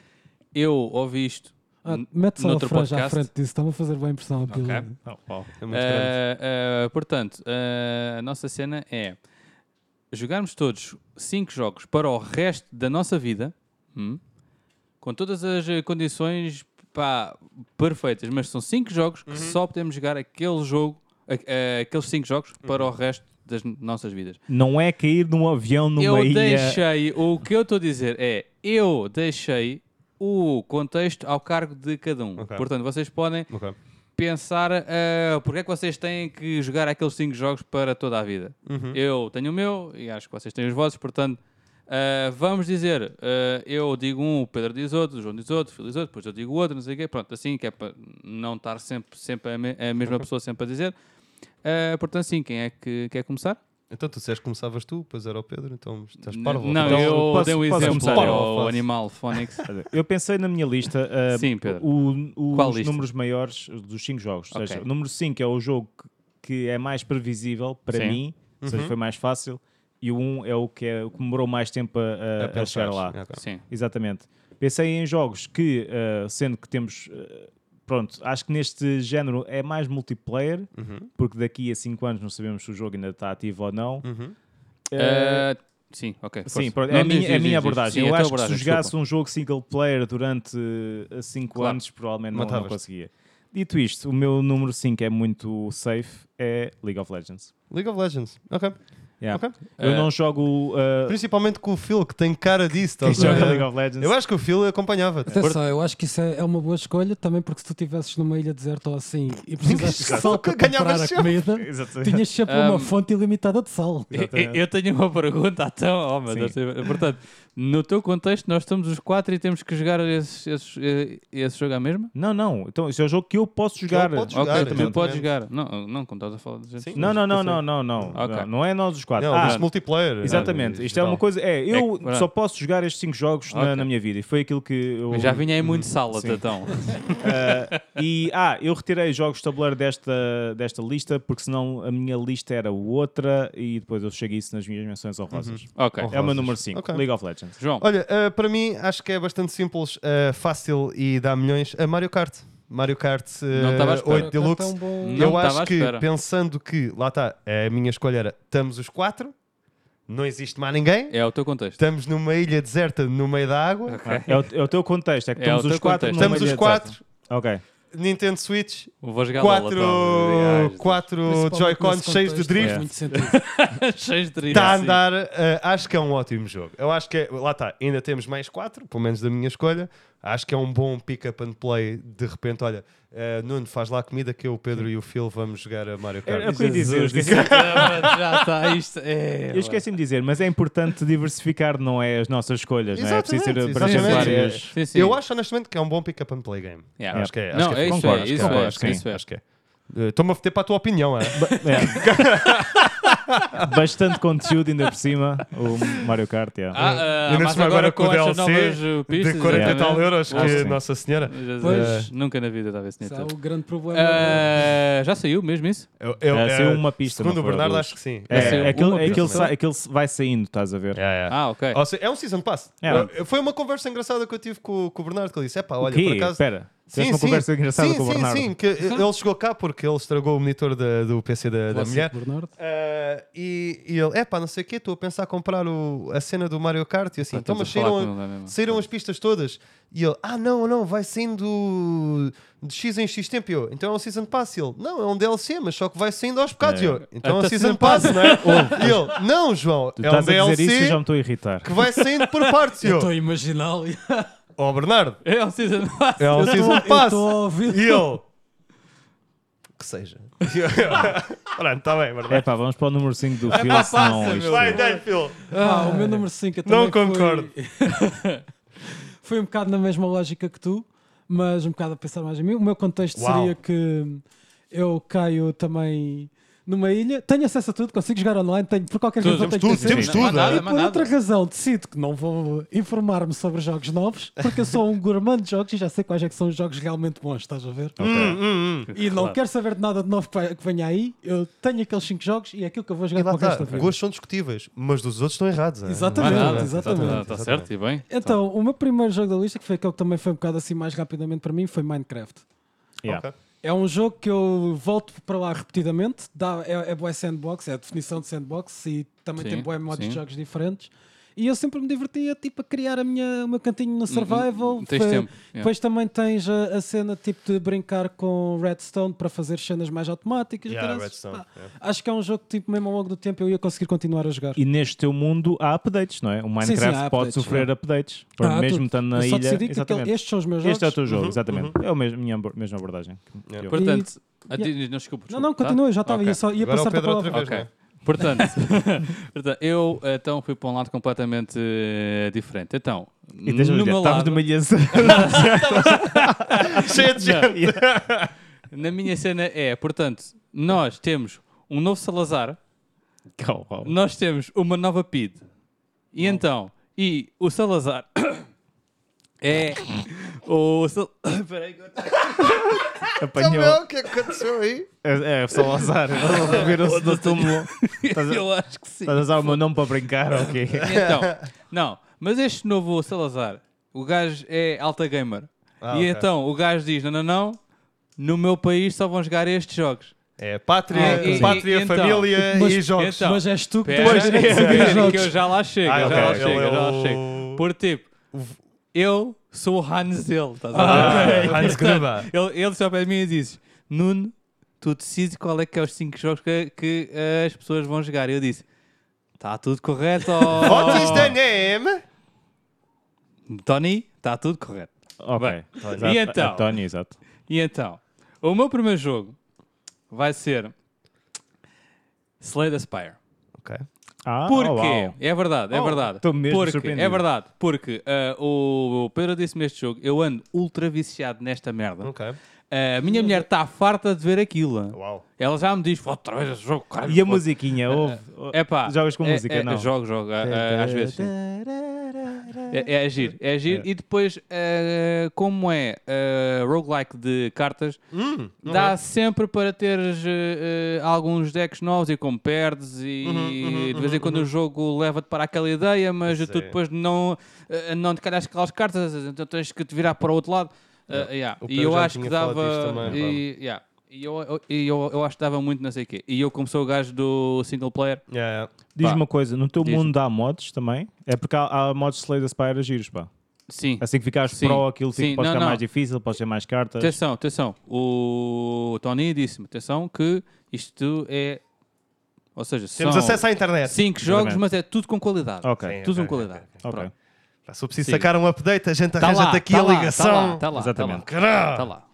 eu ouvi isto. Ah, n- mete só a noutro franja à podcast. frente disso, está-me a fazer boa impressão. aquilo. Ok. É muito grande. Eh, eh, portanto, eh, a nossa cena é jogarmos todos cinco jogos para o resto da nossa vida, hum, com todas as eh, condições pá, perfeitas, mas são cinco jogos que Uhum. só podemos jogar aquele jogo, a- eh, aqueles cinco jogos para Uhum. o resto das n- nossas vidas. Não é cair num avião numa eu ilha. deixei, o que eu estou a dizer é, eu deixei o contexto ao cargo de cada um. Ok. Portanto, vocês podem Ok. pensar eh, porque é que vocês têm que jogar aqueles 5 jogos para toda a vida. Eu tenho o meu e acho que vocês têm os vossos, portanto, eh, vamos dizer, eh, eu digo um, o Pedro diz outro, o João diz outro, o Filipe diz outro, depois eu digo outro, não sei o quê, pronto, assim, que é para não estar sempre, sempre a, me- a mesma pessoa sempre a dizer. Eh, portanto, sim, quem é que quer começar? Então tu disseste que começavas tu, depois era o Pedro, então estás N- parvo. Não, Então, eu posso- dei um posso exemplo começar? ao Posso. Animal Phonics. Eu pensei na minha lista. ah, Sim, Pedro. o- o- Qual os lista? números maiores dos 5 jogos. Ou seja, Ok. o número 5 é o jogo que- que é mais previsível para Sim. mim, ou seja, foi mais fácil. E o 1 é o que, é, o que demorou mais tempo a, a- a chegar pensar lá. Sim. Exatamente. Pensei em jogos que, ah, sendo que temos. ah, pronto, acho que neste género é mais multiplayer, Uhum, porque daqui a 5 anos não sabemos se o jogo ainda está ativo ou não. uhum. Ah, Eh, sim, ok. Sim, força. pronto, Não, é a diz, minha, é diz, a minha diz, diz. abordagem. Sim, é a eu tua acho que se abordagem, jogasse desculpa. um jogo single player durante 5 Claro. anos, provavelmente não, não Matavas-te. conseguia. Dito isto, o meu número 5 é muito safe, é League of Legends. League of Legends. Ok. Yeah. Ok. Eu Eh, não jogo. Uh, Principalmente com o Phil, que tem cara disso. quem estás a joga ver? League of Legends. Eu acho que o Phil acompanhava-te. Atenção, eu acho que isso é é uma boa escolha, também porque se tu estivesses numa ilha deserta ou assim e precisasses de Exato. sal para comprar Ganhavas a sempre. comida, Exatamente. tinhas sempre Um, uma fonte ilimitada de sal. um- Eu, eu- eu tenho uma pergunta, então. Oh, meu Deus. Portanto, no teu contexto, nós estamos os quatro e temos que jogar esses, esses, eh, esse jogo à mesma? Não, não. Então, esse é o jogo que eu posso jogar. podes Ok, Jogar, tu também, podes também. jogar. Não, não, como estás a falar de gente. Sim. Não, não, não, Eu sei. não, não, não. Ok. Não, não é nós os quatro. Não, Ah, disse multiplayer. Exatamente. Não, Isto é uma digital. coisa. É, eu É que- só posso jogar estes cinco jogos na, Ok. na minha vida. E foi aquilo que eu. Mas já vinha aí muito salad, sim. então. Ah, e ah, eu retirei jogos de tabuleiro desta, desta lista, porque senão a minha lista era outra e depois eu cheguei isso nas minhas menções honrosas. Ok. É o meu número 5, Ok. League of Legends. João, Olha, eh, para mim acho que é bastante simples, eh, fácil e dá milhões. A Mario Kart. Mario Kart eh, Não estava à espera. 8 Deluxe. É tão bom. Não eu estava acho à que, espera. pensando que, lá está, a minha escolha era estamos os quatro, não existe mais ninguém, é o teu contexto. estamos numa ilha deserta no meio da água, É o, é o teu contexto, é que É o estamos teu os quatro. contexto. numa estamos ilha os quatro, deserta. Ok. Nintendo Switch, Vou jogar quatro, Lola, então. quatro Principalmente Joy-Cons nesse cheios de contexto, é. drift. faz muito sentido. Cheios de drift. Está a sim. andar, eh, acho que é um ótimo jogo. Eu acho que, é- lá está, ainda temos mais quatro, pelo menos da minha escolha. Acho que é um bom pick-up and play. De repente, olha, eh, Nuno, faz lá a comida que eu, o Pedro e o Phil vamos jogar a Mario Eu, Kart. é eu queria dizer, eu Jesus, esqueci- já está isto. É, eu esqueci-me de dizer, mas é importante diversificar, não é? As nossas escolhas, não é? É preciso ser Exatamente, abranger exatamente. várias. Sim, sim. Eu acho honestamente que é um bom pick-up and play game. Yeah. Acho que é. Acho Não, que é isso, concordo, é isso, concordo, é, acho que isso é. Acho que é. Eh, Estou-me a foder para a tua opinião, é? É. Bastante conteúdo ainda por cima, o Mario Kart. yeah. Ah, ah, ainda mas se vai agora com o estas novas eh, pistas. de tá 40 e tal exatamente. euros, é. Acho que que sim. Nossa Senhora. Jesus, Pois. Nunca na vida estava esse Isso é dinheiro o todo. grande problema. Ah, já saiu mesmo isso? Eu, eu, É, saiu eh, uma pista, Segundo não o foi, Bernardo, duas. acho que sim. É, Essa é é, aquele, uma é aquele pista, não é? sa- aquele se vai saindo, estás a ver? Yeah, yeah. Ah, ok. Ou seja, é um season pass. É. Eu- Foi uma conversa engraçada que eu tive com, com o Bernardo, que ele disse: é pá, olha, Que? por acaso. Espera, tiveste uma conversa engraçada sim, com o sim, Bernardo. Sim, que ele chegou cá porque ele estragou o monitor da- do PC da, da Clássico mulher. Bernardo. Ah, e, e ele, é pá, não sei o quê, estou a pensar comprar o- a cena do Mario Kart e eu assim, Ah, então, estamos mas a falar saíram, com ele, não é mesmo? saíram as pistas todas. E ele, ah, não, não, vai saindo de X em X tempo. E eu, então é um Season Pass. E ele, não, é um DLC, mas só que vai saindo aos bocados. E eu, então é um Até Season season Pass, pass. não é? e ele, não, João, Tu é um estás a dizer isso e DLC já me estou a irritar. que vai saindo por partes. E Eu eu, estou a imaginá-lo. e- ó Bernardo, É um season pass. é um Eu estou- Season eu Pass. estou a ouvir. E ele, que seja. E eu, Pronto, está tá bem, É Bernardo. pá, vamos para o número 5 do filme, passa, É senão meu. isto... Vai, dai, Phil. Ah, o meu número 5 Não concordo. foi um bocado na mesma lógica que tu, mas um bocado a pensar mais em mim. O meu contexto Uau. seria que eu caio também numa ilha, tenho acesso a tudo, consigo jogar online, tenho por qualquer Tudo, razão temos tenho que ter- tudo, temos Sim. tudo, E Mas nada, por mas nada. outra razão decido que não vou informar-me sobre jogos novos, porque eu sou um gourmand de jogos e já sei quais é que são os jogos realmente bons, estás a ver? Hum, E não quero saber de nada de novo que vai- que venha aí. Eu tenho aqueles 5 jogos e é aquilo que eu vou jogar E para lá o está, resto da vida. gostos são discutíveis, mas dos outros estão errados. é? Exatamente, Mas nada, exatamente. Está está Tá certo e bem. Tá. Então, o meu primeiro jogo da lista, que foi aquele que também foi um bocado assim mais rapidamente para mim, foi Minecraft. Yeah. É um jogo que eu volto para lá repetidamente. Dá, é, é boa sandbox, é a definição de sandbox e também Sim, tem boa modos sim. de jogos diferentes. E eu sempre me divertia tipo, a criar a minha, o meu cantinho no survival. tens Foi- tempo, yeah. Depois também tens a, a cena tipo de brincar com redstone para fazer cenas mais automáticas. Yeah, caraças. Redstone, Então, Pá, yeah. Acho que é um jogo que tipo, mesmo ao longo do tempo eu ia conseguir continuar a jogar. E neste teu mundo há updates, não é? O Minecraft sim, há pode updates, sofrer é. updates, Ah, mesmo tudo. estando na eu só ilha. decidi que aquele- Exatamente. estes são os meus jogos. este é o teu Uhum. jogo, exatamente. É a minha abor- mesma abordagem. Yeah. Portanto, a ti- não, desculpa, Não, não, desculpa, tá? continua, eu já estava, Ok. ia, só- ia Agora é o passar a Pedro palavra. outra vez. não Ok. é? Portanto, portanto, eu então fui para um lado completamente eh, diferente. Então, E deixa-me no dizer, meu estamos lado, numa ilha. assim. Cheio de gente. na minha cena é, portanto, nós temos um novo Salazar, Calma, calma. nós temos uma nova PID. E então, e o Salazar é o Sal... Peraí, que eu- Apanhou. Sabe o que é que aconteceu aí? É, é pessoal azar. Eles Viram-se do túmulo. Estás a- eu acho que sim. estás a usar o meu nome para brincar, ok? E Então, não, mas este novo Salazar, o gajo é alta gamer. Ah, e ok. então o gajo diz: não, não, não, no meu país só vão jogar estes jogos. É Ah, pátria, e- pátria e- família então- e Mas- jogos. Então, Mas és tu que Pera, tens direito de pera, saber que eu jogos. já lá chego, Ah, eu já ok, lá ele chego, eu já é lá o- Ah, chego. Por tipo, eu sou o Hans dele. Estás a ver? Hans Gruber. ele, ele só para mim e diz: Nuno, tu decides qual é que é os 5 jogos que, que eh, as pessoas vão jogar. Eu disse: Está tudo correto, ó." What is the name? Tony, está tudo correto. Ok. E então? Tony, exato. E então, o meu primeiro jogo vai ser Slay the Spire. Ah, Porquê? uau. é verdade, é Oh, verdade. tô mesmo Porque, surpreendido. é verdade, porque ah, o o Pedro disse-me neste jogo, eu ando ultra viciado nesta merda. Eh, Ok. A minha mulher está farta de ver aquilo. Uau. Ela já me diz, "Vou outra vez esse jogo, caralho. E a musiquinha? Ouve? É pá. Jogas com música, não? Jogo, jogo, ah, ah, às vezes. sim. É, é agir, é agir. E depois, ah, como é ah, roguelike de cartas, Hum, dá sempre para teres eh, eh, alguns decks novos e como perdes e Uhum, de vez em quando o jogo leva-te para aquela ideia, mas tu Sim. depois não, eh, não te calhas aquelas cartas, então tens que te virar para o outro lado. Eh, yeah. O E Pedro eu já acho que tinha falado dava. disto também, e, yeah. E eu, eu, e eu, eu acho que dava muito não sei o quê. E eu como sou o gajo do single player. yeah, yeah. Diz-me Pá. uma coisa, no teu Diz-me. mundo há mods também? É porque há, há mods de Slay the Spire a giros, pá. Sim. Assim que ficares Sim. pro, aquilo tipo, Sim, pode não, ficar não. mais difícil, pode ter mais cartas. Atenção, atenção. O Tony disse-me, atenção, que isto é. Ou seja, Temos são acesso à internet. cinco jogos, Exatamente. mas é tudo com qualidade. Ok, Sim. Tudo ok, com qualidade. ok, ok. Pronto. Se eu preciso Sim. sacar um update, a gente Tá arranja lá, daqui tá a lá, ligação. Tá lá, tá lá. Exatamente. Tá lá. Caralho. Tá lá.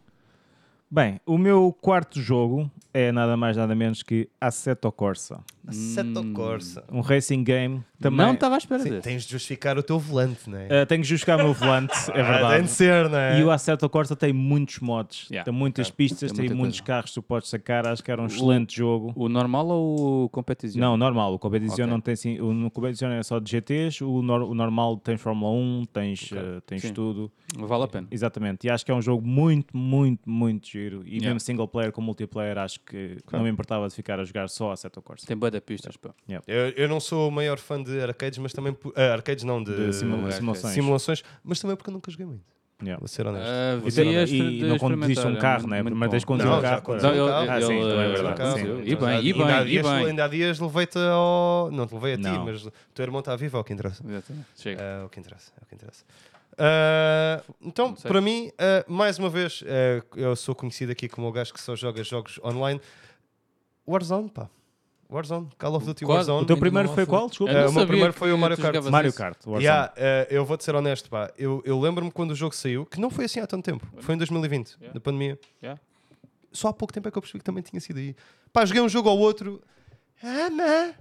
Bem, o meu quarto jogo é nada mais nada menos que Assetto Corsa. Assetto Hum. Corsa. Um racing game também. Não estava à espera Sim, disso. tens de justificar o teu volante, não é? Eh, tenho que justificar o meu volante, é Ah, Tem de verdade. ser, não é? E o Assetto Corsa tem muitos mods, Yeah. tem muitas pistas, Tem tem, muita muitos coisa. carros que tu podes sacar. Acho que era um excelente jogo. O normal ou o competição? Não, normal. O Ok. competição não tem sim. O no competição é só de GTs. O, nor- o normal tens Fórmula 1, tens, eh, tens Sim. tudo. Vale a pena. Exatamente. E acho que é um jogo muito, muito, muito giro. E Yeah. mesmo single player com multiplayer, acho que não é um me importava de ficar a jogar só a Seto Corsa. Tem boa de pistas, pá. Eu, eu não sou o maior fã de arcades, mas também. por- ah, arcades não, de, De simula- ok. simulações. simulações, mas também porque eu nunca joguei muito. Yeah. Vou ser honesto. Ah, E, você tem- este e de não conduziste um experimentar, carro, né? muito Primeiro bom. tens de conduzir Não, um já carro. conduzi para- Não, um ele- carro. Ah, sim, ele- também é ele verdade, conduz. sim. E Então, bem, já- e bem, ainda há e dias- bem. Ainda há dias levei-te ao. Não te levei a ti, Não. mas o teu irmão está vivo, é o que interessa. Exatamente. Chega. É o que interessa, é o que interessa. Ah, então, Não sei. para mim, ah, mais uma vez, ah, eu sou conhecido aqui como o gajo que só joga jogos online. Warzone, pá. Warzone, Call of Duty Qual- Warzone. O teu Ainda primeiro não foi foi. qual? Desculpa. Eu não o meu sabia primeiro que foi o Mario tu Kart. jogavas Mario isso. Kart. Warzone. Yeah, eh, eu vou-te ser honesto, pá. Eu, eu lembro-me quando o jogo saiu, que não foi assim há tanto tempo. Foi em 2020, Yeah. na pandemia. Yeah. Só há pouco tempo é que eu percebi que também tinha sido aí. Pá, joguei um jogo ao outro. Ah, man.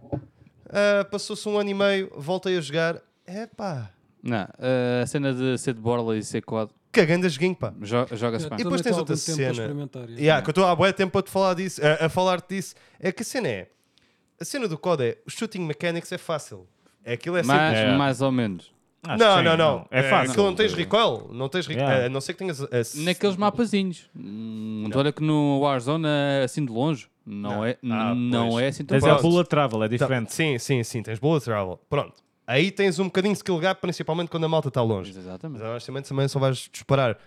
Ah, Passou-se um ano e meio, voltei a jogar. É pá, Não, ah, a cena de ser de borla e ser quad cagando a joguinho, pá. jo- joga-se Eu bem. depois também tens tô há algum outra é um tempo a cena. experimentar, assim. yeah. Yeah, que eu estou há bué tempo a te falar disso, a, a falar-te disso. É que a cena é. A cena do COD é. O shooting mechanics é fácil. É Aquilo é Mas, simples. É. mais ou menos. Acho que Não, sim, não, não. É fácil. Aquilo não tens recoil. Não tens recoil. Yeah. A não ser que tenhas. a- Naqueles mapazinhos. Hum, tu olha que no Warzone, assim de longe, não, Não. é, Ah, não pois. é assim tão Tens a Pronto. bullet travel, é Tá- diferente. Sim, sim, sim, tens boa travel. Pronto. Aí tens um bocadinho de skill gap, principalmente quando a malta está longe. Mas Exatamente. honestamente também só vais disparar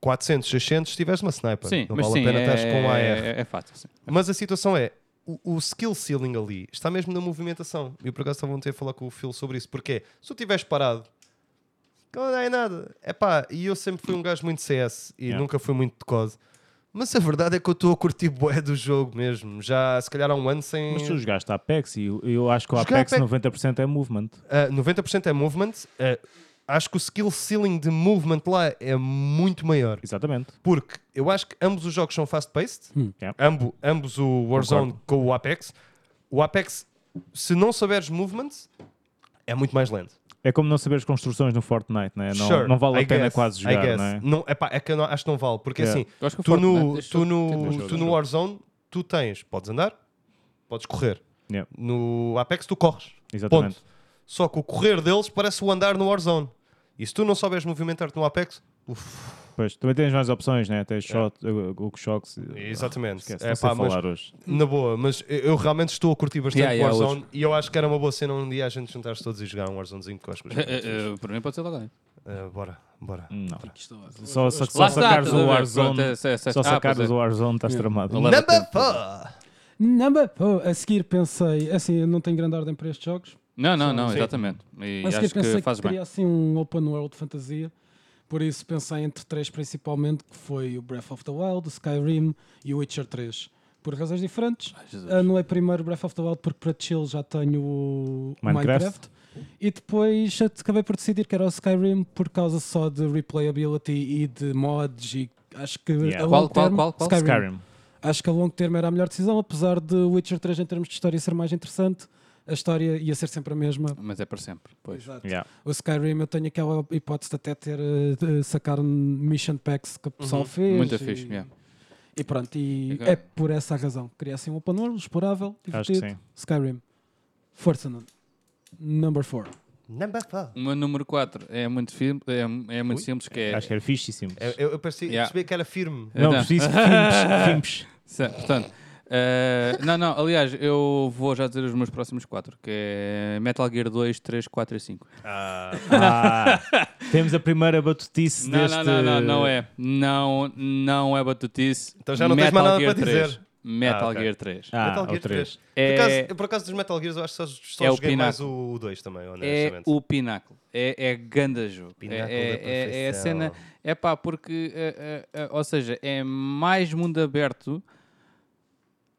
400, 600 se tiveres uma sniper. Sim, não mas vale sim, a pena é, estares com a AR. é, é fácil. Sim. Mas a situação é, o, o skill ceiling ali está mesmo na movimentação. E eu por acaso estava ontem a falar com o Phil sobre isso. Porque é, se tu estiveres parado, que não é nada. É pá, e eu sempre fui um gajo muito CS e Yeah. nunca fui muito de COD. Mas a verdade é que eu estou a curtir bué do jogo mesmo. Já se calhar há um ano sem... Mas tu jogaste a Apex e eu- eu acho que o Jogar Apex Apex- 90% é movement. Uh, 90% é movement. uh, acho que o skill ceiling de movement lá é muito maior. Exatamente. Porque eu acho que ambos os jogos são fast-paced. Hum. Yeah. Ambo- ambos o Warzone com o Apex. O Apex, se não souberes movement, é muito mais lento. É como não saber as construções no Fortnite, né? não, não vale I a pena guess, quase I jogar, guess. não é? epá, é que eu não- acho que não vale. Porque Yeah. assim, Eu acho que o tu no, Fortnite deixa- tu tem- no, deixa- tu no Warzone, tu tens, podes andar, podes correr. Yeah. No Apex, tu corres. Exatamente. Ponto. Só que o correr deles parece o andar no Warzone. E se tu não souberes movimentar-te no Apex, uf, Pois, também tens mais opções, né? Tens shot, uh, Google Shocks. uh, Exatamente. Esquece, É não sei pá, mas- falar hoje. na boa, mas eu- eu realmente estou a curtir bastante Yeah, yeah, Warzone e eu acho que era uma boa cena um dia a gente juntar-se todos e jogar um Warzonezinho com as coisas. Eh, eh, Para mim pode ser logo. bora, bora. Não. Só, só, Lá só está, sacares estás a o ver? Warzone. Pronto, é, é, é, Só ah, sacares pois é. o Warzone, estás tramado. Não leva Number tempo. 4! Number four. A seguir pensei, assim, eu não tenho grande ordem para estes jogos. Não, não, não, Sim. exatamente. E Mas acho que pensei fazes que bem. queria assim um open world de fantasia. Por isso pensei entre três principalmente, que foi o Breath of the Wild, o Skyrim e o Witcher 3. Por razões diferentes, anulei primeiro Breath of the Wild porque para chill já tenho o Minecraft. Minecraft. E depois acabei por decidir que era o Skyrim por causa só de replayability e de mods e acho que Yeah. a Qual- longo qual- termo, qual- qual? Skyrim. Acho que a longo termo era a melhor decisão, apesar de Witcher 3 em termos de história ser mais interessante, a história ia ser sempre a mesma. Mas é para sempre. Pois. Exato. Yeah. O Skyrim eu tenho aquela hipótese de até ter eh, de sacar mission packs que o pessoal fez. Uhum. Muito e, fixe, yeah. E pronto, e Agora- é por essa a razão. Queria assim um open world, explorável, Acho divertido. que sim. Skyrim. Força, Nuno. Number 4. Number four. O meu número 4 é muito, firme, é, é muito Ui. simples, que é... Acho que era fichíssimo. Eu, eu, eu percebi, Yeah. percebi que era firme. Então. Não, preciso de filmes. Sim, portanto, eh, não, não, aliás, eu vou já dizer os meus próximos 4, que é Metal Gear 2, 3, 4 e 5. Ah, temos a primeira batutice Não, deste... não, não, não, não é. Não, não é batutice. Então já não tens mais nada para dizer. Metal Ah, ok. Gear 3. Ah, Metal Gear o três. 3. É- Por, acaso, eu, por acaso dos Metal Gears, eu acho que só, só É o joguei mais pináculo. o 2 também, É honestamente. o pináculo. É, é ganda jogo. É, Pináculo é- da é- é a perfeição. cena. É pá, porque. eh, eh, eh, ou seja, é mais mundo aberto,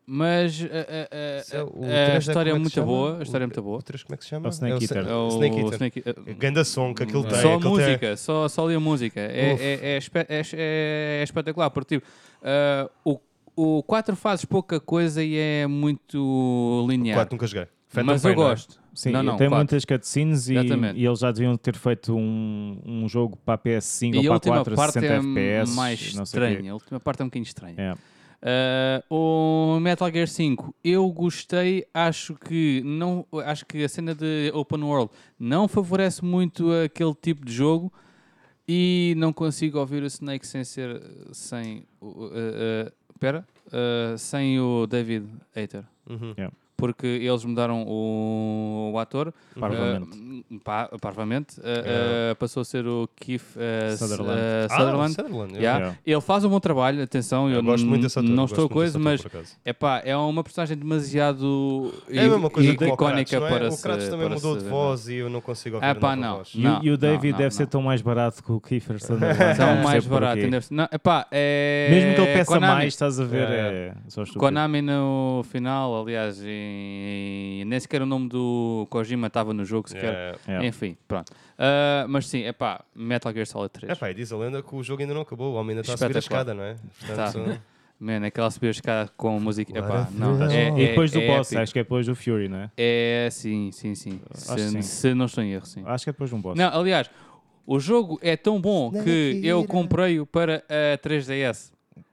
mas eh, eh, eh, Isso é o a, três, é história é como que se muito chama? boa. A história é O- muito boa. O 3 como é que se chama? É o Snake se- Eater. É é o o Snake Eater. É Snake Eater. Ganda som que aquilo tem. Só aquilo tem- música, só, só ali a música. É, Uf. é, é, espe- é es- é espetacular, porque tipo, ah, o, o 4 fazes pouca coisa e é muito linear. Quatro, nunca joguei. Phantom mas eu Pain, não é? gosto. Sim, não, não, tem quatro. muitas cutscenes e, Exatamente. e eles já deviam ter feito um, um jogo para PS5 E a ou última para 4 a parte 60 é FPS. mais não sei o quê. estranha. A última parte é um bocadinho estranha. É. Ah, o Metal Gear 5, eu gostei, acho que não, acho que a cena de open world não favorece muito aquele tipo de jogo e não consigo ouvir o Snake sem ser sem o- ah, ah, pera, ah, sem o David Hater. Uhum. É. Porque eles mudaram o, o ator Parvamente. ah, pa- parvamente, ah, É. ah, passou a ser o Keith ah, S- Sutherland. ah, Ah, Sutherland. Sutherland, eu- Yeah. Yeah. Ele faz um bom trabalho, atenção, eu, Eu gosto muito n- desse ator. não gosto estou a muito coisa, desse ator, mas por acaso. epá, é uma personagem demasiado É a mesma coisa i- que o Kratos, icónica não é? para O Kratos se- também para mudou se- de voz e eu não consigo ouvir Ah, pá, nova não. voz. E, o- e Não, o David não, deve não, ser não. É tão mais barato que o Kiefer Sutherland. São não mais percebo porquê. barato, ainda- não, epá, é, Mesmo que ele peça Konami. mais, estás a ver. É. só estúpido. Konami no final, aliás, e- nem sequer o nome do Kojima estava no jogo sequer. Yeah. Yeah. Enfim, pronto. Ah, mas sim, epá, Metal Gear Solid 3. É pá, e diz a lenda que o jogo ainda não acabou, o homem ainda está a subir a Espetacular. escada, não é? Portanto, Man, aquela subir a escada com música. What Epá, a não, thrill. é, E depois é- do é boss, épico. acho que é depois do Fury, não é? É, sim, sim, sim. Acho Se, que sim. se não estou em erro, sim. Acho que é depois de um boss. Não, aliás, o jogo é tão bom que eu comprei-o para a 3DS.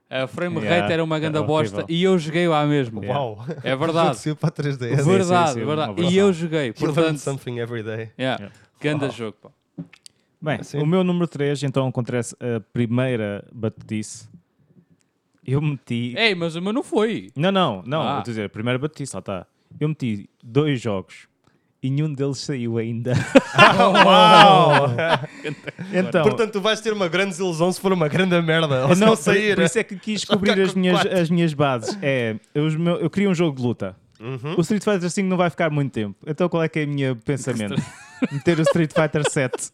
A frame Yeah, rate era uma grande era bosta horrível. e eu joguei-o à mesma. uau! É Tudo verdade. saiu para 3DS. verdade, sim, verdade. sim, uma abraçada. E eu joguei. You learn Portanto, something every day. yeah, Yeah. grande jogo. pá. Bem, Assim. o meu número 3, então acontece a primeira batutice. Eu meti. Ei, mas o meu não foi. Não, não, não. Ah. Vou dizer, a primeira batutice, lá está. tá. Eu meti dois jogos e nenhum deles saiu ainda. então, Portanto, tu vais ter uma grande desilusão se for uma grande merda. Ou eu se não não sei, sair. por isso é que quis descobrir as minhas, as minhas bases. É, eu, os meu- eu queria um jogo de luta. O Street Fighter V não vai ficar muito tempo. Então qual é que é o meu pensamento? Meter o Street Fighter 7.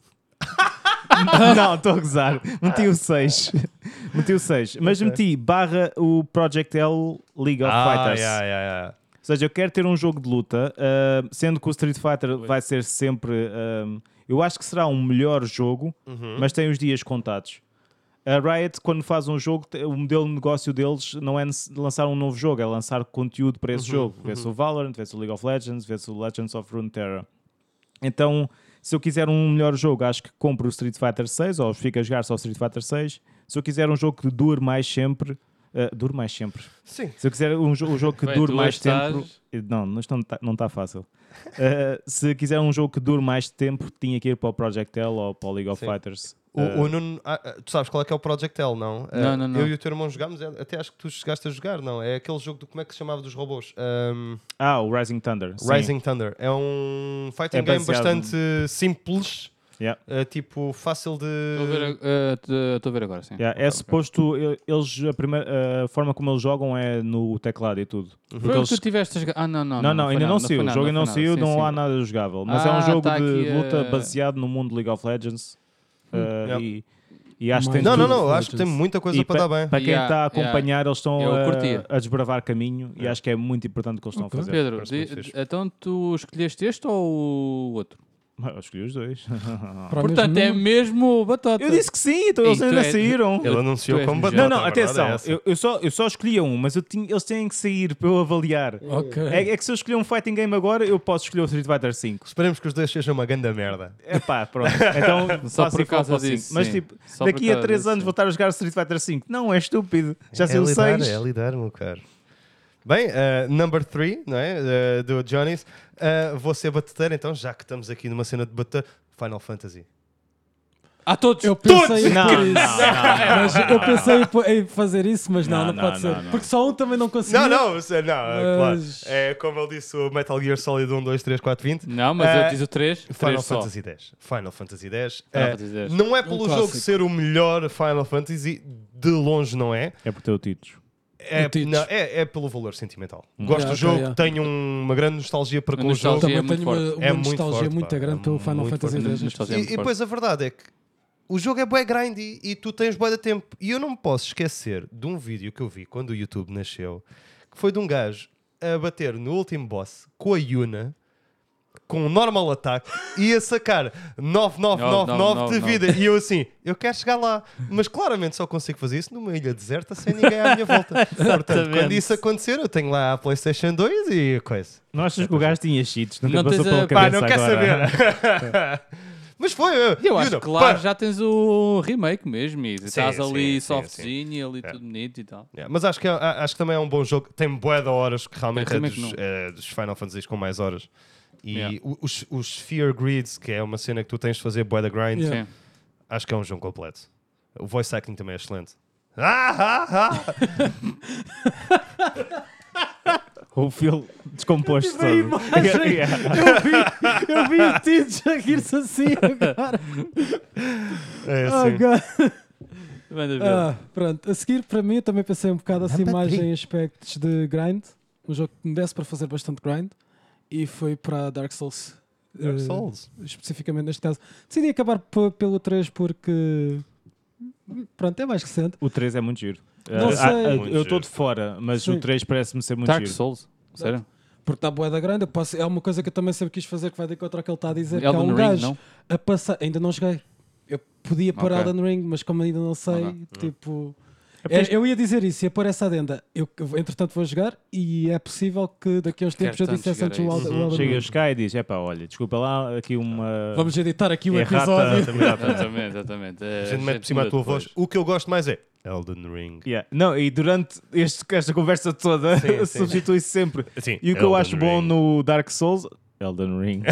não, estou a gozar. Meti o 6. Meti o 6. Mas meti barra o Project L League of Ah, Fighters. yeah, yeah, yeah. Ou seja, eu quero ter um jogo de luta, ah, sendo que o Street Fighter vai ser sempre. ah, eu acho que será um melhor jogo, Uhum. mas tem os dias contados. A Riot, quando faz um jogo, te- o modelo de negócio deles não é nece- lançar um novo jogo, é lançar conteúdo para Uhum, esse jogo. Vê-se o Valorant, vê-se o League of Legends, vê-se o Legends of Runeterra. Então, se eu quiser um melhor jogo, acho que compro o Street Fighter 6 ou fico a jogar só o Street Fighter 6. Se eu quiser um jogo que dure mais sempre, ah, dure mais sempre, Sim. se eu quiser um, jo- um jogo que Bem, dure tu mais estás- tempo. Não, isto não está não tá fácil. Uh, se quiser um jogo que dure mais tempo, tinha que ir para o Project L ou para o League of Sim. Fighters. O, Uh, o Nuno, ah, ah, tu sabes qual é que é o Project L, não? Ah, Não, não, não. Eu e o teu irmão jogámos, é- até acho que tu chegaste a jogar, não? É aquele jogo do como é que se chamava dos robôs? Ahm, ah, o Rising Thunder. sim. Rising Thunder. É um fighting É game baseado- bastante simples, Yeah. ah, tipo fácil Estou a ver, de. ah, t- estou a ver agora, sim. Yeah, é suposto, e- eles, a, primeira, a forma como eles jogam é no teclado e tudo. Porque Foi o eles- que tu tiveste a jogar. Ah, não, não. não, não, foi ainda não, foi saiu. O jogo ainda não foi saiu, Sim, não sim. há nada jogável. Mas é Ah, um jogo tá de aqui, luta uh, Uhum. baseado no mundo League of Legends. Uh, Yep. e, E acho que tem Não, tudo. não, não. Acho que tem muita coisa E para pa- dar bem. Para quem está Yeah, a acompanhar, eles estão Eu curtia. a, a desbravar caminho e acho que é muito importante o que eles estão a fazer. Pedro, parece muito di- fixe. então tu escolheste este ou o outro? Mas Eu escolhi os dois. Para o Portanto, é mesmo- mesmo batata. Eu disse que sim, então Ei, eles tu é- ainda és- saíram. Eu- Ele anunciou tu és um como nojento. batata. Não, não, a verdade atenção. é essa. eu, eu só, eu só escolhia um, mas eu tinha- eles têm que sair para eu avaliar. Ok. É, é que se eu escolher um fighting game agora, eu posso escolher o Street Fighter 5. Esperemos que os dois sejam uma ganda merda. É pá, pronto. Então, Só faço por e falo causa para o cinco. disso, Mas sim. tipo, Só por daqui a causa 3 disso, anos sim. vou estar a jogar Street Fighter 5. Não, é estúpido. Já é saiu o lidar, 6. É lidar, meu caro. Bem, eh, number 3, não é? Eh, do Johnny's. Eh, vou ser batuteiro, então, já que estamos aqui numa cena de batuteiro. Final Fantasy. A todos. Eu pensei em Não, pôr não, isso. não, Mas eu pensei em pôr- em fazer isso, mas não, Não, não, não, pode ser. não, não. Porque só um também não conseguiu. Não, não, isso é- não, é Mas- claro. É como ele disse, o Metal Gear Solid 1, 2, 3, 4, 20. Não, mas Eh, eu disse o 3. Final 3 só. Fantasy X. Final Fantasy X. Final eh, Fantasy X. Não é Um pelo jogo clássico. ser o melhor Final Fantasy, de longe não é. É por ter o título. É, Títulos. não, é, é pelo valor sentimental. Gosto Ah, do ok, jogo, é. tenho um- uma grande nostalgia para Hum. Uma com o jogo. Também nostalgia é muito tenho uma, forte. uma É muito nostalgia forte, muito pá. grande É pelo Final muito Fantasy forte. X. Nostalgia. E, e depois a verdade é que o jogo é bué grindy e tu tens bué de tempo. E eu não me posso esquecer de um vídeo que eu vi quando o YouTube nasceu, que foi de um gajo a bater no último boss com a Yuna, com um normal ataque, e a sacar 9999 de 999. vida. E eu assim, eu quero chegar lá, mas claramente só consigo fazer isso numa ilha deserta sem ninguém à minha volta. Portanto, quando Exatamente. isso acontecer, eu tenho lá a PlayStation 2 e coisa. Não achas que o gajo tinha cheats? Nunca Não passou tens a- Pá, pela cabeça não quer agora. saber. Mas foi. Eu acho Yuna, que, claro, pá. já tens o remake mesmo. E estás sim, sim, ali sim. softzinho e ali tudo bonito e tal. Yeah, mas acho que, a- acho que também é um bom jogo. Tem bué de horas, que realmente É, é, também dos, que não. é dos Final Fantasies com mais horas. E Yeah. o- os, os Fear Grids, que é uma cena que tu tens de fazer bué da grind, Yeah. Sim. acho que é um jogo completo. O voice acting também é excelente. Ah, ah, ah. O Phil descomposto Eu tive a imagem. todo. É. Yeah. Eu vi, eu vi o Tito Jaguir-se assim agora. É Oh, assim. God. Manda ver. Ah, pronto, a seguir para mim eu também pensei um bocado assim Number mais three. em aspectos de grind, um jogo que me desse para fazer bastante grind e foi para Dark Souls. Dark Eh, Souls. especificamente neste caso. Decidi acabar p- pelo 3 porque pronto, é mais recente. O 3 é muito giro. Não Ah, sei. ah, Muito eu estou giro. de fora, mas Sim. o 3 parece-me ser muito Dark giro. Souls. Sério? Porque está boa da grande, eu posso- é uma coisa que eu também sempre quis fazer que vai de encontro ao que ele está a dizer. que há Elden um Ring, gajo não? a passar. Ainda não joguei. Eu podia pôr Ok. Elden Ring, mas como ainda não sei, Ok. Uhum. tipo. é- eu ia dizer isso, ia pôr essa adenda. Eu, eu, entretanto, vou jogar e é possível que daqui a uns Quero tempos eu tanto dissesse chegar antes a o isso. Elden o Elden Chega a Ring. chegar e diz: é pá, olha, desculpa lá, aqui uma. Vamos editar aqui o errata- Ah, episódio. Exatamente. Exatamente, exatamente. A É, gente mete por cima muda da tua depois. voz. O que eu gosto mais é Elden Ring. Yeah. Não, e durante este- esta conversa toda Sim, sim. substitui-se sempre. Sim, E o que eu Elden acho bom Ring. no Dark Souls. Elden Ring.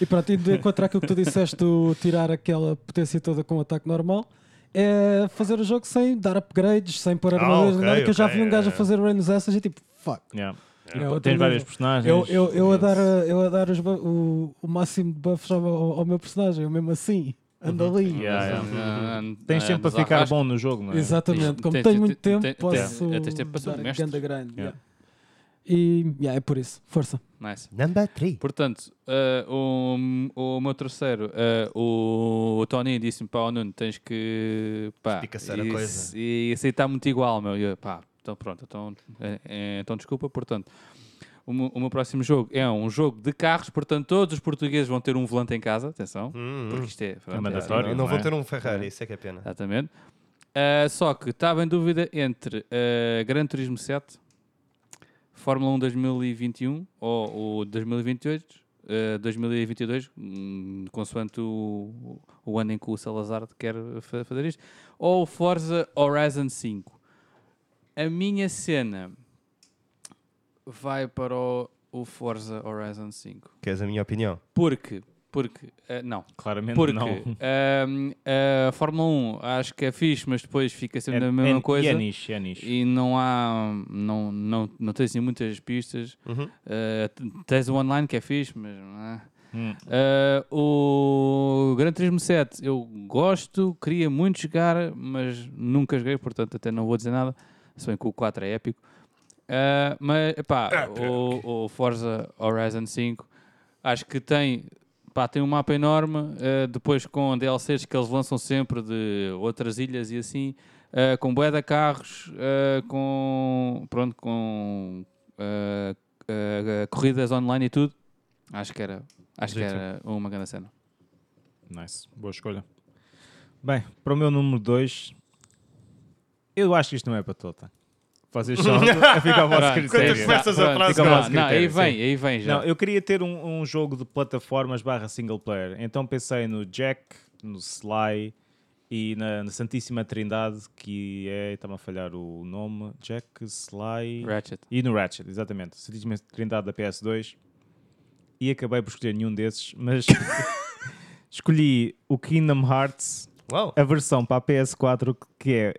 E pronto, e de encontrar aquilo que tu disseste, do tirar aquela potência toda com o ataque normal, é fazer o jogo sem dar upgrades, sem pôr armaduras, ok, nada, que eu já ok, vi um gajo a é. fazer Reynolds Essas e tipo, fuck. Yeah. É outro Tens nível. vários personagens. Eu, eu, eu a dar, a- eu a dar os bu- o, o máximo de buffs ao, ao ao meu personagem, eu mesmo assim, ando ali. Yeah, yeah. Ah, ah, Tens ah, sempre mas a ficar arrasca. bom no jogo, Uhum. não é? Exatamente, Tens- como tens- tenho muito tens- tempo, tens- posso tens- tens tempo para ser dar mestre. ganda grande. Yeah. yeah. E yeah, é por isso, força. Nice. Number 3. Portanto, eh, o, o meu terceiro, eh, o, o Tony disse-me, pá, ó Nuno, tens que, pá, Espicaçar a e- coisa. E isso aí está muito igual, meu. E eu, pá, então pronto, então, eh, eh, então desculpa, portanto. O meu, o meu próximo jogo é um jogo de carros, portanto todos os portugueses vão ter um volante em casa, atenção, porque isto é... pronto, mandatório. Hum. Não, não vou não é? ter um Ferrari, isso é que é pena. Exatamente. Ah, só que estava em dúvida entre ah, Gran Turismo 7, Fórmula 1 2021 ou o 2028, ah, 2022, hum, consoante o, o ano em que o Salazar quer fa- fazer isto, ou Forza Horizon 5. A minha cena vai para o, o Forza Horizon 5. Queres a minha opinião? Porque, porque, ah, não, Claramente porque é não. ahm, a Fórmula 1 acho que é fixe, mas depois fica sempre É- na mesma é- coisa. E é nicho, é nicho. E não há. Não, não, não tens assim muitas pistas. Uhum. Ah, t- tens o online que é fixe, mas. ah. Hum. Ah, o Gran Turismo 7 eu gosto, queria muito jogar, mas nunca joguei, portanto até não vou dizer nada. Se bem que o 4 é épico. Ah, mas, pá, o, o Forza Horizon 5 acho que tem Pá, tem um mapa enorme, eh, depois com DLCs que eles lançam sempre de outras ilhas e assim, eh, com bué de carros, eh, com, pronto, com eh, eh, corridas online e tudo. Acho que era, acho que Jeito. era uma grande cena. Nice, boa escolha. Bem, para o meu número 2, eu acho que isto não é para toda. Vocês são. Fica a vosso Pronto, critério. sim. começas a Pronto, frase, fica não, lá. se Não, aí critério, vem, aí vem já. Não, eu queria ter um, um jogo de plataformas barra single player. Então pensei no Jack, no Sly e na, na Santíssima Trindade, que é. Está-me a falhar o nome. Jack, Sly. Ratchet. E no Ratchet, exatamente. Santíssima Trindade da PS2. E acabei por escolher nenhum desses, mas escolhi o Kingdom Hearts, Uau. a versão para a PS4, que é.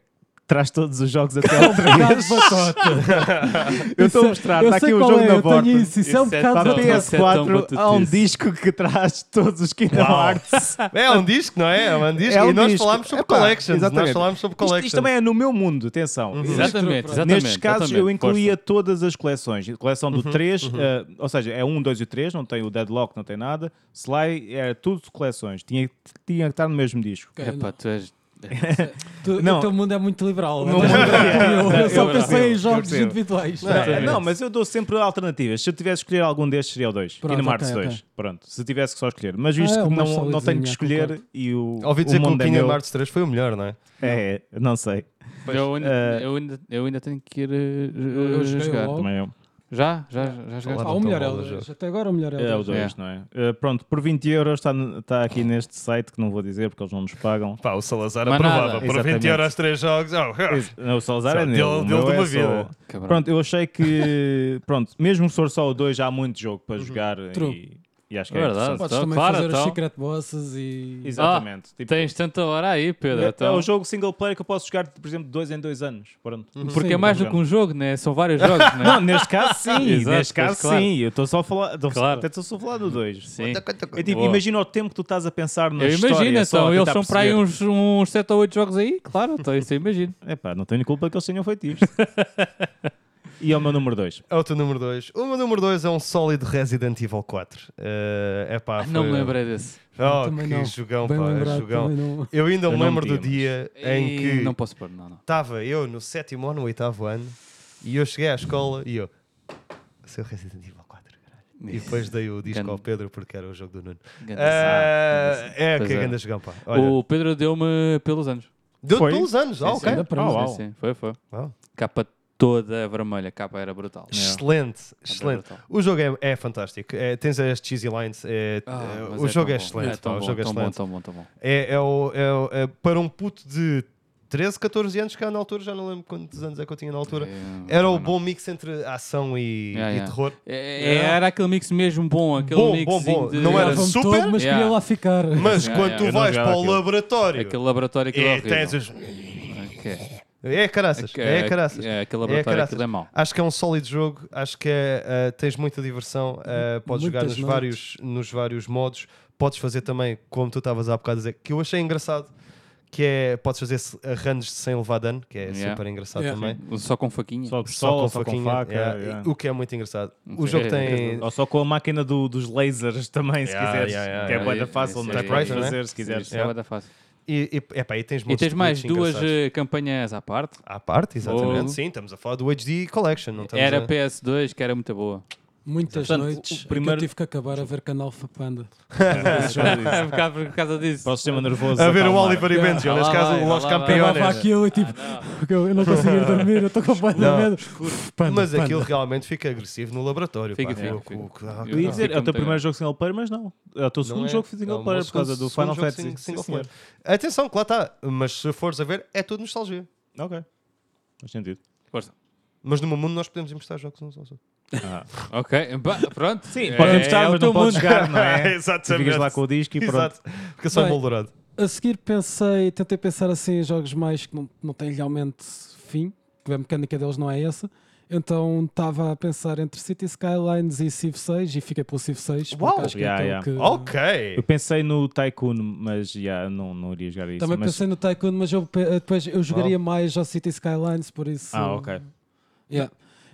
Traz todos os jogos até ao 3. Bocado de batota. Eu estou a Isso é- mostrar, eu está aqui sei o qual jogo é, na eu porta. Tenho isso, isso é um Isso é bocado Para a Não, isso é tão PS4 há um batutice. disco que traz todos os Kingdom Uau. Hearts. É um disco, não é? É um disco. É um e nós disco. falámos sobre Epá, collections. Nós exatamente. falámos sobre Isto, collections. isto também é Uhum. no meu mundo, atenção. Exatamente, exatamente. Nestes casos eu exatamente, incluía todas as coleções. A coleção do 3, eh, ou seja, é 1, 2 e o 3, não tem o Deadlock, não tem nada. Sly era tudo de coleções, tinha, tinha que estar no mesmo disco. força. Epá, tu és- Tu- É Não. O teu mundo é muito liberal. Não, não é? não, Eu, não, só pensei eu em percebo, eu jogos percebo. individuais. Não, é, não, mas eu dou sempre alternativas. Se eu tivesse que escolher algum destes, seria o 2. Pronto, E no Martes ok, 2. ok. Pronto, se tivesse que só escolher. Mas Ah, visto é que uma não, não tenho que solidazinha, escolher concordo. e o, Ouvi dizer o que o mundo é Kingdom meu. Hearts 3 foi o melhor, não é? É, não sei. Eu ainda, eh, eu, ainda, eu ainda tenho que ir eh, eu eh, joguei jogar. logo. Também eu. Já? Já, já jogaste? Ah, o Não melhor é tão mal o o dois. Até agora o melhor É é o o dois. 2, É. não é? Eh, pronto, por 20 euros está, está aqui neste site que não vou dizer porque eles não nos pagam. Pá, o Salazar Mas nada. aprovava. Por 20 Exatamente. euros, 3 jogos. Oh, Não, o Salazar Só é nele. dele- o dele meu de é uma só- vida. Cabrão. Pronto, eu achei que. Pronto, mesmo se for só o 2, já há muito jogo para jogar True. e, e acho que É é, verdade. interessante. Podes Então, também claro, fazer os então. secret bosses e... Exatamente. Tipo, Tens tanta hora aí, Pedro. é, é então. o jogo single player que eu posso jogar, por exemplo, de 2 em 2 anos. Pronto. Porque Sim, é mais do que um jogo, né? São vários jogos, né? Não, neste caso sim, Exato, neste caso pois, claro. sim. Eu estou só a falar. estou- Claro. Até estou só a falar do 2. Sim. É tipo, Boa. imagina o tempo que tu estás a pensar na Eu imagino, história. é então. Eles são para aí um. uns, uns 7 ou 8 jogos aí? Claro, então isso eu imagino. Epá, não tenho culpa que eles tenham feito isto. e é o meu número 2. É o teu número 2. O meu número 2 é um sólido Resident Evil 4. é pá, Ah, não me lembrei desse. Oh, Também que não. é um jogão, Bem pá, lembrado, jogão. também não. Eu ainda me Eu não lembro tinha, do dia em E que Não posso pôr, não, não. estava eu no sétimo ou no oitavo ano e eu cheguei à escola e eu. Seu Resident Evil 4. caralho." E depois dei o disco Ganda- ao Pedro porque era o jogo do Nuno. Ganda Ah, saco, ganda é, Pois que é. grande jogão, pá. Olha, saco. O Pedro deu-me pelos anos. deu foi? pelos anos. Ah, ok. Ainda para Ah, mim. uau. Sim, sim, foi, foi. Uau. Capa toda vermelha, capa era É. brutal. Excelente, É excelente. brutal. O jogo é, é fantástico. É, tens as cheesy lines. é- Ah, é, mas o jogo tão é bom. excelente. tão pá, o bom, jogo é tão bom, excelente. tão bom, tão bom. É, é o- é o- é para um puto de 13, 14 anos, que há na altura, já não lembro quantos anos é que eu tinha na altura. É, Era o também não. bom mix entre ação e, Yeah, e yeah. terror. É, é, era aquele mix mesmo bom, aquele Bom, mix bom, bom. de... Não era Dava-me super, todo, mas yeah. queria lá ficar. Mas Yeah, quando yeah. tu Eu não vais jogava para o aquilo. laboratório, Aquele laboratório que né? é, tens os- é caraças. É caraças. É, aquele É laboratório caraças. aquilo é mau. Acho que é um sólido jogo, acho que é, ah, tens muita diversão, ah, podes jogar Muitas nos noites. vários, nos vários modos, podes fazer também, como tu estavas há bocado a dizer, que eu achei engraçado, que é, podes fazer se- arranjos sem levar dano, que é Yeah. super engraçado Yeah. também. Só com faquinha. Só pistola, só com faquinha, faca. yeah, yeah. e- o que é muito engraçado. O Ok. jogo É tem... Ou só com a máquina do- dos lasers também, se Yeah, quiseres. yeah, yeah, que é yeah. bué da fácil, Esse mas aí- podes Typewriter, né? fazer se quiseres. Isso é bué da fácil. E, e, epá, e tens, E montes tens de mais glitches duas engraçados. eh, campanhas à parte. À parte, exatamente. Ou- Sim, estamos a falar do HD Collection. Não estamos Era a... PS2, que era muito boa. Muitas Portanto, o noites em primeiro- que eu tive que acabar a ver canal Fapanda. É por causa- por causa disso. Para o sistema nervoso. A ver o acalmar. Oliver e Benji, Yeah. neste Lá caso, vai, os lá vai. Acabava campeões. aquilo e tipo, Ah, eu não conseguia dormir, eu estou com bué de Não. medo. Panda, Mas panda. aquilo realmente fica agressivo no laboratório. Fica, pá. fica, O- fica. o- o- Eu Eu ia Fica dizer, é o teu muito primeiro jogo single player, mas não. É o teu segundo Não é. jogo É single o player meu por causa do segundo Final jogo Fantasy. single Sim, player. Atenção, que lá está. Mas se fores a ver, é tudo nostalgia. senhor. Ok. Faz sentido. Mas no meu mundo nós podemos emprestar jogos uns aos outros. Ok, ba- pronto. Eh, Sim, Pode emprestar, mas não pode jogar, não é? Tu Exatamente. ficas lá com o disco e pronto. Exato. Fica só Bem. moldurado. A seguir pensei, tentei pensar assim em jogos mais que não, não têm realmente fim, que a mecânica deles não é essa. Então estava a pensar entre City Skylines e Civ 6 e fiquei pelo Civ 6. porque Uau! Oh! acho que Yeah, é yeah. aquele que- Eu Ok. pensei no Tycoon, mas já não, não iria jogar isso. Também mas... Oh. pensei no Tycoon, mas eu, pe- depois eu jogaria mais ao City Skylines, por isso. Ah, ok. yeah.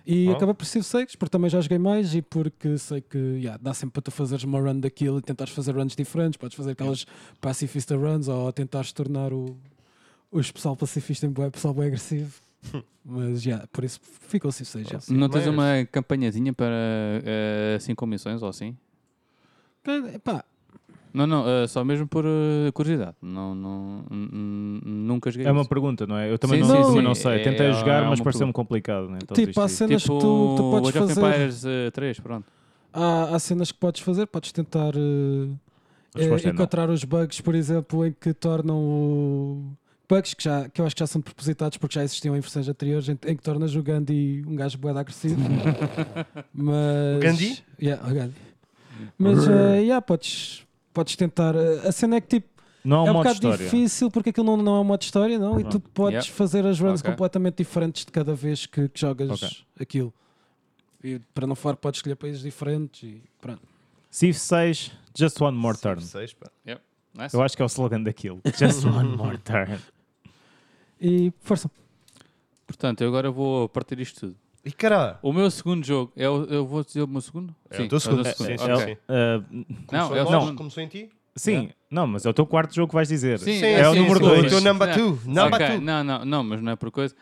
E Oh. acaba por ser sexo, porque também já joguei mais e porque sei que yeah, dá sempre para tu fazeres uma run daquilo e tentares fazer runs diferentes. Podes fazer aquelas pacifista runs ou tentares tornar o, os pessoal pacifista em bué- pessoal bem agressivo. Mas já, por isso ficou assim, seja. Não tens mas- uma campanhazinha para eh, cinco missões ou assim? Pá, Não, não, eh, só mesmo por eh, curiosidade. Não, não, n- n- nunca joguei É uma isso. pergunta, não é? Eu também, Sim, não, sim, também sim. não sei. É- Tentei é jogar, uma mas pergunta. pareceu-me complicado. Né? Então tipo, há desisti. cenas tipo, que tu, tu podes Age of fazer. Empires eh, 3, pronto. Há, há cenas que podes fazer, podes tentar eh, A resposta eh, é não. encontrar os bugs, por exemplo, em que tornam o. Bugs que, já, que eu acho que já são propositados porque já existiam em versões anteriores, em, em que tornas o Gandhi um gajo boeda agressivo. Mas. O Gandhi? Yeah, o Gandhi. Mas, eh, yeah, podes, podes tentar. eh, A cena é que tipo. Não há um é um modo bocado história. difícil porque aquilo não, não é um modo história, não? E tu podes Yeah. fazer as runs Ok. completamente diferentes de cada vez que, que jogas Ok. aquilo. E para não falar, podes escolher países diferentes e pronto. Civ 6, just one more turn. Seis, pá. Nice. Eu acho que é o slogan daquilo. Just one more turn. E força. Portanto, eu agora vou partir isto tudo. E caralho. O meu segundo jogo, é o, eu vou dizer o meu segundo? É o teu segundo. Sim, sim, Ok. sim. Uh, Não, é o Começou em nós, segundo. Começou em ti? sim, Yeah. não, mas é o teu quarto jogo que vais dizer. Sim, é o número dois. O teu number two. Não, Number two. não, não, não, mas não é por coisa.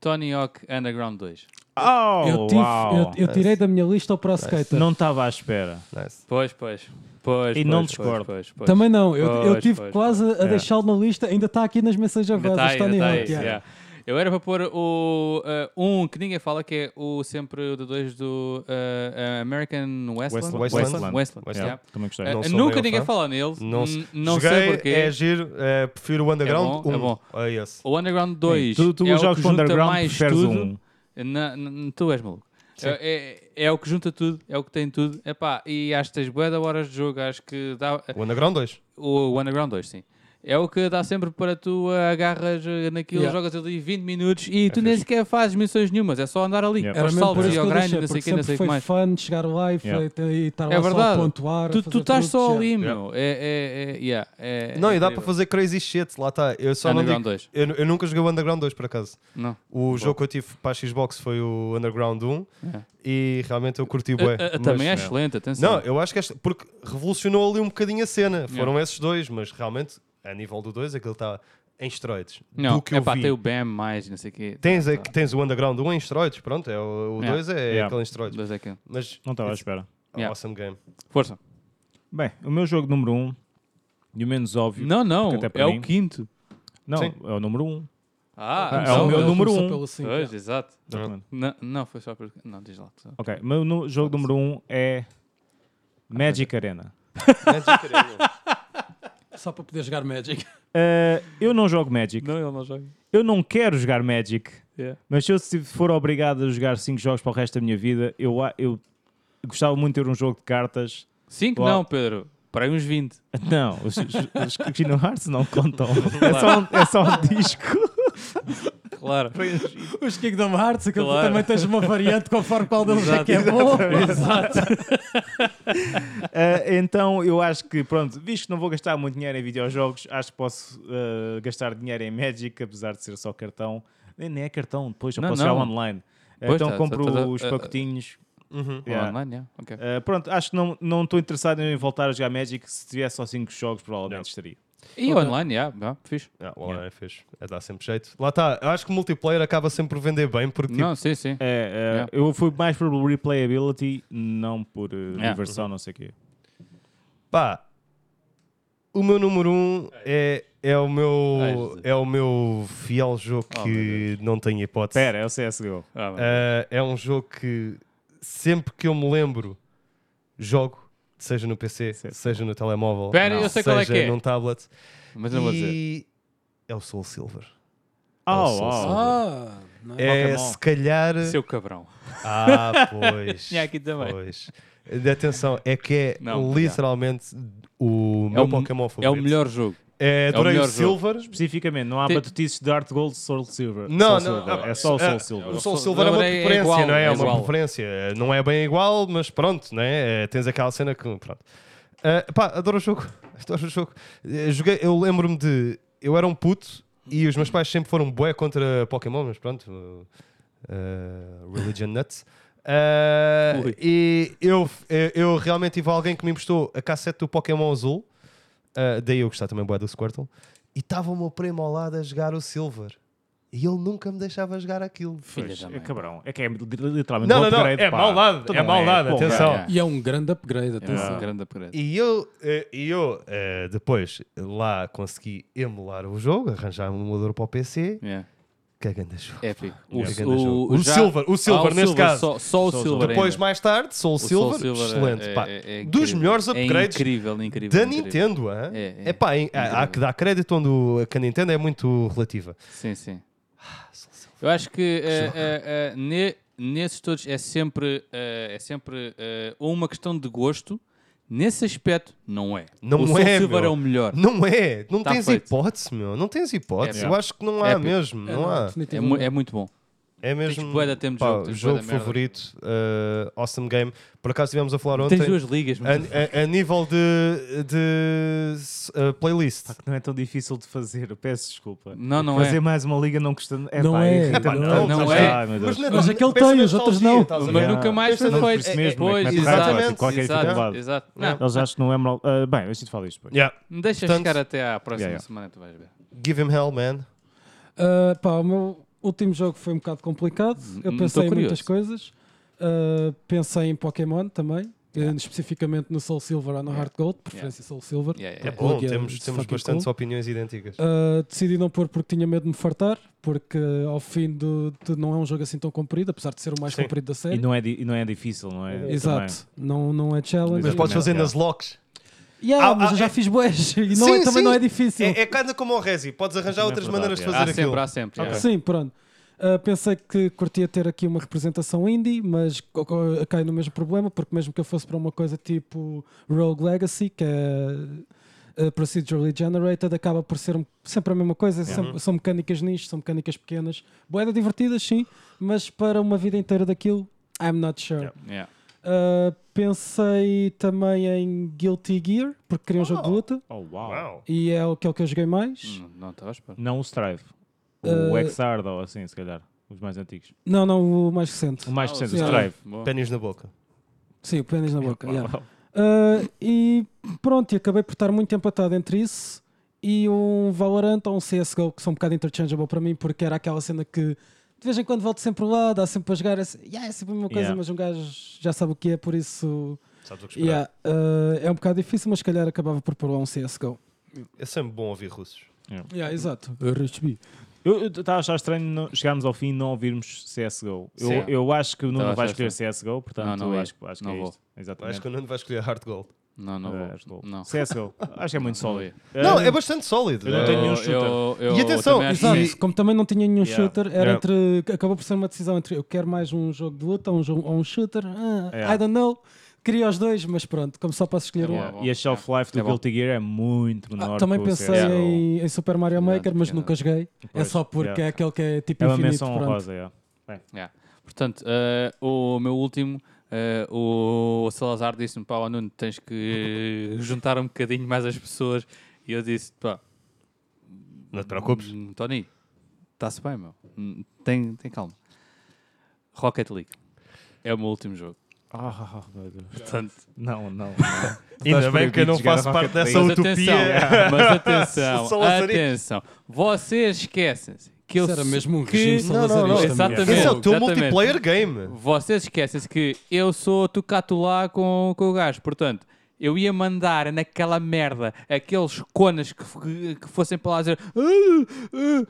Tony Hawk Underground 2. Oh, eu, tive- uau. eu- eu tirei da minha lista o Pro Skater. Não estava à espera. Nice. Pois, pois. Pois, E pois, não pois, discordo. pois, pois. Também não, eu, eu Pois, tive pois, quase a É. deixá-lo na lista, ainda está aqui nas mensagens Ainda tá avesas. aí, Tony ainda tá Hawk, aí, yeah. yeah. Eu era para pôr o, eh, um que ninguém fala, que é o sempre o de dois do eh, eh, American Westland. Westland. Westland. Westland, Westland. yeah. Também gostei. Eh, Não sou nunca meio ninguém fã. fala nele. Não, n- não Joguei, sei porquê. É giro, é, prefiro o Underground É bom, é 1. bom. É esse. O Underground 2 tu tu é o jogos que com junta Underground mais preferes tudo. um. Na- na- tu és maluco. É, é, é o que junta tudo, é o que tem tudo. Epá, e acho que tens bué de horas de jogo, acho que dá. O Underground 2. O, o Underground 2, sim. É o que dá sempre para tu eh, agarras eh, naquilo, Yeah. jogas ali 20 minutos e É tu nem sequer fazes missões nenhumas, é só andar ali. Yeah. Yeah. Era mesmo por saltos isso e que ao eu grind, deixei, não sei porque o que, não sei sempre o que foi mais. fun chegar lá e, foi- e estar lá É só a verdade. pontuar. a Tu, fazer tu estás tudo, só yeah. ali, meu. É, é, é, yeah, é- não, é e dá para incrível. fazer crazy shit, lá está. Eu só não Underground digo, 2. eu, eu nunca joguei o Underground 2, por acaso. Não. O jogo que eu tive para a Xbox foi o Underground 1 É. e realmente eu curti bué. Eh, eh, mas- também é excelente, atenção. Não, eu acho que esta, porque revolucionou ali um bocadinho a cena. Foram esses dois, mas realmente, a nível do 2, aquilo está em esteroides. não. do que é eu vi. tem o BAM mais, não sei o quê. Tens, é que tens o Underground 1 em esteroides, pronto, é o Tá. Yeah. 2 é, Yeah. aquele em esteroides. Dois é que- Mas Não tá, estava à it's espera. an Yeah. awesome game. Força. Bem, o meu jogo número 1, um, e o menos óbvio. Não, não, Porque até para é mim- o quinto. Não, Sim. é o número 1. Um. Ah, É o Começou- meu ele número começou um. pelo cinco, Pois, yeah. exatamente. Exatamente. Não, não, foi só porque. Não, diz lá. pessoal. Ok, É, meu nu- jogo número 1 um é Magic Arena. Só para poder jogar Magic. Eh, eu não jogo Magic. Não, ele não joga. Eu não quero jogar Magic. Yeah. Mas se eu se for obrigado a jogar 5 jogos para o resto da minha vida, eu, a- eu gostava muito de ter um jogo de cartas. 5 Uau. não, Pedro. Para aí uns 20. Não, os, os, os Kingdom Hearts não contam. É só um, é só um disco. Claro. Os Kingdom Hearts, aquilo tu Claro. também tens uma variante conforme qual deles é Exato. que é bom. Exato. Eh, então eu acho que, pronto, visto que não vou gastar muito dinheiro em videojogos, acho que posso eh, gastar dinheiro em Magic, apesar de ser só cartão. Nem nem é cartão, depois eu Não, posso não. jogar online. Pois, então tá, compro tá, tá, os eh, pacotinhos. Uhum. O Yeah. Online, yeah. ok. Eh, pronto, acho que não não estou interessado em voltar a jogar Magic. Se tivesse só 5 jogos, provavelmente estaria. E online, yeah, yeah, fixe. Tipo- Ah, o online é fixe. É dar sempre jeito. Lá está, eu acho que o multiplayer acaba sempre por vender bem, porque tipo, Não, sim, sim. É, é, Yeah. Eu fui mais por replayability, não por eh, diversão, Uhum. não sei o quê. Pá, o meu número um é, é, o, Ai, meu, Jesus. é o meu fiel jogo Oh, que não tem hipótese. Espera, é o CSGO. Ah, mas- Ah, é um jogo que sempre que eu me lembro, jogo, seja no PC, Certo. seja no telemóvel, Pera, eu sei seja qual é que é. num tablet. mas não vou dizer. e é o Soul Silver. Oh, Nossa oh. Ah, não é? É, Pokémon. se calhar. Seu cabrão. Ah, pois. Tinha aqui também. Pois. De atenção, é que é Não, literalmente o meu o- Pokémon É favorito. o melhor jogo. É, o adorei o, melhor jogo. Silver. Especificamente, não há Tem- batutices de Art Gold Soul Silver. Não, Soul não, Silver. ah, é só o ah, Soul Silver. O Soul Soul Silver é uma Silver é- é preferência, igual, não é? É é uma igual. preferência. Não é bem igual, mas pronto, né? Eh, Tens aquela cena que. Pronto. Ah, pá, adoro o jogo. Adoro o jogo. Eh, Joguei, eu lembro-me de. Eu era um puto e os meus pais sempre foram bué contra Pokémon, mas pronto. Uh, religion Nuts. Uh, Ui. e eu, eu, eu realmente tive alguém que me emprestou a cassete do Pokémon Azul. Uh, daí eu gostar também boa do Squirtle. E estava o meu primo ao lado a jogar o Silver. E ele nunca me deixava jogar aquilo. Filha Pois, da é mãe. cabrão. É que é literalmente Não, um não, não. upgrade, É pá. maldade. Então É não maldade. Pô, Atenção. é. E é um grande upgrade, É atenção. um grande upgrade. E eu, eh, e eu eh, depois lá consegui emular o jogo, arranjar um emulador para o PC. Yeah. Cagando jogo. Épico. é um O- O, o- o, o Silver, o Silver, neste caso. Só, só o Só o Silver. Silver. Depois, ainda. mais tarde, Soul O Silver, Soul Silver é- excelente. é- é- pá. é Dos incrível. melhores É upgrades incrível, incrível. da incrível. Nintendo. hã? É, é. É, pá, em- há, há que dar crédito onde o- que a Nintendo é muito relativa. Sim, sim. Eu acho que eh, jogo. eh, eh, ne- nesses todos é sempre, eh, é sempre eh, uma questão de gosto. Nesse aspecto, não é. Não o Soul é, Silver meu. é o melhor. Não é, não Tá tens feito. hipótese, meu. Não tens hipótese. É, eu pá. acho que não há É, pá. mesmo. É, Não há. É, definitivamente. mu- é muito bom. É mesmo. bué de tempo de pá, jogo, tens bué jogo de merda. favorito. eh, awesome Game. Por acaso estivemos a falar ontem. Tens duas ligas, mas A, a- a nível de, de s- uh, playlist. Não é tão difícil de fazer, eu peço desculpa. Não, não fazer é. mais uma liga não custa. É, Não pá, é, é pá, não Ah, não, é. Não mas- é. ai, meu Deus. na- Mas aquele pensa na tem, os outros nostalgia, não. estás a ver? mas Yeah. nunca mais foi Pensa por feito. isso mesmo, pois, é que mete raiva, exato, assim, qualquer exato, dificuldade. exato. Não, Yeah. Eles acham que não é. Emerald. Ah, bem, eu sinto falar disto. depois. Yeah. Deixa Portanto- É chegar até à próxima Yeah, yeah. semana, tu vais ver. Give him hell, man. Ah, pá, o meu último jogo foi um bocado complicado. Eu Hum, pensei tô em muitas curioso. coisas. Ah, pensei em Pokémon também. eh, Especificamente no Soul Silver ou no Yeah. Heart Gold. Preferência Soul Silver. Yeah, É yeah. bom, Blood é temos, de temos fucking bastantes cool. opiniões idênticas. Ah, decidi não pôr porque tinha medo de me fartar. Porque ao fim do, de- não é um jogo assim tão comprido, apesar de ser o mais Sim. comprido da E série. não é, di- e não é difícil, não é? Exato, não, não é challenge. Mas Mas podes podes fazer yeah. nas locks. Yeah, Ah, mas ah, eu já é- fiz boés e não, Sim, é- também sim. não é difícil. É, é cada como o Resi, podes arranjar Também é outras verdade, maneiras de yeah. Há fazer sempre, aquilo. há sempre. yeah. Sim, pronto. Ah, pensei que curtia ter aqui uma representação indie, mas co- co- cai no mesmo problema, porque mesmo que eu fosse para uma coisa tipo Rogue Legacy, que é ah, procedurally generated, acaba por ser um- sempre a mesma coisa. São, são mecânicas nicho, são mecânicas pequenas, boedas divertidas, sim, mas para uma vida inteira daquilo, I'm not sure. Yeah. Ah, pensei também em Guilty Gear, porque queria um jogo de luta, Oh, uau. Uau. e é o que é o que eu joguei mais. Não- Não estava a esperar. Não o Strive. Uh, O Eh, Exard ou assim, se calhar. Os mais antigos. Não, não, o mais recente. Ah, O mais recente, o sim. Strive. Bom. Pênis na boca. Sim, o pênis na boca. yeah. Ah, e pronto, e acabei por estar muito empatado entre isso e um Valorant ou um CSGO, que são um bocado interchangeable para mim, porque era aquela cena que de vez em quando volto sempre lá, dá sempre para jogar, é, se- yeah, é sempre a mesma coisa, Yeah. mas um gajo já sabe o que é, por isso Sabes o que esperar. yeah, ah, é um bocado difícil, mas se calhar acabava por pôr lá um CSGO. É sempre bom ouvir russos. Yeah, exato. Eu recebi. Eu estava a achar estranho não- chegarmos ao fim e não ouvirmos CSGO. Eu, Sim. eu acho que o Nuno Tava a vai achar escolher CSGO, portanto, Não, não eu ia. acho, acho que Não é vou. isto. Exatamente. Acho que o Nuno vai escolher hard gold. Não, não É, vou. acho que Não. CSGO. Acho que é muito sólido. Não, Eh, é bastante sólido. eu não É- tenho nenhum Eu- shooter. eu- eu E atenção, também acho Exato, que sim. como também não tinha nenhum Yeah. shooter, era Yeah. entre. Acabou por ser uma decisão entre eu quero mais um jogo de luta ou um, jogo, ou um shooter. Ah, Yeah. I don't know. Queria os dois, mas pronto, como só posso escolher É um. bom, é bom. E a shelf life do É bom. Guilty Gear é muito menor. Ah, também que o pensei CSGO. em, em Super Mario Verdade, Maker, mas verdade. nunca joguei. É Pois, só porque yeah. é aquele que é tipo É uma infinito. menção Pronto. honrosa, é. yeah. Yeah. Portanto, eh, o meu último, eh, o Salazar disse-me, pá, ó Nuno, tens que juntar um bocadinho mais as pessoas. E eu disse, pá, É. Não te preocupes. hum, Tony, está-se bem, meu. Hum, Tem, tem calma. Rocket League. É o meu último jogo. Ah, meu Deus. Portanto, Não, não. Ainda bem que eu não proibido de faço jogar parte Rocket dessa mas utopia. atenção, mas atenção, Salazarista. atenção. Vocês esquecem-se que eu Isso era sou- mesmo um que- regime salazarista, Exatamente. meu. Esse é o teu Exatamente. multiplayer game. Vocês esquecem-se que eu sou tucato lá com, com o gajo, portanto, eu ia mandar naquela merda aqueles conas que, f- que, que fossem para lá dizer "Ah, ah,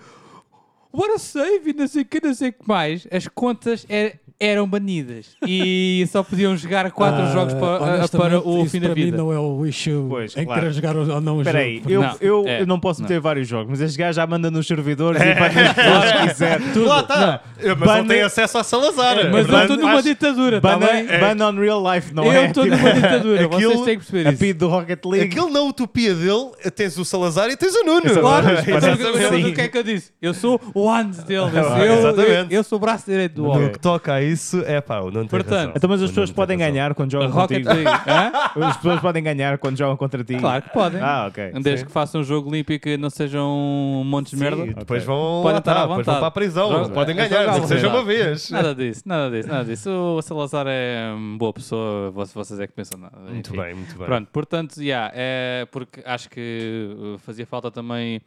what a save, e não sei o que, não sei o que mais. As contas er- eram banidas e só podiam jogar quatro Ah, jogos para, honestamente, para o isso fim da para mim vida. não é o issue Pois, em claro. querer jogar ou ou não o Espera jogo. aí, porque- eu, Não, eu, é, eu não posso meter vários jogos, mas este gajo já manda nos servidores e vai nas pessoas que quiser. Lá está. Mas Ban- ele tem acesso a Salazar. é Mas eu Portanto, estou numa acho- ditadura, tá Ban, bem? ban on real life, não Eu é? estou Tipo, numa ditadura, vocês aquilo- têm que perceber a isso. PID do Rocket League. Aquilo na utopia dele, tens o Salazar e tens o Nuno. Claro, Mas mas parece eu- eu- assim. o que é que eu disse? Eu sou o antes dele, eu, sou- eu, Exatamente. eu sou o braço direito do No homem. que toca a isso, é pá, o Nuno tem Portanto, razão. Então, mas as O pessoas Nuno tem podem razão. ganhar quando A jogam Rocket contigo. League. Hã? As pessoas podem ganhar quando jogam contra ti. Claro que podem. Ah, ok. Desde que façam um jogo olímpico e não sejam um monte de Sim, merda. Depois Ok. vão, Podem lá estar tá, à depois vão vontade. para a prisão, Joga- podem é ganhar, jogar nem que à seja uma vontade. vez. Nada disso, nada disso, nada disso. O Salazar é hum, boa pessoa, vo- vocês é que pensam nada. Muito Enfim. bem, muito bem. Pronto, portanto, yeah, é porque acho que uh, fazia falta também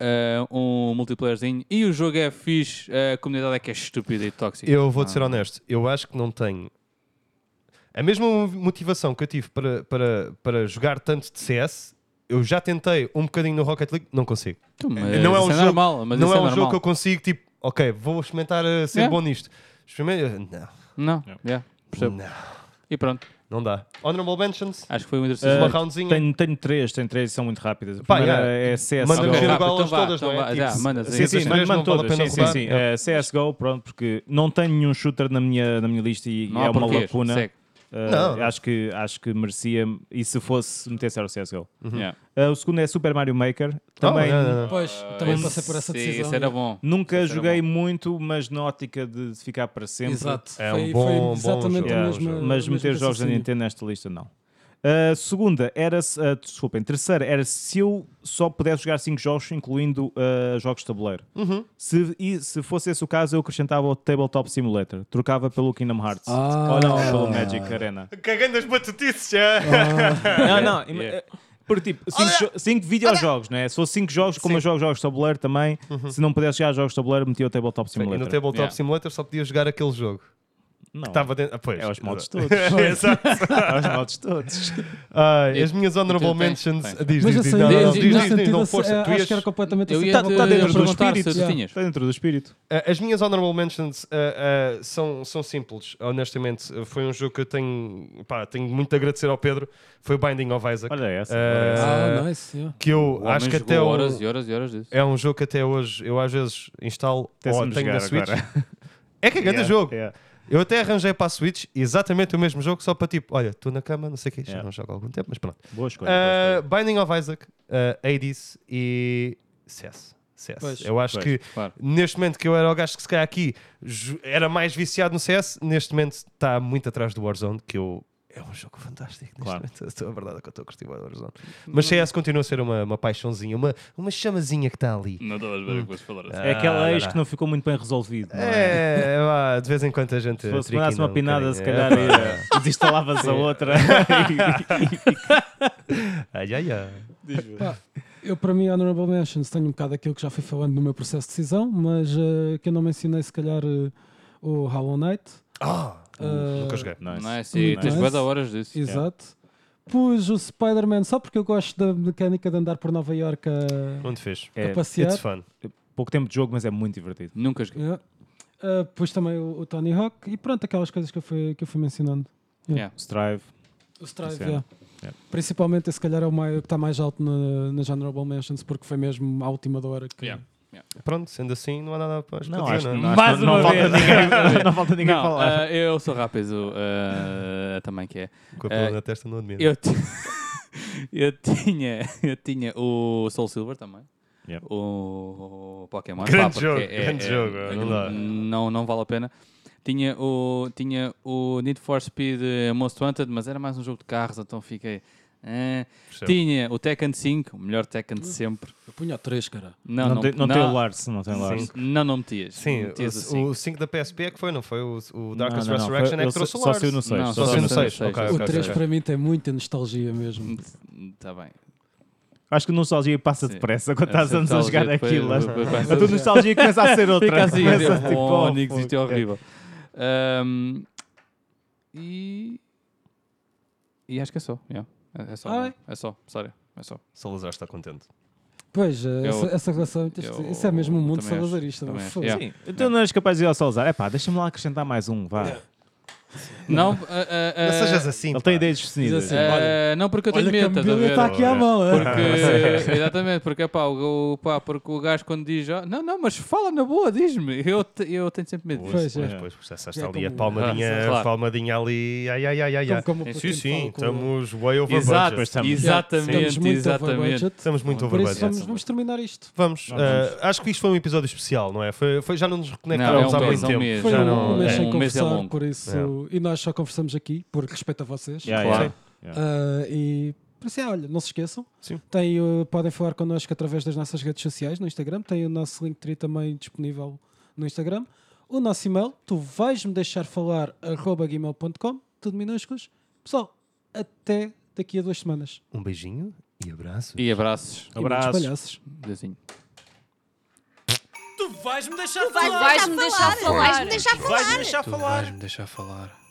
uh, um multiplayerzinho. E o jogo é fixe, a comunidade é que é estúpida e tóxica. Eu vou-te ser honesto, eu acho que não tenho. A mesma motivação que eu tive para, para, para jogar tanto de CS, eu já tentei um bocadinho no Rocket League, não consigo. Tu, mas não é um isso jogo- normal, mas não isso é é, um normal. jogo que eu consigo, tipo, ok, vou experimentar a ser É. bom nisto. Experimento- Não, Não, yeah, percebo. não, E pronto, não dá. Honorable Mentions, acho que foi um exercício. uma Eh, roundzinha. Tenho, tenho três, tenho três e são muito rápidas. A Pá, primeira já. é CSGO. Manda-me ser Rápido, igual então às vá, todas, então não vá, é? já, manda, Sim, sim, essas sim, três mando, não mando vale a todas. pena Sim, sim, um. roubar. sim. É. Eh, CSGO, pronto, porque não tenho nenhum shooter na minha, na minha lista e Não há é uma porquês, lacuna. segue. Eh, Não. Acho, que, acho que merecia, e se fosse, meter-se ao CSGO. Uhum. Yeah. Eh, o segundo é Super Mario Maker. Oh, Também não, não, não. Pois, também Esse- passei por essa sim, decisão. né? Isso era bom. Nunca Isso era joguei bom. muito, mas na ótica de ficar para sempre. Exato. É um foi, bom- foi bom exatamente jogo. a Yeah, mesma. mas assim, a mesma meter jogos da raciocínio. Nintendo nesta lista, não. A segunda era, se- ah, desculpem, terceira era se eu só pudesse jogar 5 jogos, incluindo ah, jogos de tabuleiro. Se, e se fosse esse o caso, eu acrescentava o Tabletop Simulator, trocava pelo Kingdom Hearts Ah. ou não, pelo Magic Arena. Cagando as batutices já. Não, não, ima- porque tipo, 5 videojogos, né? Se fosse 5 jogos, como eu jogo jogos de tabuleiro também, se não pudesse jogar jogos de tabuleiro, metia o Tabletop Uhum. E Simulator. no Tabletop Yeah. Simulator só podia jogar aquele jogo. não, Estava dentro. Ah, pois. é os modos Exato. todos. Exato. é os modos todos. Ai, as minhas honorable tu tens- mentions. tens. Mas Diz, diz, eu diz. sei, Não, diz, não, diz, diz, nesse diz, diz, diz. sentido, Não, eu sei- força. Tu é, acho ias- que era completamente Eu assim. ia Tá- te tá dentro do perguntar se espírito, tu yeah. tinhas. Está dentro do espírito. Uh, As minhas honorable mentions uh, uh, são, são simples, honestamente. Uh, Foi um jogo que eu tenho, pá, tenho muito a agradecer ao Pedro. Foi o Binding of Isaac. Olha essa. é Uh, olha essa. Ah, nice. yeah. Que eu O acho homem que jogou até o- É. horas e horas e horas disso. é um jogo que até hoje eu às vezes instalo ou Até-se-me tenho na jogar Switch. agora. É que é grande Yeah, jogo. yeah. Eu até arranjei para a Switch exatamente o mesmo jogo, só para tipo, olha, estou na cama, não sei o que, já Yeah. não jogo há algum tempo, mas pronto. Boa escolha. boa Uh, escolha. Binding of Isaac, uh, Hades e CS. CS. Pois, eu acho pois, que claro. neste momento que eu era o gajo que se calhar aqui ju- era mais viciado no CS, neste momento está muito atrás do Warzone, que eu é um jogo fantástico. Neste Claro. momento. Estou- a verdade é que eu estou a curtir o Warzone. Mas CS continua a ser uma, uma paixãozinha, uma, uma chamazinha que está ali. Não estava a ver o que falar assim. É Ah, aquela ex não, que não ficou muito bem resolvido. não é? É, vá, de vez em quando a gente. Se fosse triquina mandasse uma um pinada, bocadinho. se calhar É, pá. ia- desinstalavas a outra. Ai, ai, ai. Eu, para mim, Honorable Mentions, tenho um bocado aquilo que já fui falando no meu processo de decisão, mas eh, que eu não mencionei, se calhar, eh, o Hollow Knight. Ah, Eh, nunca joguei. é. Não é? Nice. Sim, Nice. tens bué de horas disso. Exato. Pus o Spider-Man só porque eu gosto da mecânica de andar por Nova Iorque a, Onde fez? a É, passear. It's fun. pouco tempo de jogo, mas é muito divertido. Nunca joguei. Yeah. Eh, pus também o, o Tony Hawk e pronto, aquelas coisas que eu fui, que eu fui mencionando. Strive. O Strive, Sim. yeah. Yeah. Principalmente, esse se calhar, é o mai- que está mais alto na, nas Honorable Mentions, porque foi mesmo à última da hora que. Yeah. Pronto, sendo assim, não há nada para Não, esconder, acho que é? não. Mais não uma falta vez. ninguém- Não falta ninguém Não, falar. ah, eu sou rápido ah, também que é. Com a pela Eh, na testa não admiro. Eu, ti- eu tinha, eu tinha o Soul Silver também. Yep. O, o Pokémon. Grande porque é, jogo, grande jogo, não dá. não, não vale a pena. Tinha o, tinha o Need for Speed eh, Most Wanted, mas era mais um jogo de carros, então fiquei. eh. Percebo. Tinha o Tekken 5, o melhor Tekken de sempre. Eu punha o 3, cara. Não, Não não, tem- Não tem o Lars. Não tem o Lars. Sim. Não, não metias. Sim, não metias assim. o 5 da PSP é que foi, não foi? O, o Darkest Não, não, não, foi- Resurrection é ele que trouxe só- o Lars. Só saiu no 6. Não, só só saiu no saiu no 6. seis, Ok, só O ok, saiu no 3 ok. para mim tem muita nostalgia Hum. mesmo. Está bem. Acho que nostalgia passa Sim. depressa quando estás Essa anos a nostalgia jogar depois- aquilo. acho- depois A tua nostalgia começa a ser outra. Fica assim, Começa, tipo, tipo, oh, oh, Nix, isto é fuck. horrível. Ahm, e... E acho que é só, yeah. é, é só, Ah, é? é só, sério, é só. Salazar está contente. Pois, eh, essa, essa relação, isto- eu isso é mesmo um mundo também acho, salazarista. também mas acho, foda-se. yeah. Sim, então não eras capaz de ir ao Salazar. É pá, deixa-me lá acrescentar mais um, vá. Não, ah, ah, Não ah, sejas assim. Ele pá. tem ideias definidas. Diz assim, ah, olha. não, porque eu tenho Olha que a medo, estás a mobília ver? está aqui à mão. é? Porque, exatamente, porque pá, o, o- pá, porque o gajo quando diz, "Ah, não, não, mas fala na boa, diz-me, eu, te- eu tenho sempre medo. Pois, disso. Pois, é. pois, pois, pois, essa está É ali a como- palmadinha, Ah, claro. palmadinha ali. Ai, ai, ai, ai. ai. Como- como o sim, Putin fala sim, com o- estamos way over Exato, budget. estamos- exatamente, Estamos muito exatamente. overbudget. Estamos muito Por over isso budget. vamos, vamos terminar isto. Vamos, eh, acho que isto foi um episódio especial, não é? Foi, foi- já não nos Não, é reconectávamos um há mês, muito é um tempo. mês. Foi já um, não. mês é, sem um mês é conversar, longo. por isso. E nós só conversamos aqui, por respeito a vocês. Yeah, Claro. yeah. Ah, e por isso, é, olha, não se esqueçam. Sim. Tem, uh, podem falar connosco através das nossas redes sociais no Instagram. Tem o nosso Linktree também disponível no Instagram. O nosso e-mail, tu vais-me deixar falar, arroba gmail.com, tudo minúsculos. Pessoal, até daqui a duas semanas. Um beijinho e abraço. E abraços. E muitos Abraços. palhaços. Beijinho. Tu vais-me deixar falar. Vais-me deixar falar. Vais-me deixar falar.